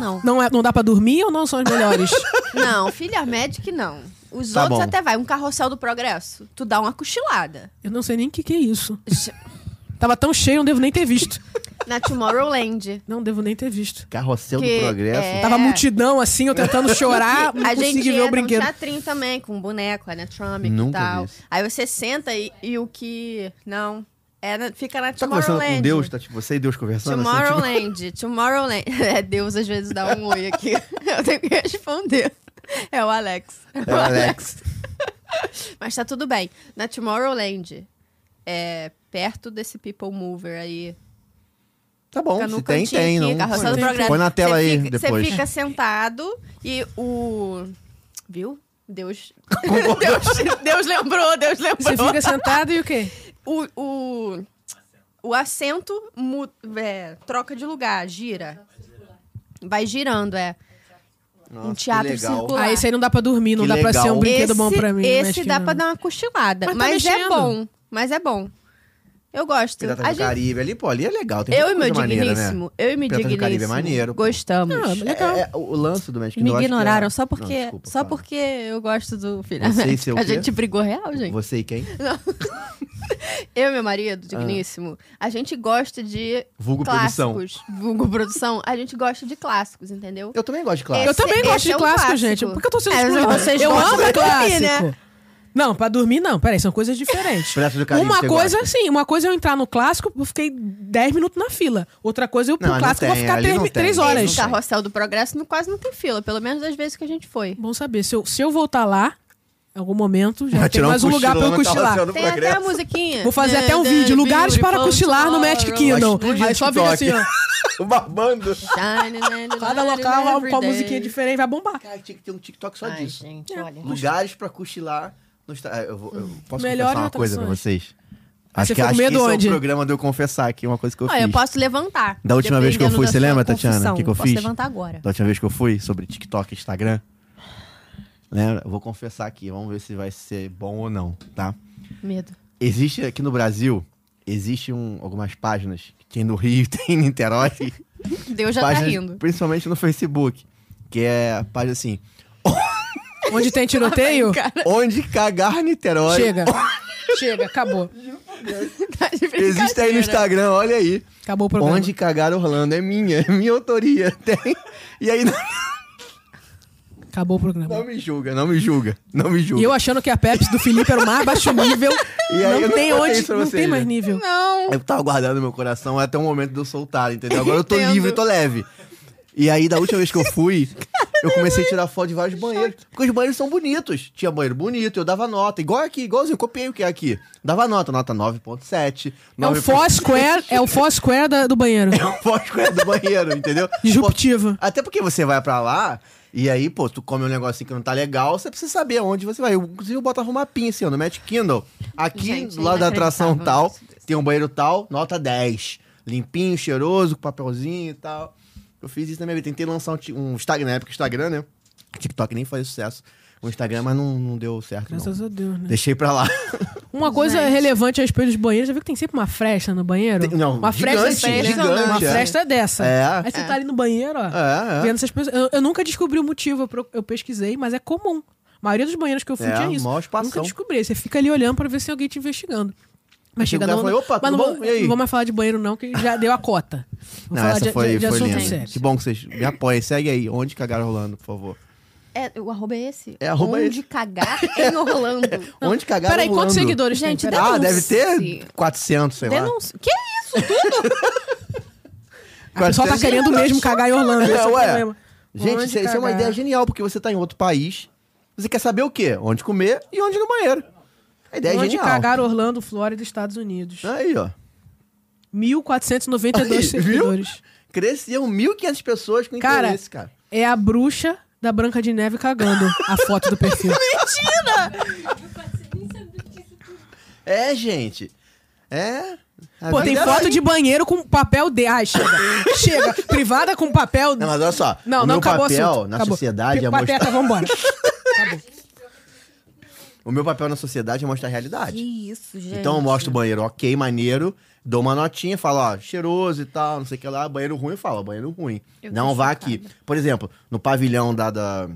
Não, Não, é, não dá pra dormir ou não são as melhores? não filha Magic, não. Os Tá outros bom. até vai. Um carrossel do progresso. Tu dá uma cochilada. Eu não sei nem o que, que é isso. Tava tão cheio, não devo nem ter visto. Na Tomorrowland. Não devo nem ter visto. Carrossel Que do Progresso. é- Tava multidão assim, eu tentando (laughs) chorar, não a consegui gente um ver o entra no brinquedo. teatrinho também, com boneco, animatronic e Nunca tal. vi isso. Aí você senta e, e o que... Não. É na- fica na Tá conversando Tomorrowland. com Deus, tá tipo você e Deus conversando. assim, tipo- Tomorrowland, Tomorrowland. (laughs) É, Deus às vezes dá um oi aqui. (laughs) Eu tenho que responder. É o Alex. É o Alex. Mas tá tudo bem. Na Tomorrowland, é perto desse People Mover aí. Tá bom, Fica no se tem, cantinho tem. aqui, tá Não... Carrossel do põe. Progresso. Põe na tela Você aí fica- depois. Você fica sentado e o... Viu? Deus... Concordou. Deus, (laughs) Deus lembrou, Deus lembrou. Você fica sentado e o quê? O, o, o assento mu- é, troca de lugar, gira. Vai girando, é. Nossa, um que teatro legal. circular. Ah, esse aí não dá pra dormir, não Que dá pra ser legal. um brinquedo esse, bom pra mim. Esse Magic dá Kingdom. pra dar uma cochilada. Mas Mas, tá é mexendo. bom. Mas é bom. Eu gosto. Pirata A do gente- Caribe ali, pô, ali é legal. Tem eu e muita meu coisa maneira, né? digníssimo. Eu e meu Pirata do digníssimo. Caribe é maneiro, pô. Gostamos. Ah, É, é, o lance do Magic Me Kingdom, eu acho que é- ignoraram só Não, porque, desculpa, só fala. porque eu gosto do filho. Você e (laughs) seu A quê? gente brigou real, gente. Você e quem? Eu e meu marido, digníssimo, a gente gosta de Ah. Vulgo produção. clássicos. Vulgo produção. A a gente gosta de clássicos, entendeu? Eu também gosto de clássico. Eu também Esse- gosto de esse é um clássico, clássico. gente. Por que eu tô sendo É, excluída? vocês eu gostam pra amo dormir, clássico. né? Não, pra dormir não. Peraí, são (laughs) coisas diferentes. Piratas do Caribe, uma você coisa, gosta? sim, uma coisa é eu entrar no clássico, eu fiquei 10 minutos na fila. Outra coisa, é eu pro Não, não clássico tem, vou ficar ali não 3, tem. Esse horas. Não tem. carrossel do progresso não, quase não tem fila, pelo menos das vezes que a gente foi. Bom saber. Se eu, se eu voltar lá, em algum momento, já Vai tem tirar mais um lugar pra eu cochilão na cochilar. carrossel do Tem até Progresso. a musiquinha. Vou fazer até um The vídeo. Lugares para beautiful cochilar no Magic tomorrow. Vai Kingdom. explodir Aí o só vídeo assim, ó. TikTok. (laughs) Babando. Shining and the Cada light local vai- every com a day. musiquinha diferente, vai bombar. Cara, tinha que ter um TikTok só Ai, disso. gente, olha. Lugares pra cochilar no Insta- Ah, Eu, vou- eu posso Melhores confessar uma coisa pra atrações. vocês? Ah, você Acho que, ficou com acho que medo esse é onde? o programa de eu confessar aqui, uma coisa que eu Ah, fiz. eu posso levantar. Da última vez que eu dependendo fui, da você sua lembra, Tatiana? confusão. O que, que eu posso fiz? levantar agora. Da última vez que eu fui, sobre TikTok e Instagram. Lembra? Eu vou confessar aqui, vamos ver se vai ser bom ou não, tá? Medo. Existe aqui no Brasil, existe um- algumas páginas, que tem no Rio, (laughs) tem em Niterói. Deus já tá páginas, (laughs) rindo. Principalmente no Facebook, que é a página assim, (laughs) Onde (laughs) tem tiroteio, onde cagar Niterói. chega. Chega, acabou. Tá de Existe aí no brincadeira. Instagram, olha aí. Acabou o programa. Onde cagar Orlando é minha, é minha autoria. (laughs) Tem. E aí, não, Acabou o programa. não me julga, não me julga, não me julga. E eu achando que a Pepsi do Felipe era o mais baixo nível. (laughs) E aí eu não não tem contei onde, isso pra não vocês, tem né? mais nível. Não. Eu tava guardando meu coração até o momento de eu soltar, entendeu? Agora eu tô Entendo. livre, eu tô leve. E aí, da última vez que eu fui, eu comecei a tirar foto de vários banheiros. Porque os banheiros são bonitos. Tinha banheiro bonito, eu dava nota. Igual aqui, igualzinho, eu copiei o que é aqui. Dava nota, nota 9.7. É o 9.6. Foursquare, é o Foursquare da- do banheiro. É um fósforo do banheiro, (laughs) entendeu? Disruptivo. Pô, Até porque você vai pra lá e aí, pô, tu come um negócio que não tá legal, você precisa saber aonde você vai. Eu, inclusive, eu botava uma pinha assim, ó, no Magic Kindle. Aqui, Gente, do lado da atração inacreditável tal, isso desse. tem um banheiro tal, nota 10. Limpinho, cheiroso, com papelzinho e tal. Eu fiz isso na minha vida. Tentei lançar um, ti- um Instagram, na época Instagram, né? TikTok nem fazia sucesso. O Instagram, mas não, não deu certo, não. Graças a Deus, né? Deixei pra lá. (laughs) Uma coisa Gente. relevante a respeito dos banheiros, já viu que tem sempre uma fresta no banheiro? Tem- não, uma gigante, fresta assim, gigante, né? Uma é. fresta dessa. É. Aí você tá ali no banheiro, ó, É, é. vendo essas pessoas. Eu, eu nunca descobri o motivo, eu, pro- eu pesquisei, mas é comum. A maioria dos banheiros que eu fui É, tinha isso. maior espação. Nunca descobri. Você fica ali olhando pra ver se tem alguém te investigando. Mas Aí chega chega o cara não, e fala, "Opa, mas não, tudo vou, bom? E aí?" não vou mais falar de banheiro não, que já deu a cota. Vou Não, falar essa de, foi, de, de foi assunto linda. sério. Que bom que vocês me apoiem. Segue aí. Onde cagaram rolando, por favor. É, o arroba é esse? É, arroba é Onde esse. É, cagar em Orlando. (laughs) Onde cagaram Peraí, rolando? quantos seguidores Gente, tem? Peraí. Ah, deve Denúncia. ter 400, sei lá. Denúncia. Que isso? O pessoal tá 400. querendo mesmo cagar em Orlando. esse é o É, ué. problema. Gente, Onde isso, isso é uma cagar? ideia genial, porque você tá em outro país, você quer saber o quê? Onde comer e onde ir no banheiro. A ideia é Onde genial. cagar Orlando, Flórida, Estados Unidos. Aí, ó. 1.492 Aí, viu? seguidores. Cresciam 1.500 pessoas com Cara, interesse, cara. É a bruxa da Branca de Neve cagando a foto (laughs) do perfil. Mentira! É, gente. É. A Pô, tem vida é foto assim. de banheiro com papel de. Ai, chega. chega. Privada com papel. Não, mas olha só. Não, o não meu acabou o papel assunto. na Acabou. sociedade é Pateta, mostrar. (laughs) vambora. O meu papel na sociedade é mostrar a realidade. Que isso, gente. Então eu mostro o banheiro, ok, maneiro, dou uma notinha, falo, ó, cheiroso e tal, não sei o que lá, banheiro ruim, eu falo, ó, banheiro ruim. Eu tô não vá chocada. aqui. Por exemplo, no pavilhão da. da...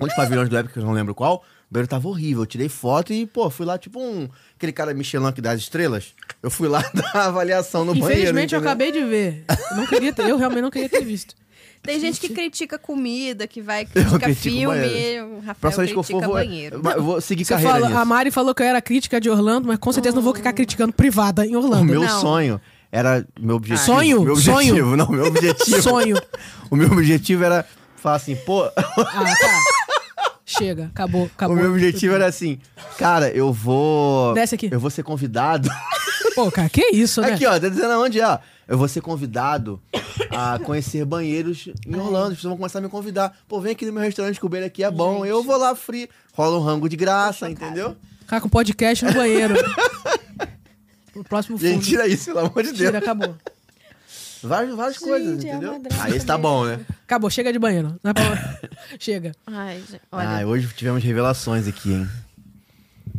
Um dos pavilhões do época, que eu não lembro qual, o banheiro tava horrível. Eu tirei foto e, pô, fui lá, tipo um. Aquele cara Michelin que dá as estrelas. Eu fui lá (laughs) dar a avaliação no banheiro. Infelizmente, eu entendeu? (laughs) acabei de ver. Eu, não queria ter- eu realmente não queria ter visto. Tem gente que critica comida, que (laughs) vai criticar critico filme. banheiro. O Rafael Próxima vez que eu critica for, vou, banheiro. eu vou seguir Você carreira fala, nisso. a Mari falou que eu era crítica de Orlando, mas com certeza não vou ficar criticando privada em O Orlando. meu Não. sonho era meu objetivo. Sonho? Meu Sonho? objetivo, não, meu objetivo. Sonho. O meu objetivo era falar assim, pô, Ah, tá. Chega, o acabou, acabou. meu objetivo era assim, cara, eu vou Desce aqui. eu vou ser (laughs) convidado. Pô, cara, que isso, né? Aqui, ó, tá dizendo aonde é. ó. Eu vou ser convidado a conhecer banheiros em Orlando. As pessoas vão começar a me convidar. Pô, vem aqui no meu restaurante que o banheiro aqui é bom. Eu vou lá free. Rola um rango de graça, entendeu? Cara, com podcast no banheiro. (laughs) o próximo fundo. Gente, tira isso, pelo amor de Deus. Tira, acabou. é Várias, várias coisas, entendeu? Aí esse tá bom, né? Acabou, chega de banheiro. Não é pra- (laughs) chega. Ai, gente, Ah, olha. hoje tivemos revelações aqui, hein?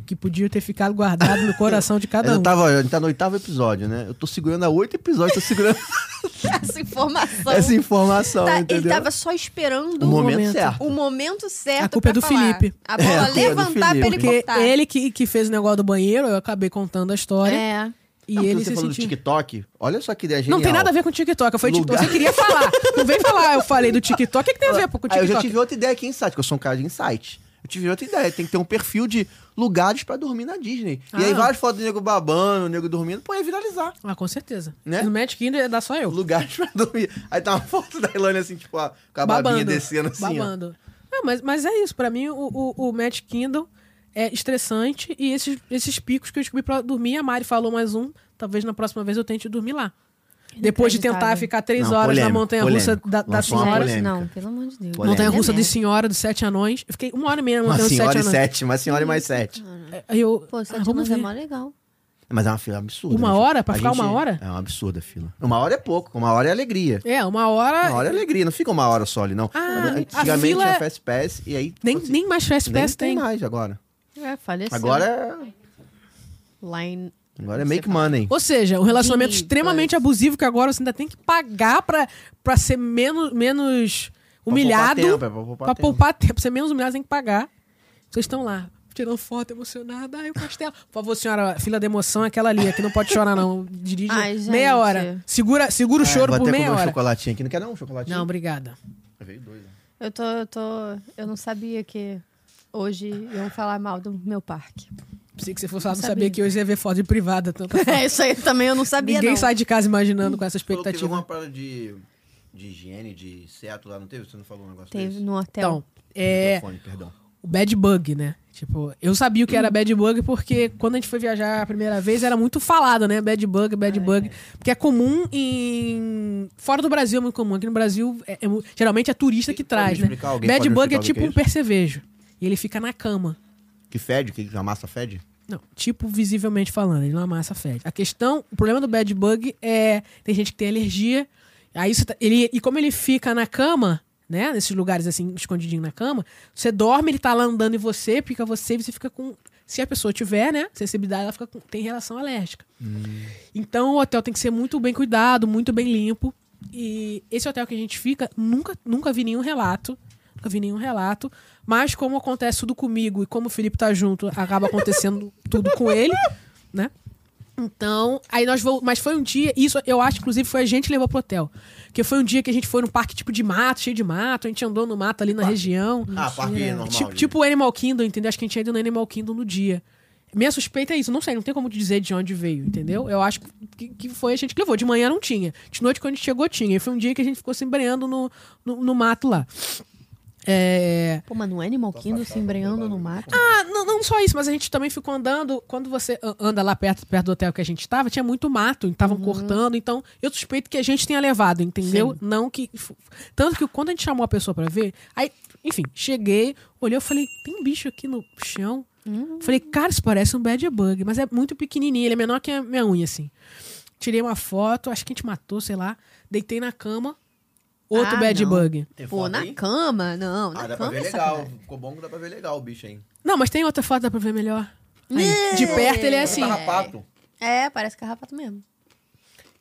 Que podia ter ficado guardado no coração de Mas cada eu um. tava, a gente tá no oitavo episódio, né? Eu tô segurando há oito episódios, tô segurando (laughs) essa informação. essa informação, Tá, entendeu? ele tava só esperando O momento, momento. certo. o momento certo. A culpa é pra do falar. Felipe. A É, a bola culpa é do levantar pra Felipe. ele Porque cortar. ele que, que fez o negócio do banheiro, eu acabei contando a história. É. E Não, porque ele você se falou sentiu... do TikTok, olha só que ideia genial. Não tem nada a ver com o TikTok. Eu falei, tipo, Lugar. você queria falar. Não vem falar, eu falei do TikTok. O que, que tem a ver pô, com o Ah, eu já TikTok? tive outra ideia aqui em site, que eu sou um cara de insight. Eu tive outra ideia, tem que ter um perfil de lugares pra dormir na Disney. E aí Ah. várias fotos do nego babando, nego dormindo, pô, ia viralizar. Ah, com certeza. Né? No Magic Kingdom ia dar só eu. Lugares pra dormir. Aí tá uma foto da Ilane assim, tipo, ó, com a babinha descendo assim, ó. babando. Ah, mas, mas é isso. Pra mim, o, o, o Magic Kingdom é estressante. E esses, esses picos que eu descobri pra dormir, a Mari falou mais um. Talvez na próxima vez eu tente dormir lá. Depois de tentar Inacreditável. ficar três Não, horas polêmico, na montanha-russa polêmico. da, da Lançou uma senhora. polêmica. Não, pelo amor de Deus. Polêmica. Montanha-russa Ele é de senhora, dos sete anões. Eu fiquei uma hora e meia na Uma montanha-russa dos senhora sete e anões. sete, uma senhora e mais sete. Aí eu... Pô, ah, Sete vamos Anos é ver. mó legal. Mas é uma fila absurda. Uma né, gente? hora? Pra A ficar gente- uma hora? É uma absurda a fila. Uma hora é pouco, uma hora é alegria. É, uma hora... Uma hora é alegria, não fica uma hora só ali, não. Ah, a Antigamente fila tinha é- Fast Pass e aí. Nem, você- nem mais Fast nem Pass tem. mais agora. É, faleceu. Agora é. Line... Agora é Você make fala. money. Ou seja, um relacionamento Dias. extremamente abusivo que agora você ainda tem que pagar pra, pra ser menos, menos humilhado. tempo, é pra poupar pra tempo. poupar tempo. Pra ser menos humilhado, você tem que pagar. Vocês estão lá, tirando foto, emocionada. Ai, o castelo. Por favor, senhora, a fila da emoção é aquela ali, que não pode chorar, não. Dirige Ai, gente. meia hora. Segura, segura o choro Vou por até meia comer um hora. chocolatinho aqui. Não quer não um chocolatinho? Não, obrigada. Veio dois. né? Eu tô, eu tô... Eu não sabia que hoje iam falar mal do meu parque. Pensei que você fosse lá, não sabia sabia. que hoje ia ver foto de (laughs) privada. Tanto... (laughs) É, isso aí também eu não sabia, Ninguém não. sai de casa imaginando com essa Falou que teve expectativa. alguma parada de, de higiene, de inseto lá, não teve? Você não falou um negócio Teve desse? no hotel. Então, é... Microfone, perdão. o bad bug, né? Tipo, eu sabia o que era bad bug porque quando a gente foi viajar a primeira vez era muito falado, né? Bad bug, bad bug. Porque é comum em. Fora do Brasil é muito comum. Aqui no Brasil, é- é mu- geralmente é turista que Pode traz, me né? explicar? Alguém Bad pode me bug é explicar o que tipo que é um isso? percevejo. E ele fica na cama. Que fede? Que a massa fede? Não, tipo, visivelmente falando, ele não amassa fede. A questão, o problema do bad bug é. Tem gente que tem alergia. Aí você tá- ele, e como ele fica na cama, né? Nesses lugares assim, escondidinho na cama, você dorme, ele tá lá andando em você, pica você e você fica com. Se a pessoa tiver, né? Sensibilidade, ela fica com- tem relação alérgica. Então o hotel tem que ser muito bem cuidado, muito bem limpo. E esse hotel que a gente fica, nunca, nunca vi nenhum relato. Nunca vi nenhum relato. Mas como acontece tudo comigo e como o Felipe tá junto, acaba acontecendo (laughs) tudo com ele, né? Então, aí nós vou, mas foi um dia, isso eu acho inclusive foi a gente que levou pro hotel. Porque foi um dia que a gente foi num parque tipo de mato, cheio de mato, a gente andou no mato ali na região. Ah, parque normal. Tipo, gente. tipo Animal Kingdom, entendeu? Acho que a gente ia ido no Animal Kingdom no dia. Minha suspeita é isso, não sei, não tem como te dizer de onde veio, entendeu? Eu acho que, que foi a gente que levou. De manhã não tinha. De noite, quando a gente chegou, tinha. E foi um dia que a gente ficou se embreando no, no, no mato lá. É. Pô, mas no Animal Kingdom se embreando no mato. Ah, não, não só isso, mas a gente também ficou andando. Quando você a- anda lá perto, perto do hotel que a gente estava, tinha muito mato, Uhum. estavam cortando. Então, eu suspeito que a gente tenha levado, entendeu? Não que. f- Tanto que quando a gente chamou a pessoa pra ver, aí, enfim, cheguei, olhei, eu falei: tem um bicho aqui no chão? Hum. Falei, cara, isso parece um bad bug, mas é muito pequenininho, ele é menor que a minha unha, assim. Tirei uma foto, acho que a gente matou, sei lá. Deitei na cama, outro Ah, bad não. bug. Tem Pô, foto na aí? cama? Não, na Ah, dá pra cama ver é legal. sacanagem. Ficou bom que dá pra ver legal o bicho, hein? Não, mas tem outra foto, dá pra ver melhor. Aí, de perto ele é assim. Tá Carrapato. É, parece carrapato mesmo.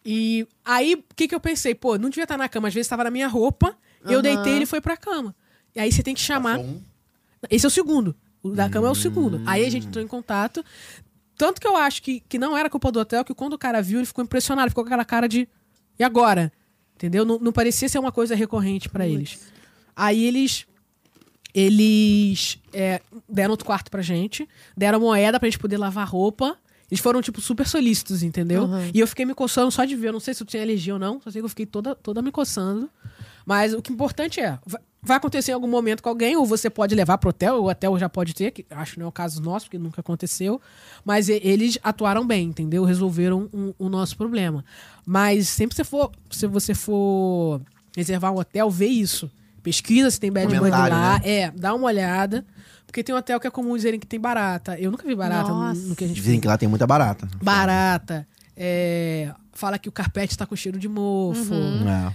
E aí, o que, que eu pensei? Pô, não devia estar na cama, às vezes estava na minha roupa, eu deitei e ele foi pra cama. E aí você tem que chamar. Passou um. Esse é o segundo. O da cama é o segundo. Aí a gente entrou em contato. Tanto que eu acho que, que não era culpa do hotel, que quando o cara viu, ele ficou impressionado, ficou com aquela cara de. E agora? Entendeu? Não, não parecia ser uma coisa recorrente pra eles. Aí eles. Eles é, deram outro quarto pra gente, deram moeda pra gente poder lavar roupa. Eles foram, tipo, super solícitos, entendeu? E eu fiquei me coçando só de ver. Eu não sei se eu tinha alergia ou não, só sei que eu fiquei toda, toda me coçando. Mas o que é importante é, va- vai acontecer em algum momento com alguém, ou você pode levar pro hotel, ou o hotel já pode ter, que acho que não é o caso nosso, porque nunca aconteceu. Mas e- eles atuaram bem, entendeu? Resolveram um- o nosso problema. Mas sempre que você for, se você for reservar um hotel, vê isso. Pesquisa se tem bad bug Comentário, lá. né? É, dá uma olhada. Porque tem hotel que é comum dizerem que tem barata. Eu nunca vi barata no, Nossa. no que a gente Dizem que lá tem muita barata. Barata. é, fala que o carpete tá com cheiro de mofo. É.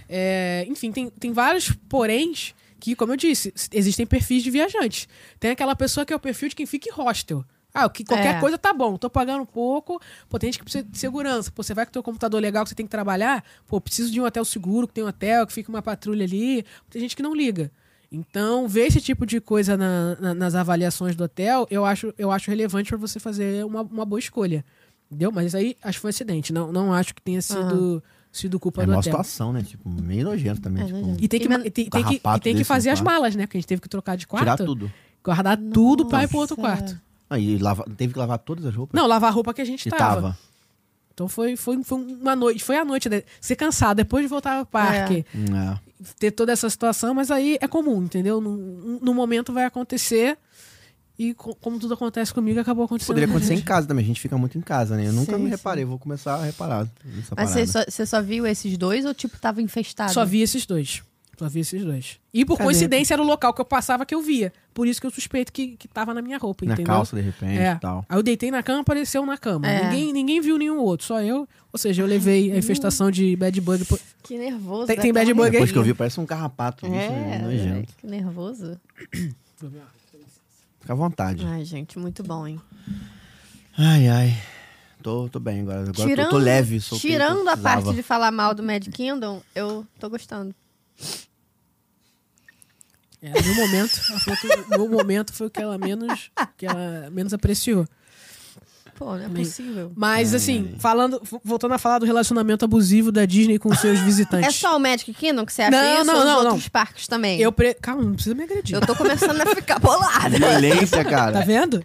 É, enfim, tem, tem vários poréns que, como eu disse, s- existem perfis de viajantes. Tem aquela pessoa que é o perfil de quem fica em hostel. Ah, o que qualquer É. coisa tá bom, tô pagando pouco, pô, tem gente que precisa de segurança. Pô, você vai com o teu computador legal que você tem que trabalhar, pô, preciso de um hotel seguro, que tem um hotel, que fica uma patrulha ali. Tem gente que não liga. Então, ver esse tipo de coisa na- na- nas avaliações do hotel, eu acho, eu acho relevante para você fazer uma, uma boa escolha. Entendeu? Mas isso aí acho que foi um acidente. Não, não acho que tenha sido, sido culpa É do uma hotel. situação, né? Tipo, meio nojento também. tipo, E tem que, Imagina- e tem, tem que, Carrapato e tem que desse fazer no as quarto. malas, né? Porque a gente teve que trocar de quarto. Tirar tudo. Guardar tudo pra ir pro outro Nossa. quarto. Aí lava- teve que lavar todas as roupas? Não, lavar a roupa que a gente que tava. tava. Então foi, foi, foi uma noite. Foi a noite. Né? Ser cansado, depois de voltar ao parque. É. Ter toda essa situação, mas aí é comum, entendeu? No, no momento vai acontecer. E co- como tudo acontece comigo, acabou acontecendo. Poderia com a acontecer em gente. casa também. A gente fica muito em casa, né? Eu nunca Sim, me sim. reparei. Vou começar a reparar nessa Mas parada. você só, você só viu esses dois ou, tipo, tava infestado? Só vi esses dois. Só vi esses dois. E por Cadê? coincidência era o local que eu passava que eu via. Por isso que eu suspeito que, que tava na minha roupa, Na entendeu? calça, de repente, É. e tal. Aí eu deitei na cama, apareceu na cama. É. Ninguém, ninguém viu nenhum outro, só eu. Ou seja, eu levei a infestação de bad bug. pro- Que nervoso. Tem- dá tem até bad uma- bug Depois aí. que eu vi, parece um carrapato. Isso É, é nojento. que nervoso. é. Fica à vontade. Ai, gente, muito bom, hein? Ai, ai. Tô, tô bem agora. Agora eu tô, tô leve. soltei o que eu tirando a precisava. parte de falar mal do Mad Kingdom, eu tô gostando. É, no momento, ela falou que o meu momento foi o que ela menos, que ela menos apreciou. Pô, não é Amei. possível. Mas assim, falando, voltando a falar do relacionamento abusivo da Disney com seus visitantes. (laughs) É só o Magic Kingdom que você acha Não, isso não, ou os não, outros não. parques também? eu pre... Calma, não precisa me agredir. Eu tô começando (laughs) a ficar bolada. (laughs) Violência, cara. Tá vendo?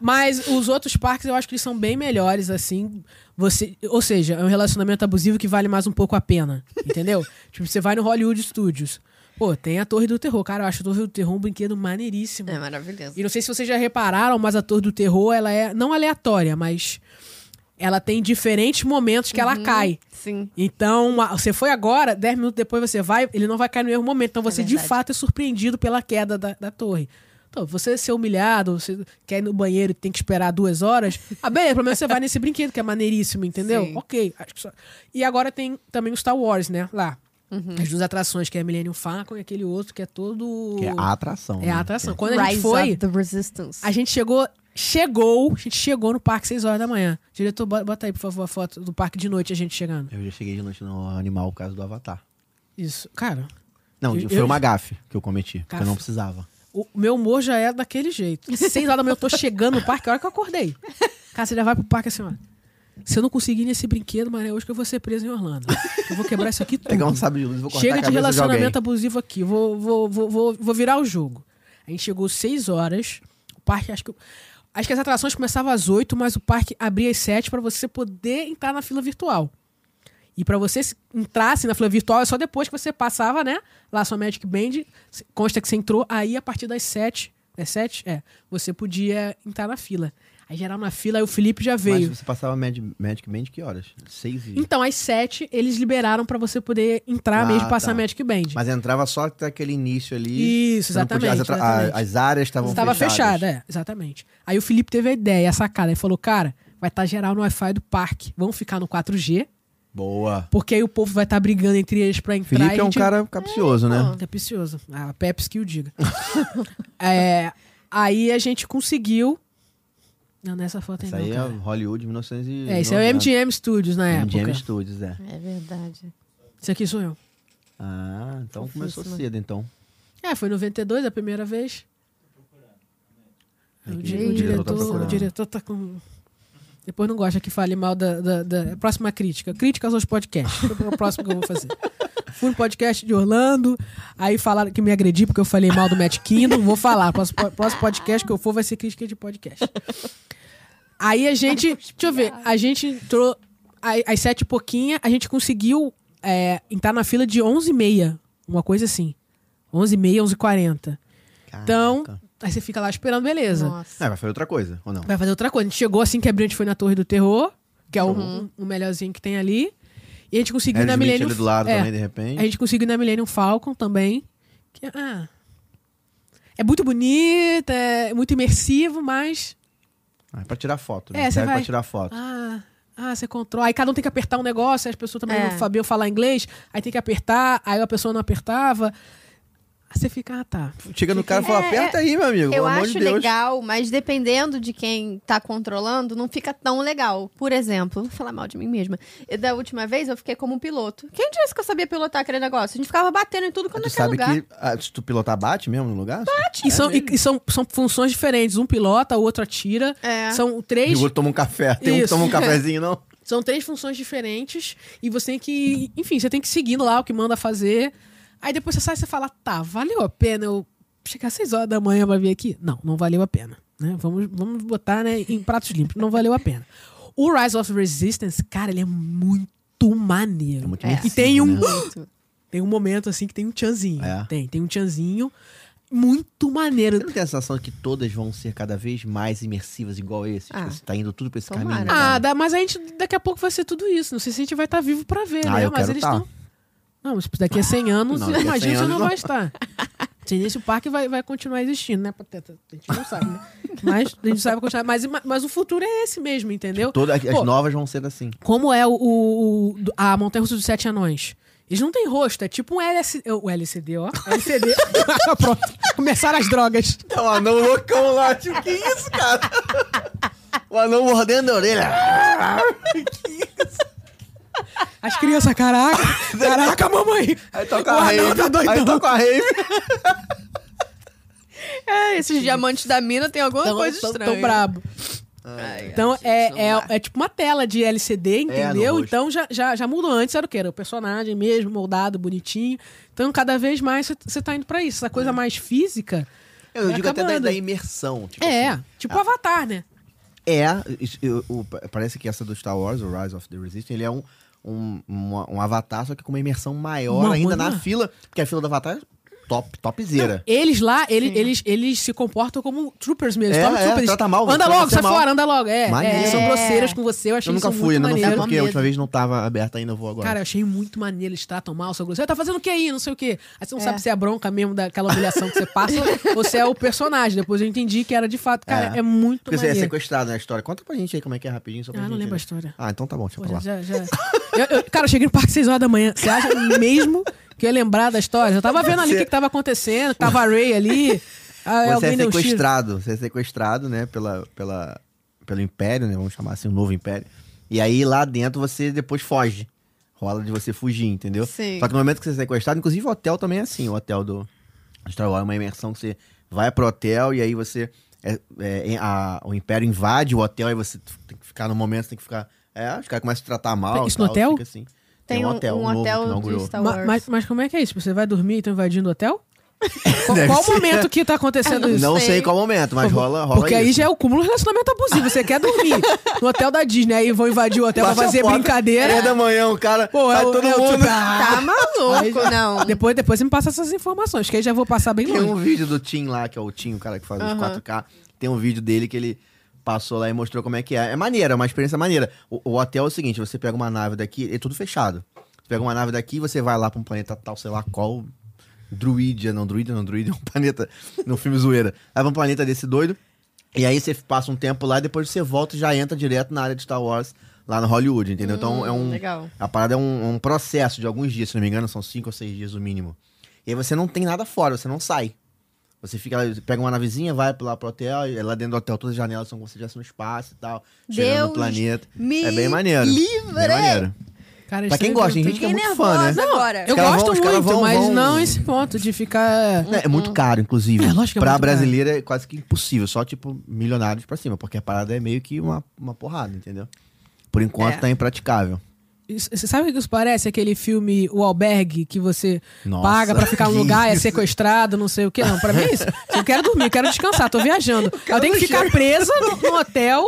Mas os outros parques eu acho que eles são bem melhores, assim. Você, ou seja, é um relacionamento abusivo que vale mais um pouco a pena. Entendeu? tipo, você vai no Hollywood Studios. Pô, tem a Torre do Terror. Cara, eu acho a Torre do Terror um brinquedo maneiríssimo. É maravilhoso. E não sei se vocês já repararam, mas a Torre do Terror, ela é não aleatória, mas ela tem diferentes momentos que ela cai. Sim. Então, uma- você foi agora, 10 minutos depois você vai, ele não vai cair no mesmo momento. Então você, de verdade. fato, é surpreendido pela queda da, da torre. Então, você ser humilhado, você quer ir no banheiro e tem que esperar (laughs) duas horas. Ah, bem, pelo menos você vai nesse brinquedo, que é maneiríssimo, entendeu? Sim. Ok. acho que só- E agora tem também o Star Wars, né? Lá. Uhum. As duas atrações, que é Millennium Falcon e aquele outro que é todo... Que é a atração. É né? a atração. Quando a Rise gente foi, of the Resistance. a gente chegou... Chegou, a gente chegou no parque 6 horas da manhã. Diretor, bo- bota aí, por favor, a foto do parque de noite, a gente chegando. É. Eu já cheguei de noite no animal por causa do Avatar. Isso. Cara, Não, Eu- foi eu- uma gafe que eu cometi, porque Gafe. eu não precisava. O meu humor já é daquele jeito. Seis horas da manhã eu tô chegando no parque, a hora que eu acordei. Cara, você já vai pro parque assim, ó. Se eu não conseguir nesse brinquedo, mas é hoje que eu vou ser preso em Orlando. Eu vou quebrar isso aqui tudo. Pegar um sábio de luz e vou cortar Chega a de cabeça relacionamento de alguém. abusivo aqui. Vou, vou, vou, vou, vou virar o jogo. A gente chegou seis horas. O parque, acho que. Acho que as atrações começavam às oito, mas o parque abria às sete pra você poder entrar na fila virtual. E pra você se- entrar assim, na fila virtual é só depois que você passava, né? Lá sua Magic Band, se- consta que você entrou, aí a partir das sete, é sete? É, você podia entrar na fila. Aí Aí geral na fila, aí o Felipe já Mas veio. você passava Mad, Magic Band que horas? Seis e... Então, às sete, eles liberaram pra você poder entrar Ah, mesmo e passar tá. Magic Band. Mas entrava só até aquele início ali. Isso, você não podia- exatamente. as, atra- exatamente. a- as áreas estavam Estava fechadas. fechada, é, exatamente. Aí o Felipe teve a ideia, a sacada. Ele falou, cara, vai estar geral no Wi-Fi do parque. Vamos ficar no 4G, Boa. porque aí o povo vai estar brigando entre eles pra entrar. Felipe e é a um gente- cara capcioso, né? É precioso. A Pepsi que o diga. (laughs) É, aí a gente conseguiu... Não, nessa foto Isso ainda aí é né? não, cara. Hollywood 1990. É, isso é o MGM Studios na época. MGM Studios, é. É verdade. Isso aqui sou eu. Ah, então começou Fofíssima. cedo, então. É, foi em 92 a primeira vez. É O, di- Aqui, o o diretor tá diretor, o procurando. diretor tá com. Depois não gosta que fale mal da, da- da- Próxima crítica. Críticas aos podcasts. Foi o próximo que eu vou fazer. Fui no podcast de Orlando, aí falaram que me agredi porque eu falei mal do Matt Kino. Vou falar. Próximo, po- próximo podcast que eu for vai ser crítica de podcast. Aí a gente. Deixa eu ver. A gente entrou a- às sete e pouquinha, a gente conseguiu é, entrar na fila de 11 e meia. Uma coisa assim. 11 e meia, 11 e 40. Então, Caraca. aí você fica lá esperando, beleza. Nossa. Ah, vai fazer outra coisa, ou não? Vai fazer outra coisa. A gente chegou assim que abriu, a gente foi na Torre do Terror, que é o, Uhum. o melhorzinho que tem ali. E a gente conseguiu ir na Aerosmith Millennium... ali do lado é, também, né? de repente. A gente conseguiu ir na Millennium Falcon também. que- ah, é muito bonita, é muito imersivo, mas... Ah, é pra tirar foto. É, Né? você Serve vai- pra tirar foto. Ah, ah, você controla. Aí cada um tem que apertar um negócio, aí as pessoas também É. não sabiam falar inglês. Aí tem que apertar, aí a pessoa não apertava. Aí você fica, ah, tá. Chega no cara e fala, É, aperta aí, meu amigo. Eu pelo amor acho de Deus. legal, mas dependendo de quem tá controlando, não fica tão legal. Por exemplo, vou falar mal de mim mesma. Eu, da última vez eu fiquei como um piloto. Quem disse que eu sabia pilotar aquele negócio? A gente ficava batendo em tudo Mas quando Tu aquele sabe lugar. que ah, se tu pilotar bate mesmo no lugar? Bate. E, são, e- e são, são funções diferentes. Um pilota, o outro atira. É. São E três, o outro toma um café. Tem um que Isso. toma um cafezinho, (laughs) não? são três funções diferentes. E você tem que. Enfim, você tem que ir seguindo lá o que manda fazer. Aí depois você sai e você fala: tá, valeu a pena eu chegar às seis horas da manhã pra vir aqui? Não, não valeu a pena. Né? Vamos, vamos botar né, em pratos limpos. Não valeu a pena. O Rise of Resistance, cara, ele é muito maneiro. É muito e imersivo, tem um. Muito. (gasps) Tem um momento assim que tem um tchanzinho. É. Tem, tem um tchanzinho muito maneiro. Você não tem a sensação de que todas vão ser cada vez mais imersivas igual esse? Ah. Tipo, você tá indo tudo pra esse Tomara. caminho. Ah, cara. dá- mas a gente daqui a pouco vai ser tudo isso. Não sei se a gente vai estar vivo pra ver, Ah, né? eu mas quero eles tá. estão. Não, mas daqui a 100 anos, Não, daqui a imagina 100 se anos não não. vai estar. Sem nem se o parque vai, vai continuar existindo, né, Pateta? A gente não sabe, né? Mas a gente sabe continuar. Mas, ima- mas o futuro é esse mesmo, entendeu? Todas as Pô, novas vão ser assim. Como é o, o- o- do- a Montanha Russa dos Sete Anões? Eles não têm rosto, é tipo um LSD. O LSD, ó. LCD. (laughs) Pronto. Começaram as drogas. Tá o anão loucão lá, tipo, que isso, cara? (laughs) O anão mordendo a orelha. As (laughs) crianças, caraca. Caraca, mamãe. Aí toca O a anão rave. tá doidão. Aí toca a rave. É, esses diamantes da mina tem alguma tão, coisa tão- estranha. tão brabo. Então é, é, é tipo uma tela de LCD, no entendeu? rosto. então já, já, já mudou. Antes era o que? Era o personagem mesmo, moldado, bonitinho. Então cada vez mais você- você tá indo pra isso. Essa coisa É. mais física. Eu Vai digo até da, acabando. da imersão. Tipo É, assim. tipo o Avatar, né? É, isso- eu- o- pa- parece que essa do Star Wars, o Rise of the Resistance, ele é um, um, uma- um avatar, só que com uma imersão maior Uma- né? ainda na uma- fila, porque a fila do avatar é top, topzera. Eles lá, eles, eles, eles se comportam como troopers mesmo. É, stormtroopers. é, Eles- trata mal, anda trata logo, você sai mal. fora, anda logo. É, Maneiro. é, eles são É. grosseiras com você. Eu achei eu nunca isso fui, muito ainda não sei maneiro. Dá porque, a medo. última vez não tava aberta ainda, eu vou agora. Cara, é eu achei muito maneiro. Eles tratam mal o seu grosseiro. Tá fazendo o que aí? Não sei o quê. Aí você não sabe se é a bronca mesmo daquela humilhação que você passa ou se é o personagem. Depois eu entendi que era de fato. Cara, é, É. muito porque você é maneiro. sequestrado na história. Conta pra gente aí como é que é rapidinho, só pra Ah, gente não lembro a entender. história. é. Ah, então tá bom, deixa eu Pô, já- falar. já, já- Eu- eu- cara, eu cheguei no parque 6 horas da manhã. Você acha mesmo que eu ia lembrar da história? Eu tava vendo ali o que, que tava acontecendo. Tava a Ray ali. ah, Você alguém é deu um tiro. sequestrado, você é sequestrado, né, pela, pela, pelo Império, né, vamos chamar assim, o novo Império. E aí, lá dentro, você depois foge. Rola de você fugir, entendeu? Sim. Só que no momento que você é sequestrado, inclusive o hotel também é assim, o hotel do Star Wars é uma imersão que você vai pro hotel e aí você... é- é, em- a- o Império invade o hotel e você tem que ficar no momento, você tem que ficar... É, os caras começam a te tratar mal. e Isso tal, no hotel? fica assim. Tem um- um novo que hotel de inaugurou. Star Ma- mas, mas como é que é isso? Você vai dormir e estão invadindo o hotel? Qual, Deve qual o ser. momento que tá acontecendo isso? Não sei Sei. qual momento, mas rola, rola Porque isso. aí já é o cúmulo do relacionamento abusivo. Você quer dormir no hotel da Disney, aí vão invadir o hotel pra Bate a fazer porta, É três brincadeira. da manhã, o cara. Pô, sai é o- todo é o mundo. tipo, Tá maluco, não. Depois, depois você me passa essas informações, que aí já vou passar bem (laughs) Tem longe. um vídeo do Tim lá, que é o Tim, o cara que faz os 4K. Tem um vídeo dele que ele Passou lá e mostrou como é que é. É maneira, é uma experiência maneira. O, o hotel é o seguinte: você pega uma nave daqui, é tudo fechado. Você pega uma nave daqui e você vai lá pra um planeta tal, sei lá qual. Druidia, não, Druidia, não, Druidia é um (laughs) planeta. No filme zoeira. Aí vai um planeta desse doido. E aí você passa um tempo lá e depois você volta e já entra direto na área de Star Wars, lá no Hollywood, entendeu? então é um. legal. A parada é um, um processo de alguns dias, se não me engano, são cinco ou seis dias o mínimo. E aí você não tem nada fora, você não sai. Você fica lá, pega uma navezinha, vai lá pro hotel, e é lá dentro do hotel todas as janelas são como se estivesse no espaço e tal. Chegando no Deus planeta. me é bem maneiro. livre! Bem maneiro. Cara, Pra quem gosta, tem gente que é Fiquei muito fã, né? nervosa agora. Eu Os caras gosto vão- os caras muito, vão- mas vão- não esse ponto de ficar. É, é Hum. muito caro, inclusive. É, lógico que é pra muito caro. brasileiro é quase que impossível, só tipo milionários pra cima, porque a parada é meio que uma, uma porrada, entendeu? Por enquanto É. tá impraticável. Isso- Você sabe o que isso parece? Aquele filme O Albergue, que você Nossa, paga pra ficar num que lugar, (laughs) é isso. sequestrado, não sei o que. Não, pra mim é isso. Eu quero dormir, eu quero descansar, tô viajando. Eu tenho que ficar presa no, no hotel,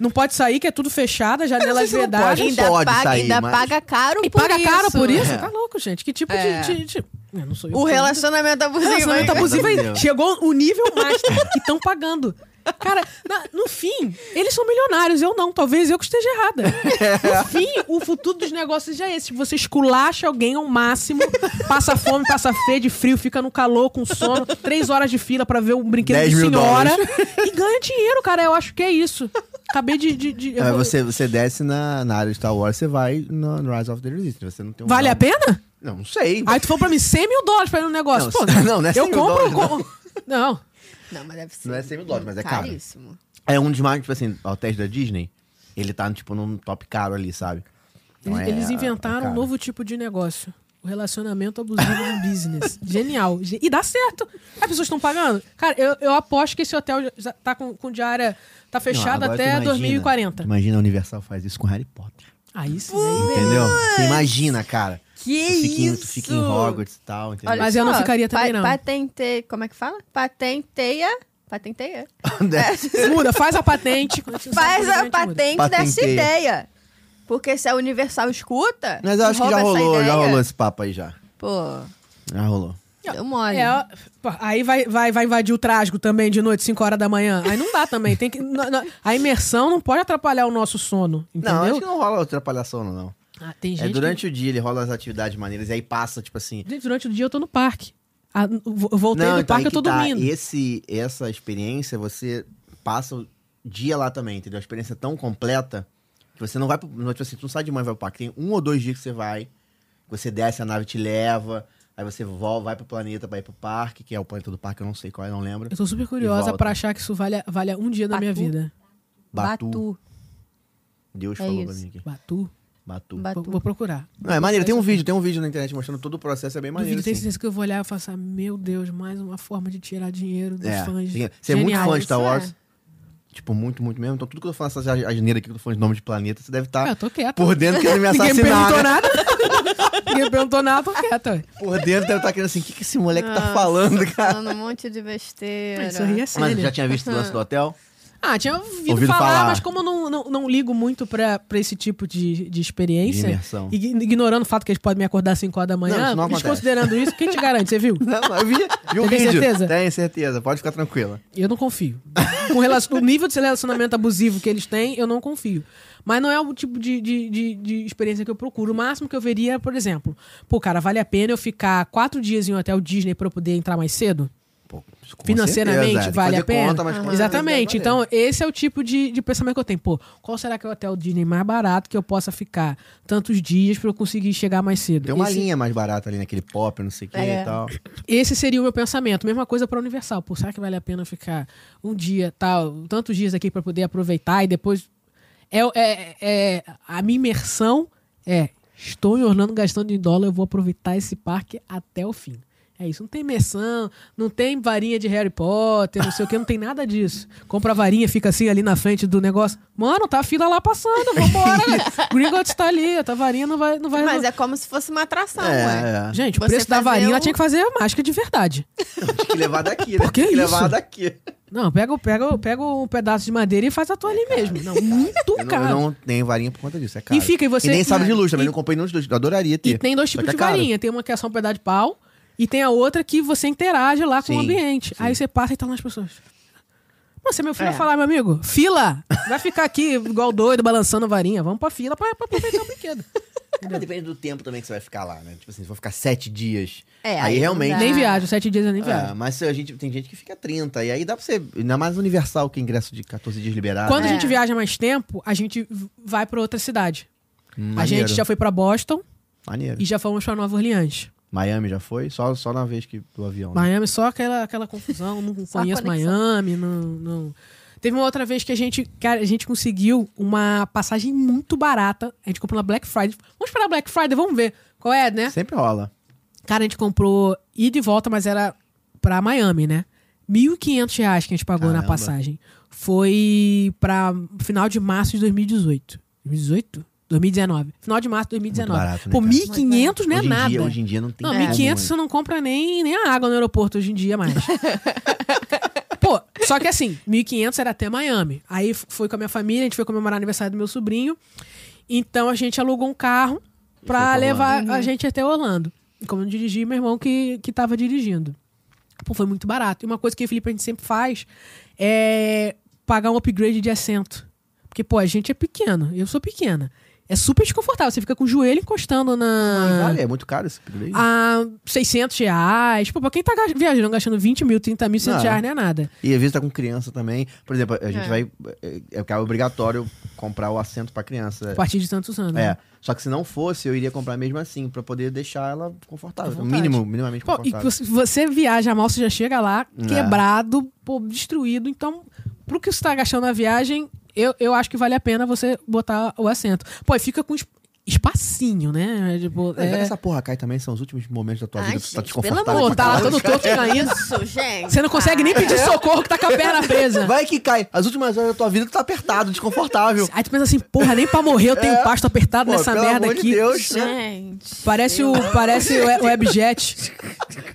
não pode sair, que é tudo fechado, a janela sei é se não vedada. pode. ainda pode paga, sair, ainda mas- paga caro E por paga isso. caro por isso? É. Tá louco, gente. Que tipo É. de. de- de- Eu não sou eu. O tô- relacionamento é abusivo. relacionamento hein? abusivo aí Entendeu? chegou o nível master que estão pagando. Cara, na- no fim, eles são milionários, eu não. Talvez eu que esteja errada. É. No fim, o futuro dos negócios já é esse. Você esculacha alguém ao máximo, passa fome, passa sede, frio, fica no calor, com sono, três horas de fila pra ver um brinquedo 10 de mil senhora dólares. e ganha dinheiro, cara. Eu acho que é isso. Acabei de. de- de- É, Aí você, você desce na, na área de Star Wars, você vai no, no Rise of the Resistance. Você não tem um Vale a grau- pena? Não, não sei. Aí tu falou pra mim 100 mil dólares pra ir no negócio. Não, Pô, não, não é 100 Eu mil compro. dólares, eu co- Não. Não, mas deve ser. Não é 100 mil dólares, mas é caro. caríssimo. É um dos mais, tipo assim, hotéis da Disney, ele tá, tipo, num top caro ali, sabe? Então Eles, é- eles é inventaram um caro. novo tipo de negócio. O relacionamento abusivo no (laughs) business. Genial. Ge- E dá certo. As pessoas estão pagando. Cara, eu, eu aposto que esse hotel já tá com, com diária. Tá Não, fechado agora tu até imagina- 2040. Imagina a Universal faz isso com Harry Potter. Aí sim. Entendeu? Você imagina, cara. Que tu fica em, tu isso? fica em Hogwarts e tal, entendeu? (laughs) Mas eu não ficaria também, não. Patente... Como é que fala? Patenteia... Patenteia. aí Muda, faz (laughs) a patente. Faz a Simplesmente muda. patente dessa Patenteia. ideia. Porque se a Universal escuta... Mas eu acho que já rouba essa rolou, já ideia. rolou esse papo aí já. Pô, Já rolou. deu mole. É, ó, pô, aí vai, vai, vai invadir o trágico também de noite, 5 horas da manhã. Aí não dá também. Tem que, na- na- a imersão não pode atrapalhar o nosso sono. Entendeu? Não, acho que não rola atrapalhação, não. não. Ah, tem É que- durante o dia, ele rola as atividades maneiras e aí passa, tipo assim. Gente, durante o dia eu tô no parque. Ah, vo- eu voltei não, do então aí parque, eu que tô tá. dormindo. Esse, essa experiência, você passa o dia lá também, entendeu? Uma experiência tão completa que você não vai pro. Não, tipo assim, tu não sai de manhã e vai pro parque. Tem um ou dois dias que você vai, que você desce, a nave te leva, aí você volta, vai pro planeta pra ir pro parque, que é o planeta do parque, eu não sei qual é, não lembro. Eu tô super E curiosa volta. pra achar que isso valha, valha um dia da minha Batu. vida. Batu. Batu. Deus É falou pra isso. mim aqui. Batu. Batu. Vou, Batu. vou procurar. Não, é maneiro, tem um vídeo, tem um vídeo na internet mostrando todo o processo, é bem maneiro. Duvido, tem assim. certeza que eu vou olhar e falar, meu Deus, mais uma forma de tirar dinheiro dos É, fãs. tem- Você é muito Genial. fã de Star isso é. Wars. Tipo, muito, muito mesmo. Então, tudo que eu tô falando, essas asneiras aqui que eu tô falando de nome de planeta, você deve tá estar Ah, eu tô quieta. por dentro querendo me (laughs) Ninguém me assassinar. perguntou né? nada. Ninguém perguntou nada, eu tô quieta. ué. Por dentro deve estar querendo assim, o que, que esse moleque Ah, tá falando, cara? Falando um monte de besteira. Isso aí é sério. Mas já tinha visto o lance do hotel? Ah, tinha ouvido, Ouvido falar, falar. mas como eu não, não, não ligo muito pra, pra esse tipo de, de experiência, De imersão. e ignorando o fato que eles podem me acordar às 5 horas da Não, manhã, isso não acontece. desconsiderando isso, quem te garante? Você viu? (laughs) Não, eu vi, vi o Tem vídeo. certeza? Tem certeza, pode ficar tranquila. Eu não confio. Com relação, o nível de relacionamento abusivo que eles têm, eu não confio. Mas não é o tipo de, de, de, de experiência que eu procuro. O máximo que eu veria, por exemplo, pô, cara, vale a pena eu ficar quatro dias em um hotel Disney pra eu poder entrar mais cedo? Pô, com Financeiramente certeza, é. Tem que vale a fazer pena? conta, mas com certeza Exatamente. vale a Então, esse é o tipo de, de pensamento que eu tenho. Pô, qual será que é o hotel Disney mais barato que eu possa ficar tantos dias pra eu conseguir chegar mais cedo? Tem uma esse, linha mais barata ali naquele pop, não sei o que É. e tal. esse seria o meu pensamento. Mesma coisa para Universal. Pô, será que vale a pena ficar um dia, tal, tantos dias aqui para poder aproveitar e depois. É, é- é- a minha imersão é: estou em Orlando gastando em dólar, eu vou aproveitar esse parque até o fim. É isso, não tem imersão, não tem varinha de Harry Potter, não sei o que, não tem nada disso. Compra a varinha, fica assim ali na frente do negócio. Mano, tá a fila lá passando, vambora, né? (laughs) Gringotts tá ali, a tua varinha não vai. Não vai Mas não- é como se fosse uma atração, Ah, ué. É, é. Gente, o Você preço da fazer varinha ela um- tinha que fazer mágica de verdade. Tem que levar daqui, né? Por que é Tem que levar isso? daqui. Não, pega, pega, pega um pedaço de madeira e faz a tua ali mesmo. Não, muito É Eu não, caro. eu não tenho varinha por conta disso, é caro. E fica, e você- nem sabre de luz também, e- não comprei nenhum dos dois. Eu adoraria ter. E tem dois Só tipos que é de caro. varinha. Tem uma que é só um pedaço de pau e tem a outra que você interage lá com o Sim, ambiente. sim. Aí você passa e tá lá as pessoas. Mas se meu filho É. falar, meu amigo, fila! Vai ficar aqui igual doido, balançando a varinha. Vamos pra fila pra, pra aproveitar o brinquedo. Mas depende do tempo também que você vai ficar lá, né? Tipo assim, se for ficar sete dias. É, aí aí não realmente. dá. Nem viajo, sete dias eu nem É, viajo. mas se a gente, tem gente que fica 30, e aí dá pra você. Ainda mais universal que é ingresso de 14 dias liberado. Quando É. a gente viaja mais tempo, a gente v- vai pra outra cidade. Hum, A maneiro, gente já foi pra Boston Maneiro. e já fomos pra Nova Orleans. Miami já foi? Só, só na vez que do avião. né? Miami, só aquela, aquela (laughs) confusão, não Só a conheço conexão. Miami, não, não. Teve uma outra vez que a gente, cara, a gente conseguiu uma passagem muito barata. A gente comprou na Black Friday. Vamos esperar a Black Friday, vamos ver qual é, né? Sempre rola. Cara, a gente comprou ida e volta, mas era pra Miami, né? R$ 1.500 reais que a gente pagou na Caramba. passagem. Foi pra final de março de 2018. 2018? 2019. Final de março de 2019. barato, né, Pô, cara? 1.500 não é hoje em nada. Dia, hoje em dia não tem Não, como, 1.500 né? você não compra nem, nem a água no aeroporto hoje em dia mais. Pô, só que assim, 1.500 era até Miami. Aí f- foi com a minha família, a gente foi comemorar o aniversário do meu sobrinho. Então a gente alugou um carro foi pra pra levar a gente até Orlando. E como eu não dirigi, meu irmão que, que tava dirigindo. Pô, foi muito barato. E uma coisa que o Felipe a gente sempre faz é pagar um upgrade de assento. Porque, pô, a gente é pequeno, eu sou pequena. É super desconfortável, você fica com o joelho encostando na. Vale, é muito caro esse upgrade. a 600 reais. Pô, pra quem tá ga- viajando, gastando 20 mil, 30 mil, 100 Não. reais não é nada. E às vezes tá com criança também. Por exemplo, a gente vai. É, é obrigatório comprar o assento pra criança. A partir de tantos anos. né? É. Só que se não fosse, eu iria comprar mesmo assim, pra poder deixar ela confortável. À vontade. Mínimo, minimamente Pô, e confortável. você, você viaja mal, você já chega lá quebrado, pô, destruído. Então, pro que você tá gastando na viagem, eu, eu acho que vale a pena você botar o assento. Pô, e fica com es- espacinho, né? Tipo, Mas é... Essa porra cai também são os últimos momentos da tua Ai, vida que tu tá gente, pelo desconfortável. Pô, amor pra tá lá caralho. todo torto caindo. Isso, gente. Você não consegue nem pedir socorro que tá com a perna presa. É. (laughs) Vai que cai. As últimas horas da tua vida tu tá apertado, desconfortável. Aí tu pensa assim, porra, nem pra morrer eu tenho um pasto apertado É. Pô, nessa pelo merda amor de aqui. Deus, né? Gente. Parece o, parece o o Webjet.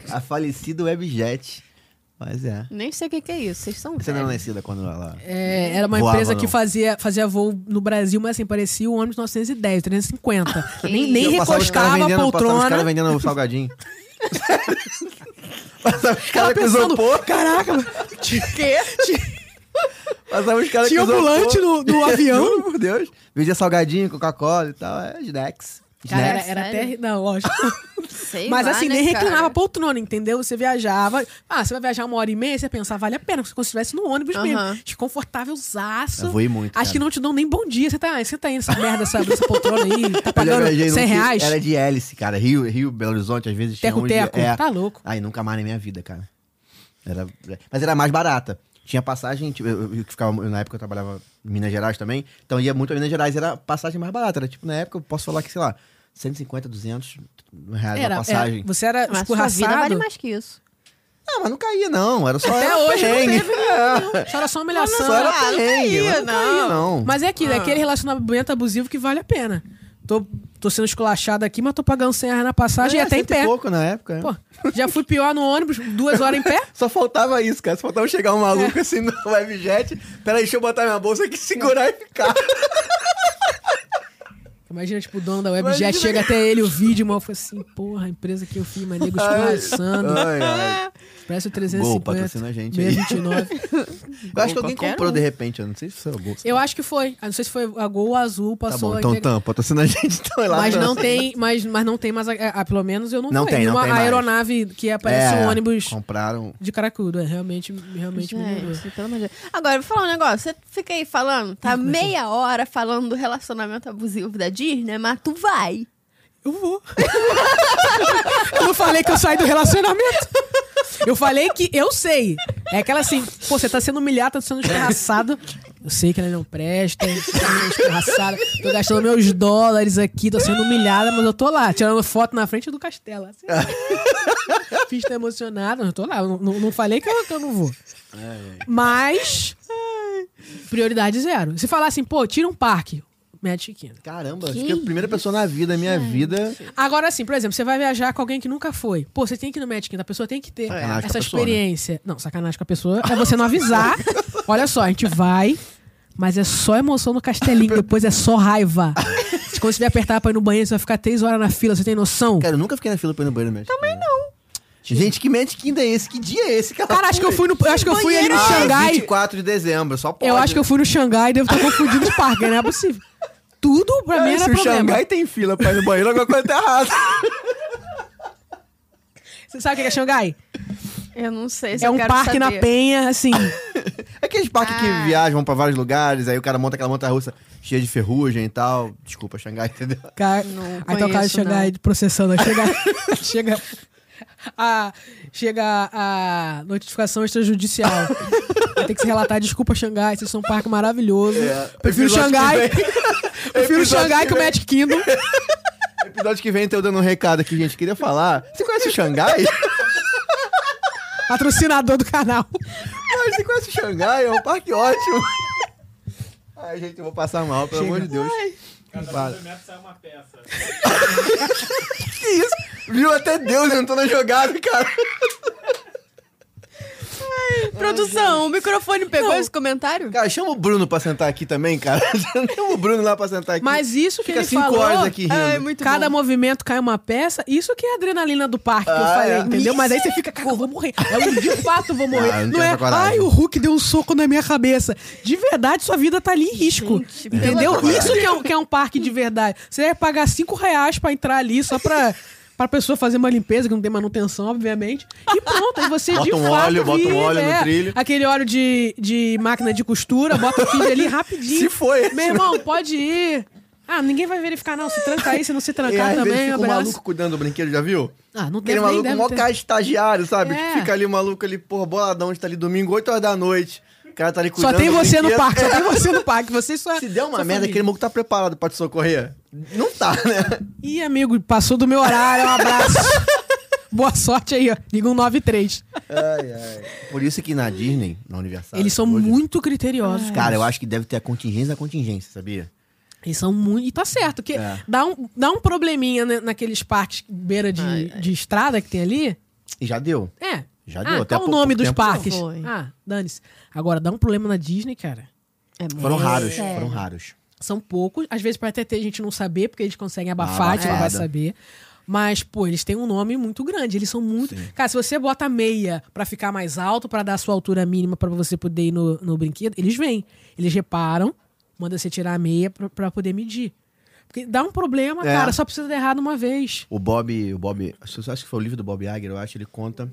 A falecida Webjet. Mas é. Nem sei o que, que é isso. Vocês são Você não é velhos. nascida quando ela. É, era uma Voava, empresa que não. fazia, fazia voo no Brasil, mas assim, parecia o ônibus 910, (laughs) 350. nem nem Eu passava os caras recostava a vendendo- Passava os caras vendendo poltrona. (laughs) salgadinho. passava os caras com pensando, isopor. Caraca, mano, (laughs) Passava os caras tinha com isopor. ambulante no, (laughs) no avião. Juro por Deus. Vendia salgadinho, Coca-Cola e tal. É, snacks. Cara, Snacks. (laughs) era, era até. Não, lógico. (laughs) Sei Mas lá, assim, né, nem reclinava cara? a poltrona, entendeu? Você viajava. Ah, você vai viajar uma hora e meia, você pensava, vale a pena, como se você estivesse no ônibus Aham. mesmo. Desconfortável, zaço. Eu voei muito, Acho cara. que não te dão nem bom dia. Você tá, você tá indo essa merda, essa, essa poltrona aí, tá (laughs) Eu já pagando viajei num 100 que reais. Era de hélice, cara. Rio, Rio, Belo Horizonte, às vezes tinha uns de- Teco-teco, é. tá louco. Aí nunca mais na minha vida, cara. Era... Mas era mais barata. Tinha passagem, tipo, eu, eu que ficava, eu- na época eu trabalhava em Minas Gerais também, então ia muito a Minas Gerais, era a passagem mais barata. Era tipo, na época, eu posso falar que, sei lá, 150, 200 reais a passagem. é, você era Mas sua vida escorraçado. vale mais que isso. Não, mas não caía, não. Era só Até era hoje não perrengue. (laughs) É, teve, Isso era é só humilhação. Só era Ah, não perrengue. caía, mas Não caía, não. Mas é aquilo, é aquele relacionamento abusivo que vale a pena. Tô, tô sendo esculachado aqui, mas tô pagando 100 reais na passagem É, e até em cento e pé. pouco na época. né? Pô, já fui pior no ônibus, duas horas em pé. Só faltava isso, cara. Só faltava chegar um É. maluco assim no (laughs) webjet. Peraí, deixa eu botar minha bolsa aqui, segurar e ficar. Imagina, tipo, o dono da Webjet Imagina. chega até ele, o vídeo, mal fala assim, porra, a empresa que eu fiz, mas nego escorraçando. (laughs) Ai, ai. Parece o Gol, 350. patrocina a gente aí. 629. Eu acho que alguém qualquer comprou um. de repente. Eu não sei se foi a bolsa. Eu acho que foi. Ah, Não sei se foi a Gol Azul, Tá passou bom, a então integra- tampa. Patrocina a gente, então é lá. Mas pra- não tem, mas, mas não tem mais. a- a- pelo menos eu não, Não fui. tem, não Uma tem mais. aeronave que aparece É, um ônibus Compraram. de cracudo. É realmente, realmente me lembrou. Gente, pelo amor de Deus. Agora, eu vou falar um negócio. Você fica aí falando, tá assim? meia hora falando do relacionamento abusivo da Disney, mas tu vai. Eu vou. (laughs) eu não falei que eu saí do relacionamento. Eu falei que eu sei. É aquela assim, pô, você tá sendo humilhado, tá sendo escorraçado. Eu sei que ela não presta, eu sei que ela é escorraçada. Tô gastando meus dólares aqui, tô sendo humilhada, mas eu tô lá, tirando foto na frente do castelo. Assim. Fiz tá emocionado, mas eu tô lá. Eu não, não falei que eu, que eu não vou. Mas, prioridade zero. Se falar assim, pô, tira um parque, mete Chiquinho. Caramba, acho que é a primeira pessoa na vida, na minha vida. Agora sim, por exemplo, você vai viajar com alguém que nunca foi. Pô, você tem que ir no Magic Kingdom, a pessoa tem que ter Sacanagem com a essa pessoa, né? experiência. Não, sacanagem com a pessoa é você não avisar. (laughs) Olha só, a gente vai, mas é só emoção no castelinho, depois é só raiva. Se quando você vai apertar pra ir no banheiro, você vai ficar três horas na fila, você tem noção? Cara, eu nunca fiquei na fila pra ir no banheiro mesmo. Também não. mentira. Gente, que Magic é esse? Que dia é esse? Que ela Cara, acho que eu fui no. eu Acho que eu fui ali no Ah, Xangai. 24 de dezembro, só pode. Eu acho que eu fui no Xangai e devo estar confundindo os parques, não é possível. Tudo pra Cara, mim era É, se o é problema. Xangai tem fila pra ir no banheiro, alguma coisa tá errada. Você sabe o que é Xangai? Eu não sei se É eu um quero parque na saber. penha, assim. Aqueles parques Ah. É que viajam pra vários lugares, aí o cara monta aquela montanha russa cheia de ferrugem e tal. Desculpa, Xangai, entendeu? Cara, Não aí tá o cara de conheço, Xangai processando. aí Chega, (laughs) chega, a, chega a notificação extrajudicial. Aí Tem que se relatar, desculpa, Xangai, vocês são um parque maravilhoso. É, Prefiro episódio Xangai. que vem. Prefiro Episódio É. Xangai que (laughs) que o vem. Magic Kingdom. Episódio que vem, tô eu dando um recado aqui, gente. Queria falar. Você conhece o Xangai? Patrocinador do canal. Mas você conhece o Xangai? É um parque ótimo. Ai, gente, eu vou passar mal, pelo amor de Deus. Não para. sai uma peça. Que isso? Viu até Deus entrou na jogada, cara. Produção, o microfone pegou Não. esse comentário? Cara, chama o Bruno pra sentar aqui também, cara. (laughs) Chama o Bruno lá pra sentar aqui. Mas isso que Fica ele cinco falou, é horas aqui rindo. Ai, muito cada bom. movimento cai uma peça, isso que é a adrenalina do parque que eu Ah, falei, é. entendeu? Mas aí você fica, cara, eu vou morrer. Eu de fato vou morrer. Ah, eu não não tenho é, essa coragem. ai, o Hulk deu um soco na minha cabeça. De verdade, sua vida tá ali em risco. Gente, pelo entendeu? amor de Isso que é, um, que é um parque de verdade. Você vai pagar cinco reais pra entrar ali só pra. Pra pessoa fazer uma limpeza, que não tem manutenção, obviamente. E pronto, aí você Bota de um fato óleo, bota um vive, óleo no é, trilho. Aquele óleo de, de máquina de costura, bota o filho (laughs) ali rapidinho. Se foi esse, Meu irmão, pode ir. Ah, ninguém vai verificar, não. Se tranca aí, se não (laughs) se E trancar às vezes também, fica um abraço. maluco cuidando do brinquedo, já viu? Ah, não Aquele deve- nem maluco, deve mó ter. cara de estagiário, sabe? É. Que fica ali o maluco ali, porra, boladão, de tá ali domingo, 8 horas da noite. O cara tá ali cuidando Só tem do você no brinquedo. parque, só tem você no parque. Você (laughs) só. Se der uma só merda, família. aquele maluco tá preparado pra te socorrer? Não tá, né? Ih, amigo, passou do meu horário, (laughs) um abraço. Boa sorte aí, ó. Liga um 93. Tá, Ai, ai. Por isso que na Disney, na Universal... Eles são hoje, É. muito criteriosos. Cara, eu acho que deve ter a contingência da contingência, sabia? Eles são muito. E tá certo, que É. dá, um, dá um probleminha né, naqueles parques beira de, de estrada que tem ali. E já deu. É. Já ah, deu, até qual o há pou- nome pouco dos tempo parques? não foi. Ah, dane-se. Agora, dá um problema na Disney, cara. É muito Foram raros, sério. foram raros. São poucos. Às vezes pode até ter gente não saber, porque eles conseguem abafar, Ah, a gente não vai abafada. saber. Mas, pô, eles têm um nome muito grande. Eles são muito. Cara, se você bota meia pra ficar mais alto, pra dar a sua altura mínima pra você poder ir no, no brinquedo, eles vêm. Eles reparam, mandam você tirar a meia pra, pra poder medir. Porque dá um problema, É. cara, só precisa dar errado uma vez. O Bob, o Bob, acho acho que foi o livro do Bob Iger, eu acho, ele conta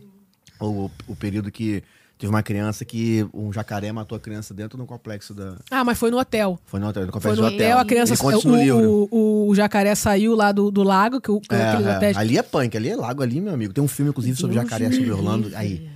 o, o período que teve uma criança que um jacaré matou a criança dentro do complexo da... Ah, mas foi no hotel. Foi no hotel, no Foi complexo no do hotel, hotel. a É criança Então, Ele conta isso o, no livro. o- o jacaré saiu lá do, do lago, que o que É, aquele é. hotel- Ali é punk, ali é lago, ali, meu amigo. Tem um filme, inclusive, sobre Deus jacaré, me sobre Orlando. Aí.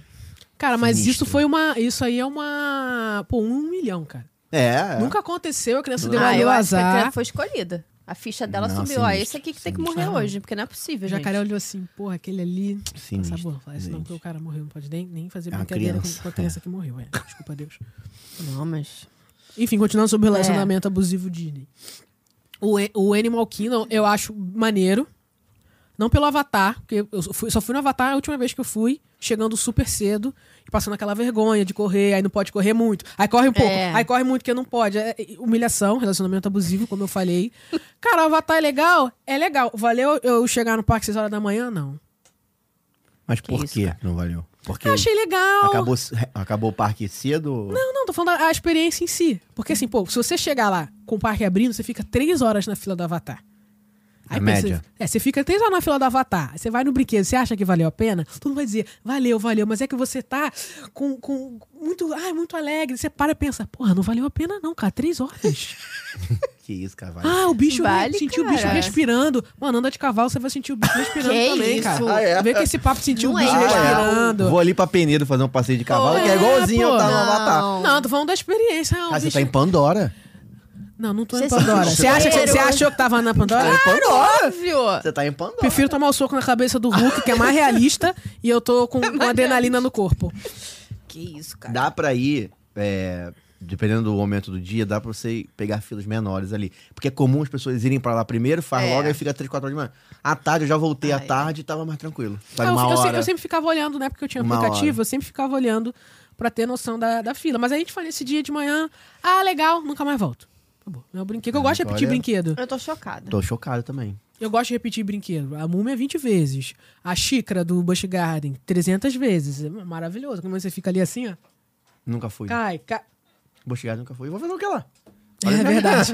Cara, mas Sinistro. isso foi uma. Isso aí é uma. Pô, um milhão, cara. É, é. Nunca aconteceu, a criança deu Ah, um eu acho que a azar. criança foi escolhida. A ficha dela Não, subiu. sinistro, ah, esse aqui que tem que morrer hoje, porque não é possível, O gente. jacaré olhou assim, porra, aquele ali. Sim, Essa boa, fala isso não, gente. porque o cara morreu, não pode nem, nem fazer É uma brincadeira com, criança, com a criança que morreu. É, desculpa a Deus. Não, mas... Enfim, continuando sobre o relacionamento abusivo Disney. O, A- o Animal Kingdom eu acho maneiro. Não pelo Avatar, porque eu só fui, só fui no Avatar a última vez que eu fui, chegando super cedo e passando aquela vergonha de correr, aí não pode correr muito. Aí corre um pouco, É. aí corre muito que não pode. É, é, humilhação, relacionamento abusivo, como eu falei. Cara, o Avatar é legal? É legal. Valeu eu chegar no parque às 6 horas da manhã? Não. Mas por isso, que não valeu? Porque Eu achei legal. acabou, acabou o parque cedo? Não, não, tô falando a experiência em si. Porque assim, pô, se você chegar lá com o parque abrindo, você fica três horas na fila do Avatar. Na pensa- média. é, você fica três horas na fila do Avatar. Você vai no brinquedo, você acha que valeu a pena? Todo mundo vai dizer, valeu, valeu. Mas é que você tá com, com muito, ai, muito alegre. Você para e pensa, porra, não valeu a pena não, cara. Três (laughs) horas. Que isso, cara. vai. ah, o bicho, Vale, sentiu o cara. bicho respirando. Mano, anda de cavalo, você vai sentir (laughs) o bicho respirando Que também, isso? cara. Ah, é? Ah, Vê que esse papo sentiu o Não é bicho igual. respirando. Vou ali pra Penedo fazer um passeio de cavalo, Pô, que é igualzinho pô, eu tava no não. Avatar. Não, tô falando da experiência. Ah, o Ah, você bicho- tá em Pandora. Não, não tô Você em Pandora. sentiu Você acha que cheiro? você achou que tava na Pandora? Tá em Pandora. Óbvio! Você tá em Pandora. Prefiro tomar o soco na cabeça do Hulk, que é mais realista, e eu tô com, com adrenalina no corpo. Que isso, cara. Dá pra ir, é, dependendo do momento do dia, dá pra você pegar filas menores ali. Porque é comum as pessoas irem pra lá primeiro, faz É. logo, aí fica 3, 4 horas de manhã. À tarde, eu já voltei à tarde e tava mais tranquilo. Sabe, Ah, eu, uma eu se- hora. eu sempre ficava olhando, né? Porque eu tinha Uma aplicativo, hora. eu sempre ficava olhando pra ter noção da, da fila. Mas aí a gente falou esse dia de manhã, ah, legal, nunca mais volto. Acabou. Não é um brinquedo. que Eu gosto de repetir Olha. brinquedo. Eu tô chocada. Tô chocado também. Eu gosto de repetir brinquedo. A múmia 20 vezes. A xícara do Busch Garden 300 vezes. É maravilhoso. Como você fica ali assim, ó. Nunca fui. Cai, cai. Vou chegar, nunca fui. Vou fazer o que lá? É verdade.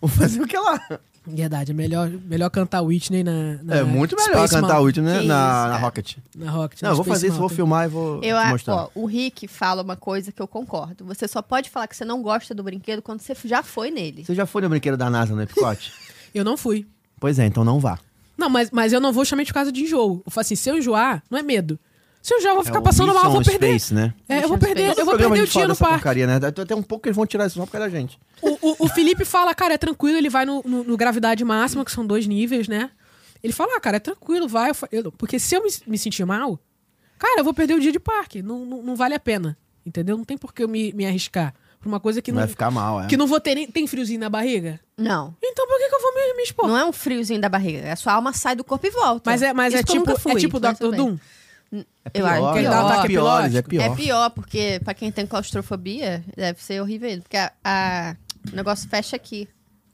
Vou fazer o que lá? Verdade. É melhor, melhor cantar Whitney na, na É muito melhor Space cantar o Mountain. último né? Que na, isso, na cara. Rocket. Na Rocket. Não, na eu vou Space fazer isso, vou Mountain. filmar e vou Eu te acho, mostrar. ó, o Rick fala uma coisa que eu concordo. Você só pode falar que você não gosta do brinquedo quando você já foi nele. Você já foi no brinquedo da NASA no (laughs) Epicote? Eu não fui. pois é, então não vá. Não, mas, mas eu não vou justamente por causa de enjoo. Eu falo assim, se eu enjoar, não é medo. Se eu enjoar, eu vou ficar É o passando mal, eu vou Mission perder. Space, né? É, eu vou Mission perder, Space. eu vou Todo programa perder a o gente dia fala no dessa parque. porcaria, né? Até um pouco que eles vão tirar isso só por causa da gente. O, o- o Felipe fala, cara, é tranquilo, ele vai no, no- no gravidade máxima, que são dois níveis, né? Ele fala, ah, cara, é tranquilo, vai. Eu fa- eu- porque se eu me, me sentir mal, cara, eu vou perder o dia de parque. Não, não, não vale a pena. Entendeu? Não tem por que eu me, me arriscar. Por uma coisa que não, Vai ficar mal, é. que não vou ter nem. Tem friozinho na barriga? Não. Então por que, que eu vou me, me expor? Não é um friozinho da barriga. A sua alma sai do corpo e volta. Mas é, mas Isso é que eu tipo, nunca fui, é tipo mas Dr. tudo bem. Doom. tá Eu acho que é é pior, ataque é pior, pilótico. é pior. É pior, porque pra quem tem claustrofobia, deve ser horrível. Porque a- a- o negócio fecha aqui,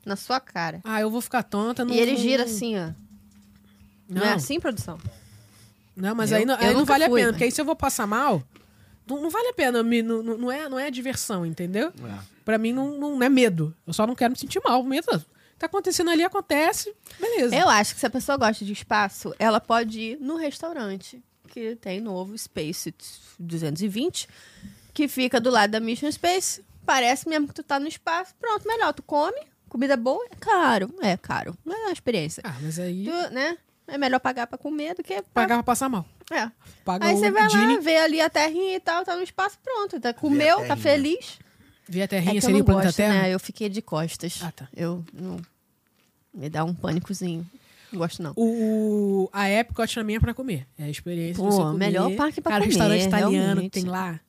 na sua cara. Ah, eu vou ficar tonta. Não, e ele não- gira assim, ó. Não, é assim, produção? Não, mas Eu- aí, não- eu aí não nunca vale a fui, né? pena, mas- porque aí se eu vou passar mal, não, não vale a pena. me- não, não- não é, não é diversão, entendeu? Pra mim não, não é medo. Eu só não quero me sentir mal. Medo tá acontecendo ali, acontece, beleza. Eu acho que se a pessoa gosta de espaço, ela pode ir no restaurante que tem novo Space 220, que fica do lado da Mission Space. Parece mesmo que tu tá no espaço. Pronto, melhor. Tu come, comida boa, é caro. É caro. Não é uma experiência. Ah, mas aí Tu, né? É melhor pagar pra comer do que pra- pagar pra passar mal. É. Paga Aí o você vai lá, Dini, vê ali a terrinha e tal, tá no espaço, pronto. Tá, comeu, tá terrinha. feliz. vê a É terrinha, que eu seria não o planeta gosto, Terra. né? Eu fiquei de costas. Ah, tá. Eu não... Me dá um pânicozinho. Não gosto, Tá, não. O, o- a Epcot pra mim é pra comer. É a experiência Pô, de você comer. melhor parque pra Cara, comer, restaurante italiano que realmente. tem lá.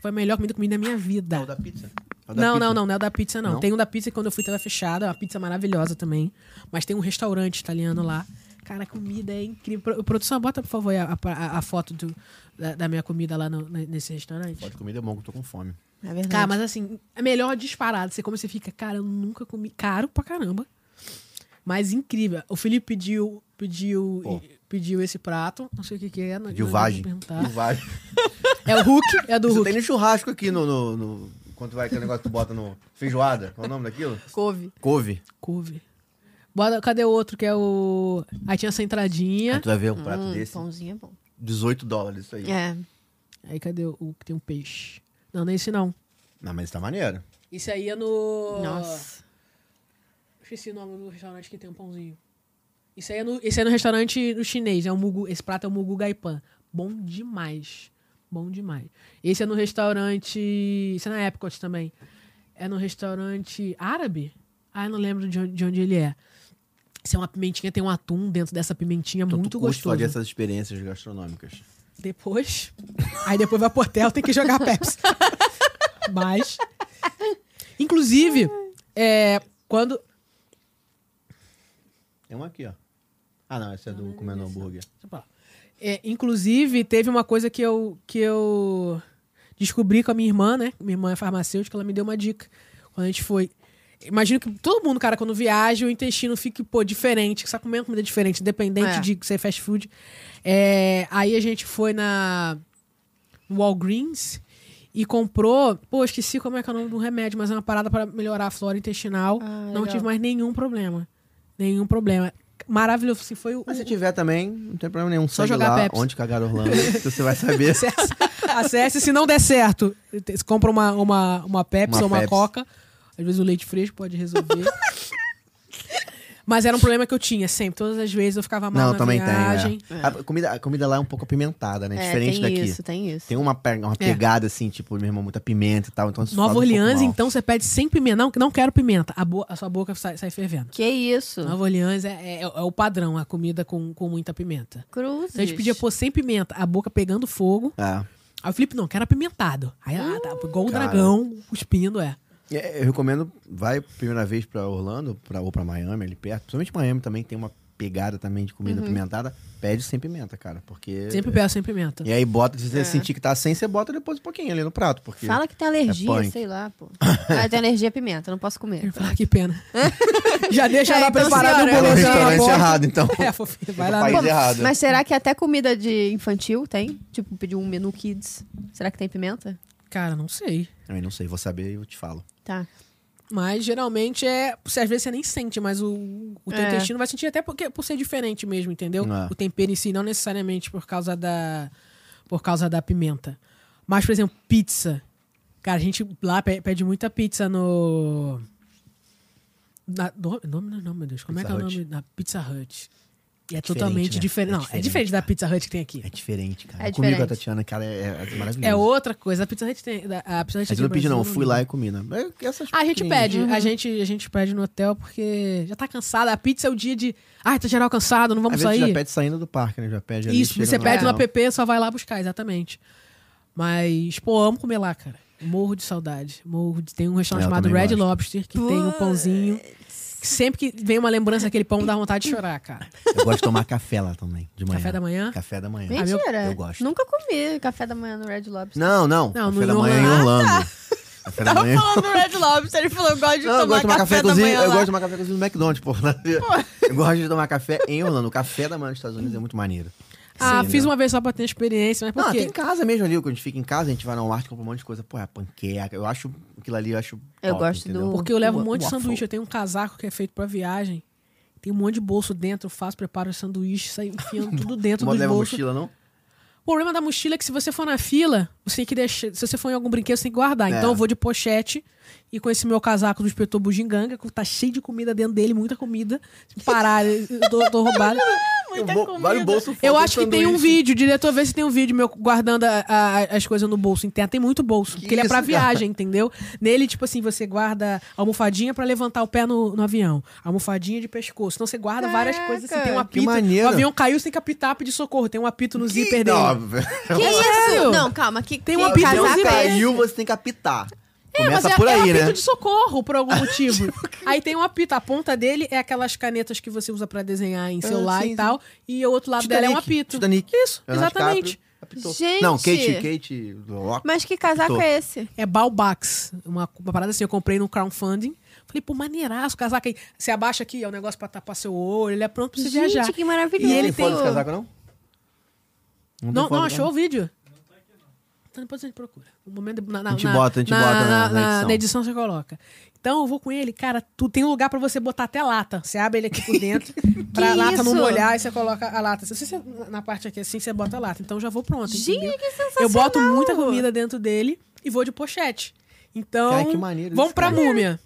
Foi a melhor comida que eu comi na minha vida. da pizza? Não, não, não, não é o da pizza, não. Não? Tem um da pizza que quando eu fui tava fechada, uma pizza maravilhosa também. Mas tem um restaurante italiano lá. Cara, a comida é incrível. Pro- Produção, bota, por favor, a, a- a foto do- da, da minha comida lá no- ne- nesse restaurante. Pode comida é bom, que eu tô com fome. É verdade. Cara, mas assim, é melhor disparado. Você como você fica, cara, eu nunca comi. Caro pra caramba. Mas incrível. O Felipe pediu, pediu, Pô. pediu esse prato. Não sei o que, que é. não- De não vou vagem. perguntar. De vagem. É o Hulk, é do Isso Hulk. tem no churrasco aqui no... no, no- Quanto vai aquele negócio que tu bota no... Feijoada? Qual é o nome daquilo? Couve. Couve. Couve. Bora, cadê o outro que é o. Aí tinha essa Aí entradinha. tu vai ver um prato Hum, desse. pãozinho é bom. 18 dólares isso aí. É. Aí cadê o o que tem um peixe? Não, não é esse não. Não, mas tá maneiro. Esse aí é no. Nossa. Esqueci o nome do restaurante que tem um pãozinho. Isso aí é no, esse aí é no restaurante no chinês. É o mugu, esse prato é o Mugu Gaipan. Bom demais. Bom demais. Esse é no restaurante. Isso é na Epcot também. É no restaurante árabe? Ah, eu não lembro de onde, de onde ele é. Isso é uma pimentinha, tem um atum dentro dessa pimentinha Então, muito tu curte gostoso. fazer essas experiências gastronômicas. Depois. (laughs) Aí depois vai pro hotel, tem que jogar Pepsi. (laughs) Mas. Inclusive, é, quando. Tem um aqui, ó. Ah, não, esse é do comendo hambúrguer. deixa eu falar. É, inclusive, teve uma coisa que eu, que eu descobri com a minha irmã, né? Minha irmã é farmacêutica, ela me deu uma dica. Quando a gente foi. Imagino que todo mundo, cara, quando viaja, o intestino fique, pô, diferente, que você tá comendo comida diferente, independente É. de ser fast food. É, aí a gente foi na no Walgreens e comprou. Pô, esqueci como é que é o nome do remédio, mas é uma parada para melhorar a flora intestinal. Ah, Não legal. tive mais nenhum problema. Nenhum problema. Maravilhoso. Assim, foi o, Mas se tiver também, não tem problema nenhum. Só Segue jogar lá, Pepsi. onde cagar Orlando, que você (laughs) vai saber. Acesse, acesse, se não der certo, te- compra uma, uma, uma Pepsi Uma ou uma Pepsi. Coca. Às vezes o leite fresco pode resolver. Mas era um problema que eu tinha sempre. Todas as vezes eu ficava mal Não, na também viagem. tem. é. A comida, a comida lá é um pouco apimentada, né? É, Diferente tem daqui. isso, tem isso. Tem um uma, pe- uma pegada assim, tipo, meu irmão, muita pimenta e tal. Então isso É. Nova fala um pouco Orleans, mal. então, você pede sem pimenta. Não, não quero pimenta. A, bo- a sua boca sai, sai fervendo. Que isso? Nova Orleans é, é- é o padrão, a comida com, com muita pimenta. Cruzes. Então a gente pedia pôr sem pimenta, a boca pegando fogo. É. Aí o Felipe, não, quero apimentado. Aí, ah, tá, igual o cara. dragão, cuspindo, é. É, Eu recomendo, vai primeira vez pra Orlando pra, ou pra Miami, ali perto. Principalmente Miami também tem uma pegada também de comida apimentada, pede sem pimenta, cara. Porque. Uhum. Sempre peço sem pimenta. É. E aí bota, se você sentir que tá sem, você bota depois um pouquinho ali no prato. Porque... Fala que tem alergia, É punk. sei lá, (laughs) pô. Ah, eu tenho alergia à pimenta, não posso Eu ia comer. falar, que pena. Já deixa É, lá então, preparada senhora, a é no bolsa na restaurante porta. errado, então. (laughs) É, fofinha, vai No lá. país no- errado. Mas será que até comida de infantil tem? Tipo, pedir um menu kids. Será que tem pimenta? Cara, não sei. Eu não sei, vou saber e eu te falo. Tá. Mas geralmente é. se Às vezes você nem sente, mas o, o teu É. intestino vai sentir até porque, por ser diferente mesmo, entendeu? É. O tempero em si, não necessariamente por causa da. Por causa da pimenta. Mas, por exemplo, pizza. Cara, a gente lá pe- pede muita pizza no. Na, do- nome não, não, meu Deus. Como é Pizza que é o Hut. nome? Na Pizza Hut. E é Diferente, totalmente né? diferente. É Não, é diferente, diferente da cara. Pizza Hut que tem aqui. É diferente, cara. É Eu comi com a diferente. Tatiana, cara, é, é maravilhoso. É outra coisa. A Pizza Hut tem. da- A pizza Hut Mas aqui eu não no Uhum. pedi, não. Eu Brasil Fui lá e comi, né? Mas essas Ah, A gente pequenininhas. pede, a, gente, a gente pede no hotel porque já tá cansada. A pizza é o dia de. Ai, tá geral cansado, não vamos Às vezes sair. já pede saindo do parque, né? Já pede ali, Isso, chega você pede no hotel. app, só vai lá buscar, exatamente. Mas, pô, amo comer lá, cara. Morro de saudade. Morro de. Tem um É, restaurante eu chamado também Red gosto. Lobster, que tem um pãozinho. que Sempre que vem uma lembrança daquele pão, dá vontade de chorar, cara. Eu gosto de tomar café lá também, de manhã. Café da manhã? Café da manhã. Mentira. Ah, Eu gosto. Nunca comi café da manhã no Red Lobster. Não, não. Não, café no da (laughs) manhã em Orlando. Tá. Orlando. Café da manhã. falando do Red Lobster, ele falou, eu gosto de Não, eu gosto de tomar café cozido. Eu gosto de tomar café cozido no McDonald's, pô. Eu gosto de tomar café em Orlando. O café da manhã nos Estados Unidos é muito maneiro. Ah, Sim, fiz né? uma vez só pra ter experiência, mas por Não, quê? tem em casa mesmo ali. Quando a gente fica em casa, a gente vai na Walmart, compra um monte de coisa. Pô, é panqueca. Eu acho aquilo ali, eu acho Eu top, gosto do- entendeu? Porque eu levo um Wa- monte de waffle. sanduíche. Eu tenho um casaco que é feito pra viagem. Tem um monte de bolso dentro, eu faço, preparo os sanduíches, saio enfiando tudo (laughs) dentro Não do leva bolso. mochila, não? O problema da mochila é que se você for na fila, você tem que deixar. Se você for em algum brinquedo, você tem que guardar. É. Então eu vou de pochete e com esse meu casaco do inspetor Bugiganga, que tá cheio de comida dentro dele, muita comida. Se parar, eu tô, tô (laughs) roubada. Eu vou- Vários bolsos assim. Eu foda, acho que tem um sanduíche. vídeo, diretor, vê se tem um vídeo meu guardando a- a- as coisas no bolso interno. Tem muito bolso, porque ele é pra isso, cara? viagem, entendeu? Nele, tipo assim, você guarda a almofadinha pra levantar o pé no, no avião, a almofadinha de pescoço. Então você guarda várias Caraca, coisas assim, tem um que apito. maneiro. O avião caiu, você tem que apitar, pedir socorro. Tem um apito no Que- zíper dele. Não, (laughs) velho. Que Sério? isso? Não, calma. Que, Tem que uma Se Casaco não é caiu, você tem que apitar. É, mas Começa é, por é um aí, apito né? Tipo, de socorro, (laughs) por algum motivo. aí tem um apito. A ponta dele é aquelas canetas que você usa pra desenhar em celular Ah, sim, e tal. E o outro lado dela é um apito. Titanic. Isso, Leonardo exatamente. DiCaprio, apitou. Gente. Não, Kate, Kate, Lock. Mas que casaco Tô. é esse? É Balbax. Uma, uma parada assim, eu comprei no crowdfunding. Falei, pô, maneiraço, casaco aí. Você abaixa aqui, é um negócio pra tapar seu olho, ele é pronto pra você Gente, viajar. que maravilhoso. E tem ele tem. foto desse casaco, não? Não, foto, não achou o vídeo? Então depois a gente procura. Um momento, na, na, A gente na- bota, a gente bota na- na edição. você coloca. Então eu vou com ele, cara, tu tem um lugar pra você botar até lata. Você abre ele aqui (laughs) por dentro, pra Que lata não isso? molhar, aí você coloca a lata. Se você na parte aqui assim, você bota a lata. Então já vou pronto. entendeu? Gente, que sensacional. Eu boto muita comida dentro dele e vou de pochete. Então, Cara, que maneiro vamos isso, pra cara. múmia.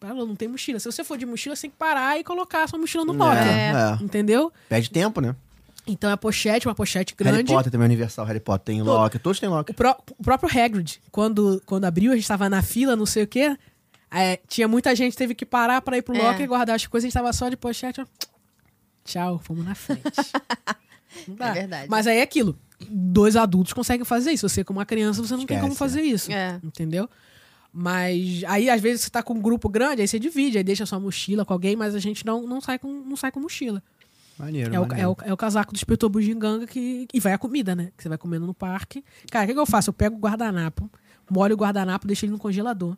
Ela não tem mochila. Se você for de mochila, você tem que parar e colocar a sua mochila no É, pocket. é. Entendeu? Perde tempo, né? Então é pochete, uma pochete Harry grande. Potter também é universal. Harry Potter tem Loki. Todos têm O, Loki. pró- o próprio Hagrid, quando, quando abriu, a gente tava na fila, não sei o quê. é, tinha muita gente, teve que parar pra ir pro É. locker e guardar as coisas, a gente tava só de pochete. ó. Tchau, fomos (laughs) na frente. Não dá. É verdade. Mas aí é aquilo. Dois adultos conseguem fazer isso. Você, como uma criança, você não tem Esquece, como fazer isso. É. Entendeu? Mas aí, às vezes, você tá com um grupo grande, aí você divide, aí deixa sua mochila com alguém, mas a gente não, não, sai, com, não sai com mochila. Maneiro, É o, maneiro. é, o, é o casaco do inspetor bugiganga que. E vai a comida, né? Que você vai comendo no parque. Cara, o que, que eu faço? Eu pego o guardanapo, molho o guardanapo, deixo ele no congelador.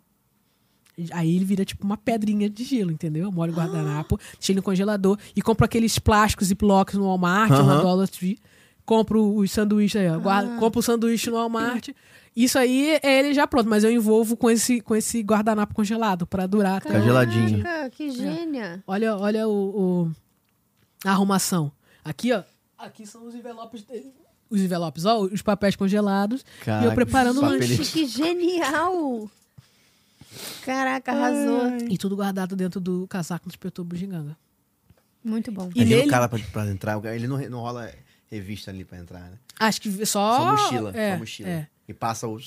E Aí ele vira tipo uma pedrinha de gelo, entendeu? Eu molho (gasps) o guardanapo, deixo ele no congelador e compro aqueles plásticos e blocos no Walmart, ou na Aham. Ah. Dollar Tree. Compro os sanduíches aí, ó. Guarda, Compro o sanduíche no Walmart. Isso aí é ele já pronto, mas eu envolvo com esse, com esse guardanapo congelado pra durar até. Tá geladinho. Caraca, que gênia. Olha, olha o, o- a arrumação. Aqui, ó. Aqui são os envelopes. de- Os envelopes, ó, os papéis congelados. e eu Caraca, preparando o lanche. papelito. Gente, que genial. Caraca, arrasou. E tudo guardado dentro do casaco do inspetor bugiganga. Muito bom. E Imagina nele- o cara pra, pra entrar. Ele não, não rola revista ali pra entrar, né? Acho que só. Só mochila. É, só mochila. É. E passa o...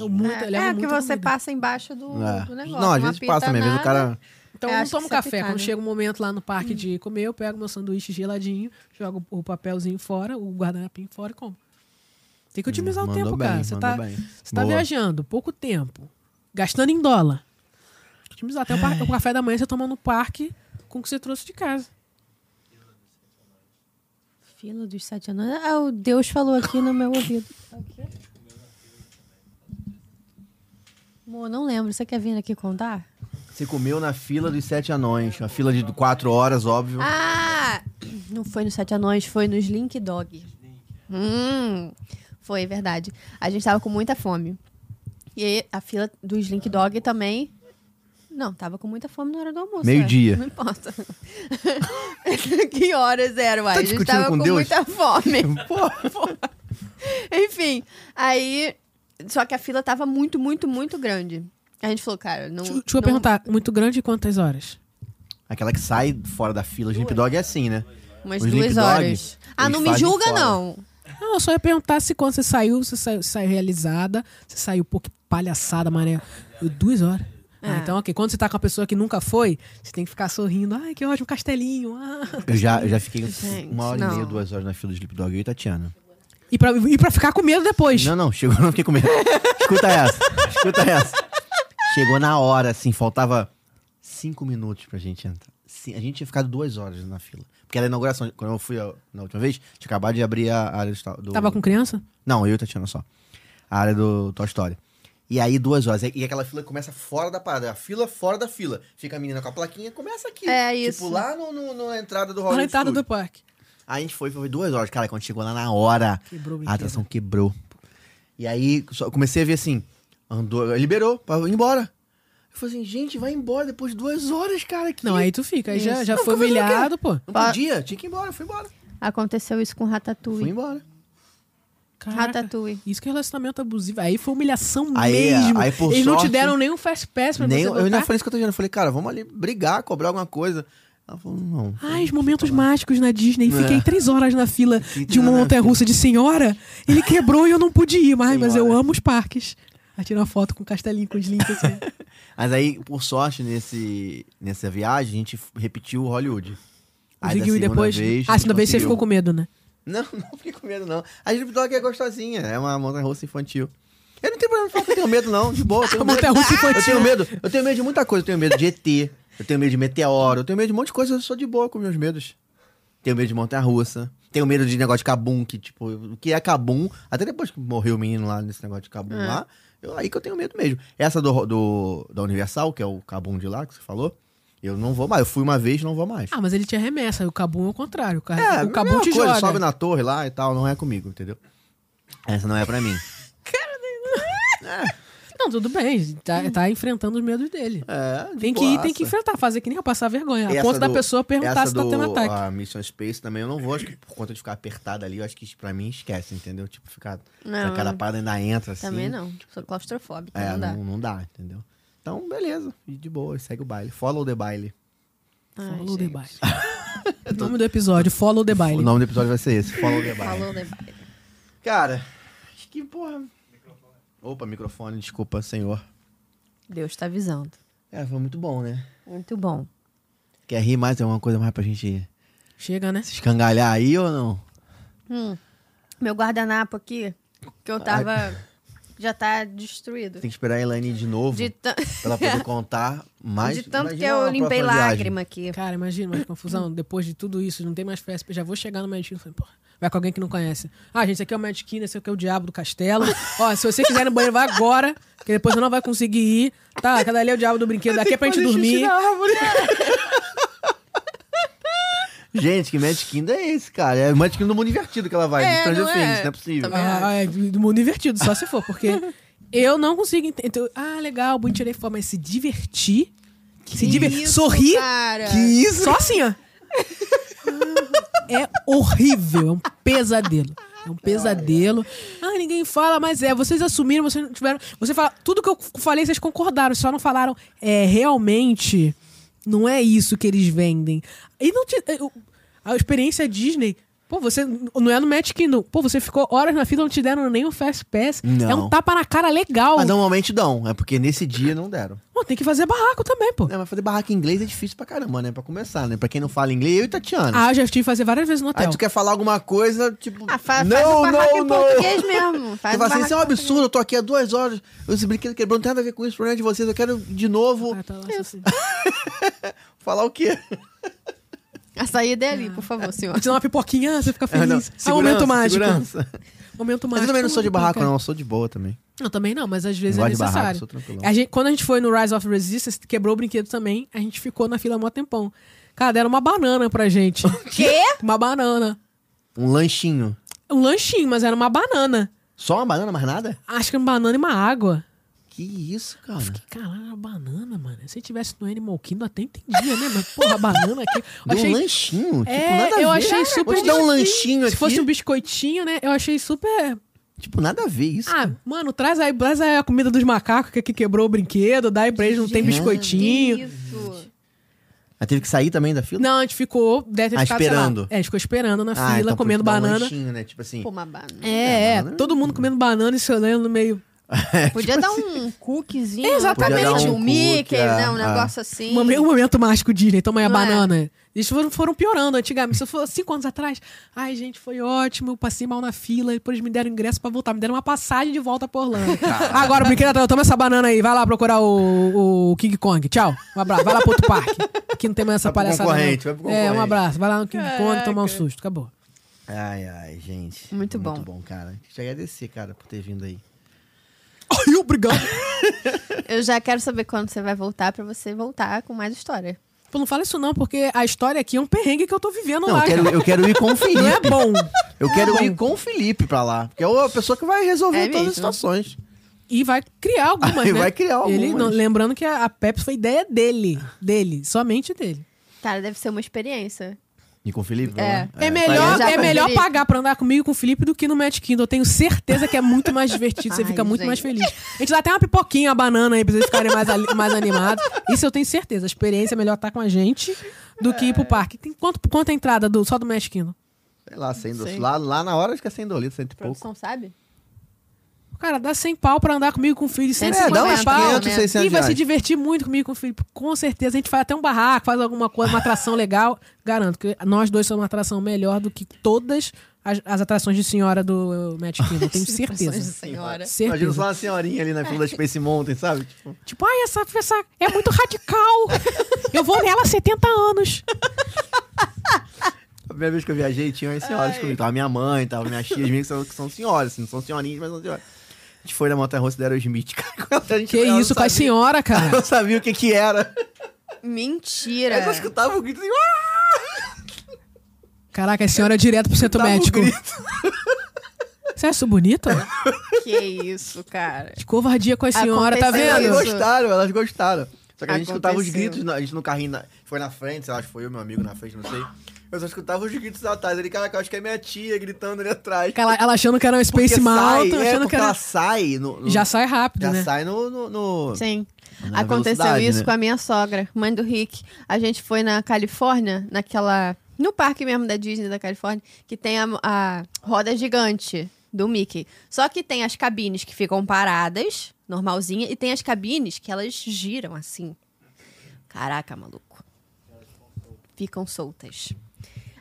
Eu muito, é, eu levo é que muita você comida. passa embaixo do, do Uh, negócio. É. não, às não vezes apita passa também. Às vezes nada. o cara... Então É, eu não acho tomo que isso é café. picado. Quando chega o momento lá no Hum. parque de comer, eu pego meu sanduíche geladinho, jogo o papelzinho fora, o guardanapinho fora e como. Tem que otimizar o Hum, mandou tempo, bem, cara. Você mandou tá, bem. você tá Boa. viajando pouco tempo, gastando em dólar. Otimizar até o, par- o café da manhã você toma no parque com o que você trouxe de casa. Fila dos sete anões. Ah, o Deus falou aqui no meu ouvido. Amor, não lembro. Você quer vir aqui contar? Você comeu na fila dos sete anões. A fila de quatro horas, óbvio. Ah! Não foi nos Sete Anões, foi no Slink Dog. Hum, foi, verdade. A gente tava com muita fome. E aí, a fila do Slink Dog também. Não, tava com muita fome na hora do almoço. Meio-dia. é. Não importa. (laughs) que horas eram, uai? A gente Tá discutindo tava com com Deus? muita (laughs) fome. Porra. (laughs) Enfim, aí. Só que a fila tava muito, muito, muito grande. A gente falou, cara, não. Deixa eu não- perguntar, muito grande quantas horas? Aquela que sai fora da fila, o Snoop Dogg é assim, né? Umas O Slink duas Dog, horas. ah, eles não me fazem julga, fora. não. Não, eu só ia perguntar se quando você saiu, você saiu, saiu realizada, você saiu, pô, que palhaçada, mané. Eu- Duas horas. Ah, É. então, ok. Quando você tá com a pessoa que nunca foi, você tem que ficar sorrindo. Ai, que ótimo, castelinho. ah. Eu já, eu já fiquei Gente, uma hora não. e meia, duas horas na fila do Snoop Dogg e Tatiana. E, pra, e pra ficar com medo depois. Não, não, chegou, (laughs) não fiquei com medo. Escuta essa, escuta essa. Chegou na hora, assim, faltava cinco minutos pra gente entrar. Sim, a gente tinha ficado duas horas na fila. Porque era a inauguração, quando eu fui a- na última vez, tinha acabado de abrir a área do... do- Tava com criança? Não, eu e Tatiana só. A área do Toy Story. E aí, duas horas. E aquela fila começa fora da parada. A fila fora da fila. Fica a menina com a plaquinha, começa aqui. É isso. Tipo, lá no, no- na entrada do Hollywood Coitada do Studios. parque. Aí a gente foi, foi duas horas. Cara, quando chegou lá na hora, Quebrou o a brinquedo. atração quebrou. E aí, só- eu comecei a ver assim, andou, liberou, pra ir embora. Eu falei assim, gente, vai embora depois de duas horas, cara. Que... Não, aí tu fica. Aí já, Isso. já Não, foi como é que eu humilhado, pô. Não podia, tinha que ir embora, fui embora. Aconteceu isso com Ratatouille. Fui embora. Ratatouille. Isso que é relacionamento abusivo. Aí foi humilhação Aí, é, mesmo. aí, por Eles não te sorte, deram nenhum fast pass pra Nem, você eu voltar. ainda falei isso com a Tatiana, eu falei, cara, vamos ali brigar, cobrar alguma coisa. Ela falou, não. Ai, os momentos mágicos na Disney. Fiquei É. três horas na fila de uma na montanha russa de senhora. Ele quebrou e eu não pude ir. Mas, mas eu Senhora. amo os parques. Aí tira uma foto com o castelinho, com os links assim. Mas aí, por sorte, nesse, nessa viagem, a gente f- repetiu o Hollywood. O (laughs) Aí, da Ziguinho e segunda depois. vez, ah, a segunda gente vez você conseguiu. ficou com medo, né? (laughs) Não, não fiquei com medo, não. A Snoop Dogg é gostosinha, é uma montanha russa infantil. Eu não tenho problema em falar que eu tenho medo, não. De boa, eu tenho medo. montanha-russa infantil. Eu tenho medo, eu tenho medo de muita coisa. Eu tenho medo de ET, eu tenho medo de meteoro, eu tenho medo de um monte de coisa, eu sou de boa com meus medos. Tenho medo de montanha russa. Tenho medo de negócio de cabum, que, tipo, o que é cabum? Até depois que morreu o menino lá nesse negócio de cabum lá, eu- aí que eu tenho medo mesmo. Essa do, do- da Universal, que é o cabum de lá que você falou, eu não vou mais. Eu fui uma vez, não vou mais. Ah, mas ele te arremessa. O Cabum é o contrário. O, ca... É, o Cabum mesma te coisa, joga. sobe na torre lá e tal, não é comigo, entendeu? Essa não é pra mim. Não, tudo bem. Tá, tá enfrentando os medos dele. É, de Tem que ir, tem boaça. que enfrentar. Fazer que nem eu passar vergonha. Essa A ponto da do- pessoa perguntar essa se tá tendo do- ataque. A Mission Space também eu não vou, acho que por conta de ficar apertada ali, eu acho que pra mim esquece, entendeu? Tipo, ficar Não, cada parada ainda entra assim. Também não. Sou claustrofóbica, É, não dá. não, não dá, entendeu? Então, beleza. E de boa, segue o baile. Follow the baile. Ai, Follow the gente. Baile. (laughs) O nome do episódio, Follow the O Baile. nome do episódio vai ser esse, Follow the baile. Follow the baile. Cara, acho que porra. Opa, microfone, desculpa, senhor. Deus tá avisando. É, foi muito bom, né? Muito bom. Quer rir mais? Tem alguma coisa mais pra gente Chega, né? se escangalhar aí ou não? Meu guardanapo aqui, que eu tava. Já tá destruído. Tem que esperar a Elaine de novo De, tan- pra ela poder contar mais. de tanto Imagina que uma eu próxima limpei viagem. lágrima aqui. Cara, imagina, mas confusão. Depois de tudo isso, não tem mais festa. Já vou chegar no Magic Kingdom. falei, porra, Vai com alguém que não conhece. Ah, gente, esse aqui é o Magic Kingdom, esse aqui é o Diabo do Castelo. (laughs) Ó, se você quiser ir no banheiro, vai agora, que depois você não vai conseguir ir. Tá, cada ali é o Diabo do Brinquedo, daqui é pra gente Fazer xixi dormir. na árvore. Gente, que Magic Kingdom é esse, cara? É o Magic Kingdom do mundo invertido que ela vai, É, do Stranger não é? Things, não é possível. Também Ah, é do mundo invertido, só se for, porque eu não consigo entender. Então, ah, legal, bonito, tirei foto, mas se divertir. se divertir. isso, Sorrir. cara. Que isso? Só assim, ó. é horrível, é um pesadelo. É um pesadelo. Ah, ninguém fala, mas é, vocês assumiram, vocês não tiveram. Você fala, tudo que eu falei, vocês concordaram, só não falaram. É, realmente, não é isso que eles vendem. E não te- eu- A experiência Disney. Pô, você não é no Magic Kingdom. Pô, você ficou horas na fila, não te deram nem o Fast Pass. Não. É um tapa na cara legal. Mas normalmente dão, é porque nesse dia não deram. Pô, tem que fazer barraco também, pô. É, mas fazer barraca em inglês é difícil pra caramba, né? Pra começar, né? Pra quem não fala inglês, eu e Tatiana. Ah, então. eu já tive que fazer várias vezes no hotel. Aí tu quer falar alguma coisa, tipo. Ah, fa faz o não, barraco não, em não. português mesmo. Faz Você o fala assim, barraco isso é um absurdo, eu tô aqui há duas horas, esse brinquedo quebrou, não tem nada a ver com isso, o problema é de vocês, eu quero de novo. Ah, tá lá, só assim. Falar o quê? A saída é ali, por favor, senhor. Você dá uma (laughs) pipoquinha, você fica feliz. é um momento mágico. Momento Mas mágico. eu também não sou de barraco, cara. não. Eu sou de boa também. Não, também não, mas às vezes Não é gosto de barraco, necessário. sou tranquilão. A gente- quando a gente foi no Rise of Resistance, quebrou o brinquedo também, a gente ficou na fila mó tempão. Cara, deram uma banana pra (laughs) gente. Quê? uma banana. Um lanchinho. Um lanchinho, mas era uma banana. Só uma banana, mais nada? Acho que era uma banana e uma água. Que isso, cara. Caralho, uma banana, mano. Se tivesse no Animal Kingdom, até entendia, né? Mas, (laughs) porra, banana aqui. Eu Deu um achei- lanchinho. Tipo, É, nada a ver. eu achei super Vou te dar um difícil. lanchinho aqui. Se fosse um biscoitinho, né? Eu achei super. Tipo, nada a ver isso. Ah, mano, traz aí, traz aí a comida dos macacos que aqui quebrou o brinquedo, dá aí pra eles, não tem Gente, biscoitinho. Uhum. Isso. Aí Ah, teve que sair também da fila? Não, a gente ficou. Deve ter Ah, ficado, sei lá, esperando. é, a gente ficou esperando na Ah, fila, então comendo podia dar Um banana. lanchinho, né? Tipo assim. Pô, uma banana. é, é, banana. todo mundo comendo banana e se olhando no meio. Podia dar um cookiezinho. Exatamente. Um, Podia Tipo assim, dar um, um Mickey, cookie, é, né? Um é. negócio assim. Um momento, um momento mágico Disney, toma aí a Não é? banana. Eles foram, foram piorando antigamente. Se eu for cinco anos atrás, ai, gente, foi ótimo, eu passei mal na fila, depois eles me deram ingresso pra voltar, me deram uma passagem de volta pra Orlando. Agora, o brinquedo atrás, toma essa banana aí, vai lá procurar o, o King Kong. Tchau. Um abraço, vai lá pro outro parque. Aqui não tem mais essa Vai pro palhaçada. concorrente, não. vai pro É, um concorrente. abraço, vai lá no King Kong tomar um susto. Acabou. Ai, ai, gente. Muito bom. Muito bom, cara. Te agradecer, cara, por ter vindo aí. Ai, obrigado. Eu já quero saber quando você vai voltar pra você voltar com mais história. Pô, não fala isso não, porque a história aqui é um perrengue que eu tô vivendo Não, é lá. eu quero, cara. eu quero ir com o (laughs) Não é Felipe. bom. Eu quero ir com o Felipe pra lá. Porque é a pessoa que vai resolver É todas mesmo. as situações. E vai (laughs) criar algumas, Aí né? vai criar algumas. Ele, não- lembrando que a, a Pepsi foi ideia dele. Dele. Somente dele. Cara, deve ser uma experiência. E com o Felipe? né? É. vamos lá? É, melhor, já é com o melhor Felipe. pagar pra andar comigo e com o Felipe do que no Magic Kingdom. Eu tenho certeza que é muito mais divertido. (laughs) Você Ai, fica muito mais gente. feliz. A gente dá até uma pipoquinha, uma banana aí pra vocês ficarem mais, ali- mais animados. Isso eu tenho certeza. A experiência é melhor estar com a gente do que ir pro parque. Tem quanto, quanto é a entrada do, só do Magic Kingdom? Sei lá, 100 do... Sei. lá, lá na hora fica 100 dolitos, cento e A produção pouco. sabe? Cara, dá 100 pau pra andar comigo e com o filho. 150 É, dá uns pau. 500, né? 600 E vai se reais. divertir muito comigo, com o Felipe. Com certeza. A gente faz até um barraco, faz alguma coisa, uma atração (laughs) legal. Garanto que nós dois somos uma atração melhor do que todas as, as atrações de senhora do uh, (laughs) Magic Kingdom. Tenho Expressões de certeza. senhora. Imagina só Certeza. uma senhorinha ali na fila da Space Mountain, sabe? Tipo, Tipo, ai, essa, essa é (laughs) muito radical. Eu vou nela há 70 anos. a primeira vez que eu viajei, tinha umas senhoras comigo. Tava minha mãe, tava minhas tias minhas, que são, que são senhoras, assim, não são senhorinhas, mas são senhoras. A gente foi na Montanha Russa e deram Smith, cara. (laughs) quando a gente Que foi lá, eu não isso, com a sabia- senhora, Eu cara. não sabia o que que era. É. Mentira. Eu só escutava o grito assim, "Ah!" Caraca, a senhora é direto pro centro Escutava o médico. um grito. Você acha isso bonito? Que isso, cara. De covardia com a senhora, tá Aconteceu vendo? Elas gostaram, elas gostaram. Só que a gente Aconteceu. escutava os gritos, na- a gente no carrinho, na- foi na frente, sei lá, acho que foi eu, meu amigo na frente, não sei. Eu só escutava os gritos atrás. Ele, caraca, eu acho que é minha tia gritando ali atrás. Ela, ela achando que era um Porque Space Mountain, sai, é, achando porque que era. ela sai no, no- Já sai rápido, já né? sai no, no, no- Sim. na Aconteceu velocidade, isso né? com a minha sogra, mãe do Rick. A gente foi na Califórnia, naquela. No parque mesmo da Disney da Califórnia, que tem a, a roda gigante do Mickey. Só que tem as cabines que ficam paradas, normalzinha, e tem as cabines que elas giram assim. Caraca, maluco. Ficam soltas.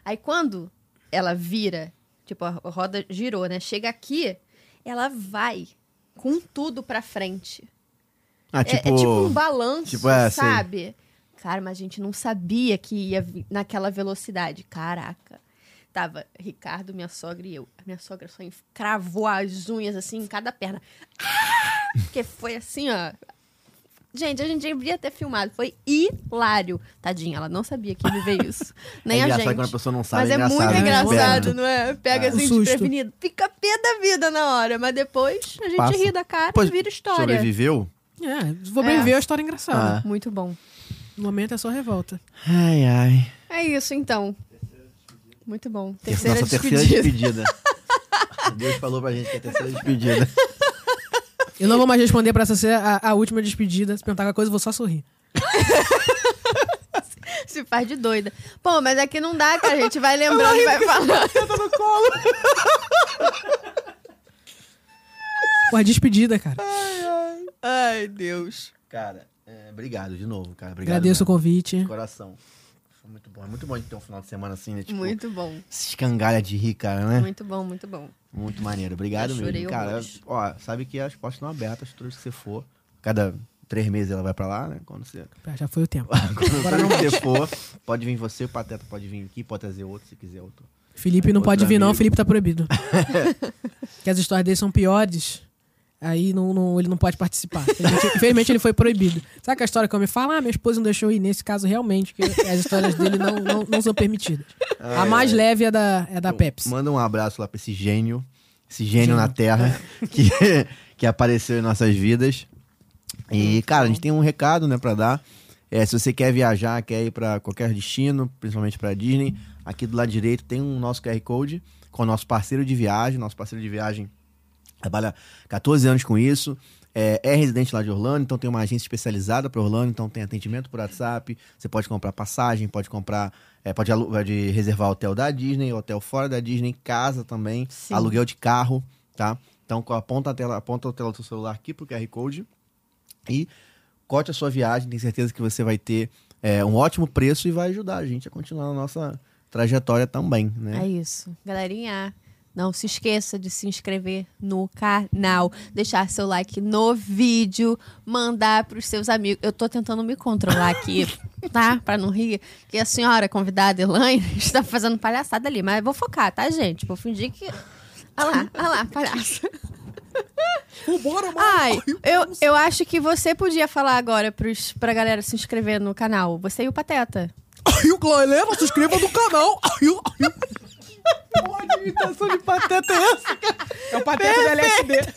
Aí quando ela vira, tipo, a a roda girou, né? Chega aqui, ela vai com tudo pra frente. Ah, É- tipo, é, tipo um balanço, tipo, é, sei. sabe? Cara, mas a gente não sabia que ia vi- naquela velocidade. Caraca. Tava Ricardo, minha sogra e eu. A minha sogra só enf- cravou as unhas assim em cada perna. Ah! Porque foi assim, ó. Gente, a gente devia ter filmado. Foi hilário. Tadinha, ela não sabia que ia viver isso. Nem (laughs) é a engraçado gente. quando a pessoa não sabe. Mas é engraçado, muito né? engraçado, Perna. não é? Pega É. assim, Susto. desprevenido. Fica pé da vida na hora, mas depois a gente Passa. ri da cara e vira história. Sobreviveu? É, vou bem É. ver a história engraçada. Ah. Muito bom. No momento é só revolta. Ai, ai. É isso, então. Muito bom. Terceira Nossa, despedida. terceira despedida. (laughs) Deus falou pra gente que é a terceira (laughs) despedida. Eu não vou mais responder pra essa ser a, a última despedida. Se perguntar alguma coisa, eu vou só sorrir. (laughs) Se faz de doida. Pô, mas aqui não dá, cara. A gente vai lembrando e vai falando. Pô, a despedida, cara. Ai, Deus. Cara, é, obrigado de novo, cara. Obrigado mesmo. Agradeço o convite. De coração. Foi muito bom. É muito bom a gente ter um final de semana assim, né? Tipo, Muito bom. se escangalha de rir, cara, né? Muito, Muito bom, muito bom. maneiro. Obrigado Eu chorei mesmo. Cara, horrores. ó, sabe que as portas estão abertas, todas que você for. Cada três meses ela vai pra lá, né? Quando você. (laughs) Ah, Já foi o tempo. Quando você for, pode vir você, o Pateta pode vir aqui, pode trazer outro se quiser outro. Felipe não Outro pode vir, não. amigo. Felipe (laughs) tá proibido. Porque as histórias dele são piores. Aí não, não- ele não pode participar. Infelizmente, (laughs) infelizmente, ele foi proibido. Sabe aquela história que eu me falo? Ah, minha esposa não deixou eu ir. Nesse caso, realmente, que as histórias dele não, não- não são permitidas. a mais leve é da, é da Pepsi. Manda um abraço lá pra esse gênio, esse gênio, na Terra que, que apareceu em nossas vidas. E, cara, a gente tem um recado, né, pra dar. É, se você quer viajar, quer ir pra qualquer destino, principalmente pra Disney, aqui do lado direito tem o nosso QR Code com o nosso parceiro de viagem. Nosso parceiro de viagem trabalha 14 anos com isso. É, é residente lá de Orlando, então tem uma agência especializada para Orlando, então tem atendimento por WhatsApp. Você pode comprar passagem, pode comprar, é, pode, alu- pode reservar hotel da Disney, hotel fora da Disney, casa também, Sim. aluguel de carro, tá? Então co- aponta a tela, aponta a tela do seu celular aqui pro QR code e cote a sua viagem. Tenho certeza que você vai ter é, um ótimo preço e vai ajudar a gente a continuar a nossa trajetória também, né? É isso. Galerinha, não se esqueça de se inscrever no canal, deixar seu like no vídeo, mandar pros seus amigos. Eu tô tentando me controlar aqui, tá? Pra não rir. Porque a senhora convidada, Elaine, (laughs) está fazendo palhaçada ali. Mas eu vou focar, tá, gente? Vou fingir que... Olha lá, olha lá, palhaço. Ai, eu, eu acho que você podia falar agora pros, pra galera se inscrever no canal. Você e o Pateta. o Cleleva, se inscreva no canal. (laughs) Pode imitação de pateta é essa? É o pateta da LSD.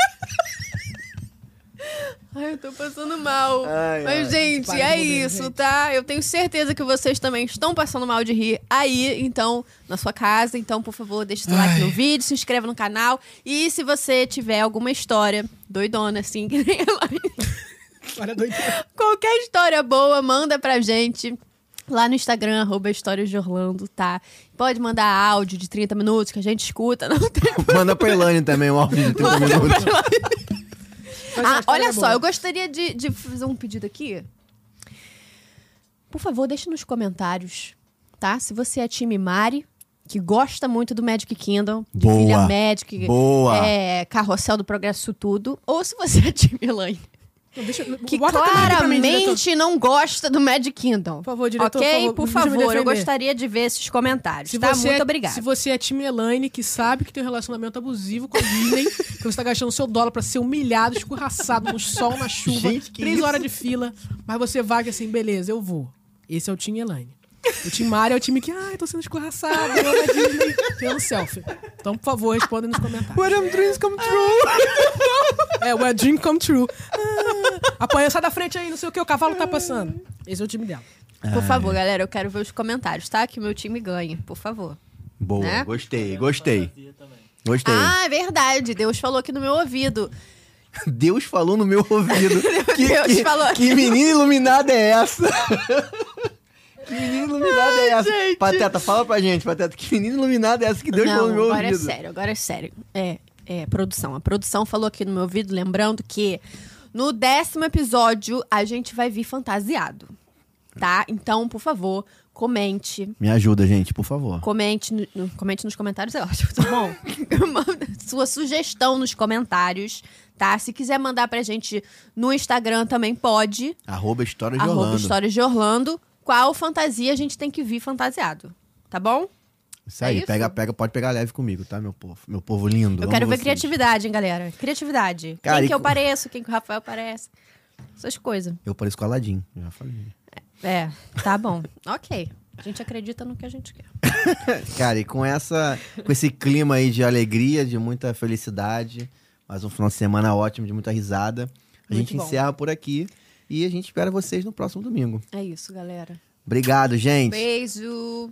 Ai, eu tô passando mal. Ai, Mas, gente, Pare de é morrer, isso, gente. tá? Eu tenho certeza que vocês também estão passando mal de rir aí, então, na sua casa. Então, por favor, deixa seu like no vídeo, se inscreva no canal. E se você tiver alguma história doidona, assim, (laughs) que nem ela, Olha doideira. qualquer história boa, manda pra gente. Lá no Instagram, arroba Histórias de Orlando, tá? Pode mandar áudio de 30 minutos que a gente escuta, não (laughs) tem Manda pra Elane também um áudio de 30 minutos. Mas a Ah, história é olha boa. só, eu gostaria de, de fazer um pedido aqui. Por favor, deixe nos comentários, tá? Se você é time Mari, que gosta muito do Magic Kingdom, de Boa. Filha Magic, Boa. é, Carrossel do Progresso, tudo. Ou se você é time Elaine, Não, deixa- que bota a câmera pra mim, diretor. claramente não gosta do Magic Kingdom. Por favor, diretor, Ok? por Por favor, deixa eu me favor, eu defender. gostaria de ver esses comentários, Se tá? você Muito é- obrigada. Se você é time Elaine, que sabe que tem um relacionamento abusivo com a Disney, (laughs) que você tá gastando seu dólar pra ser humilhado, escorraçado no sol, na chuva, Gente, que três isso? horas de fila, mas você vai que assim, beleza, eu vou. Esse é o time Elaine. O time Mário é o time que, ai, tô sendo escorraçado, eu amo a Disney, tirando selfie. Então, por favor, responda nos comentários. What I'm dreams come true. (laughs) É, where dream come true. Ah, apanha, sai da frente aí, não sei o que, o cavalo tá passando. Esse é o time dela. Ah, Por é. favor, galera, eu quero ver os comentários, tá? Que o meu time ganhe, por favor. Boa, Né? gostei, gostei. Gostei. Ah, é verdade. Deus falou aqui no meu ouvido. (laughs) Deus falou no meu (laughs) ouvido. que, Deus que, falou. que menina iluminada é (laughs) essa? que menina iluminada é essa? Pateta, fala pra gente, Pateta, que menina iluminada é essa que Deus Não, falou no meu agora ouvido? é sério, agora é sério. É, é, produção. A produção falou aqui no meu ouvido, lembrando que no décimo episódio a gente vai vir fantasiado. Tá? Então, por favor, comente. Me ajuda, gente, por favor. Comente, no- no- comente nos comentários, é ótimo, tá bom? Manda Sua sugestão nos comentários, tá? Se quiser mandar pra gente no Instagram também pode. Arroba História de Arroba Orlando. Histórias de Orlando. Qual fantasia a gente tem que vir fantasiado? Tá bom? Isso aí, É isso? pega, pega, pode pegar leve comigo, tá, meu povo? Meu povo lindo. Eu amo quero ver vocês. criatividade, hein, galera. Criatividade. Cara, quem e que eu co- pareço, quem que o Rafael parece. Essas coisas. Eu pareço com o Aladim, já falei. É, tá bom. (laughs) ok. A gente acredita no que a gente quer. Cara, e com essa, com esse clima aí de alegria, de muita felicidade, mais um final de semana ótimo, de muita risada, a Muito gente bom. encerra por aqui e a gente espera vocês no próximo domingo. É isso, galera. Obrigado, gente. Beijo.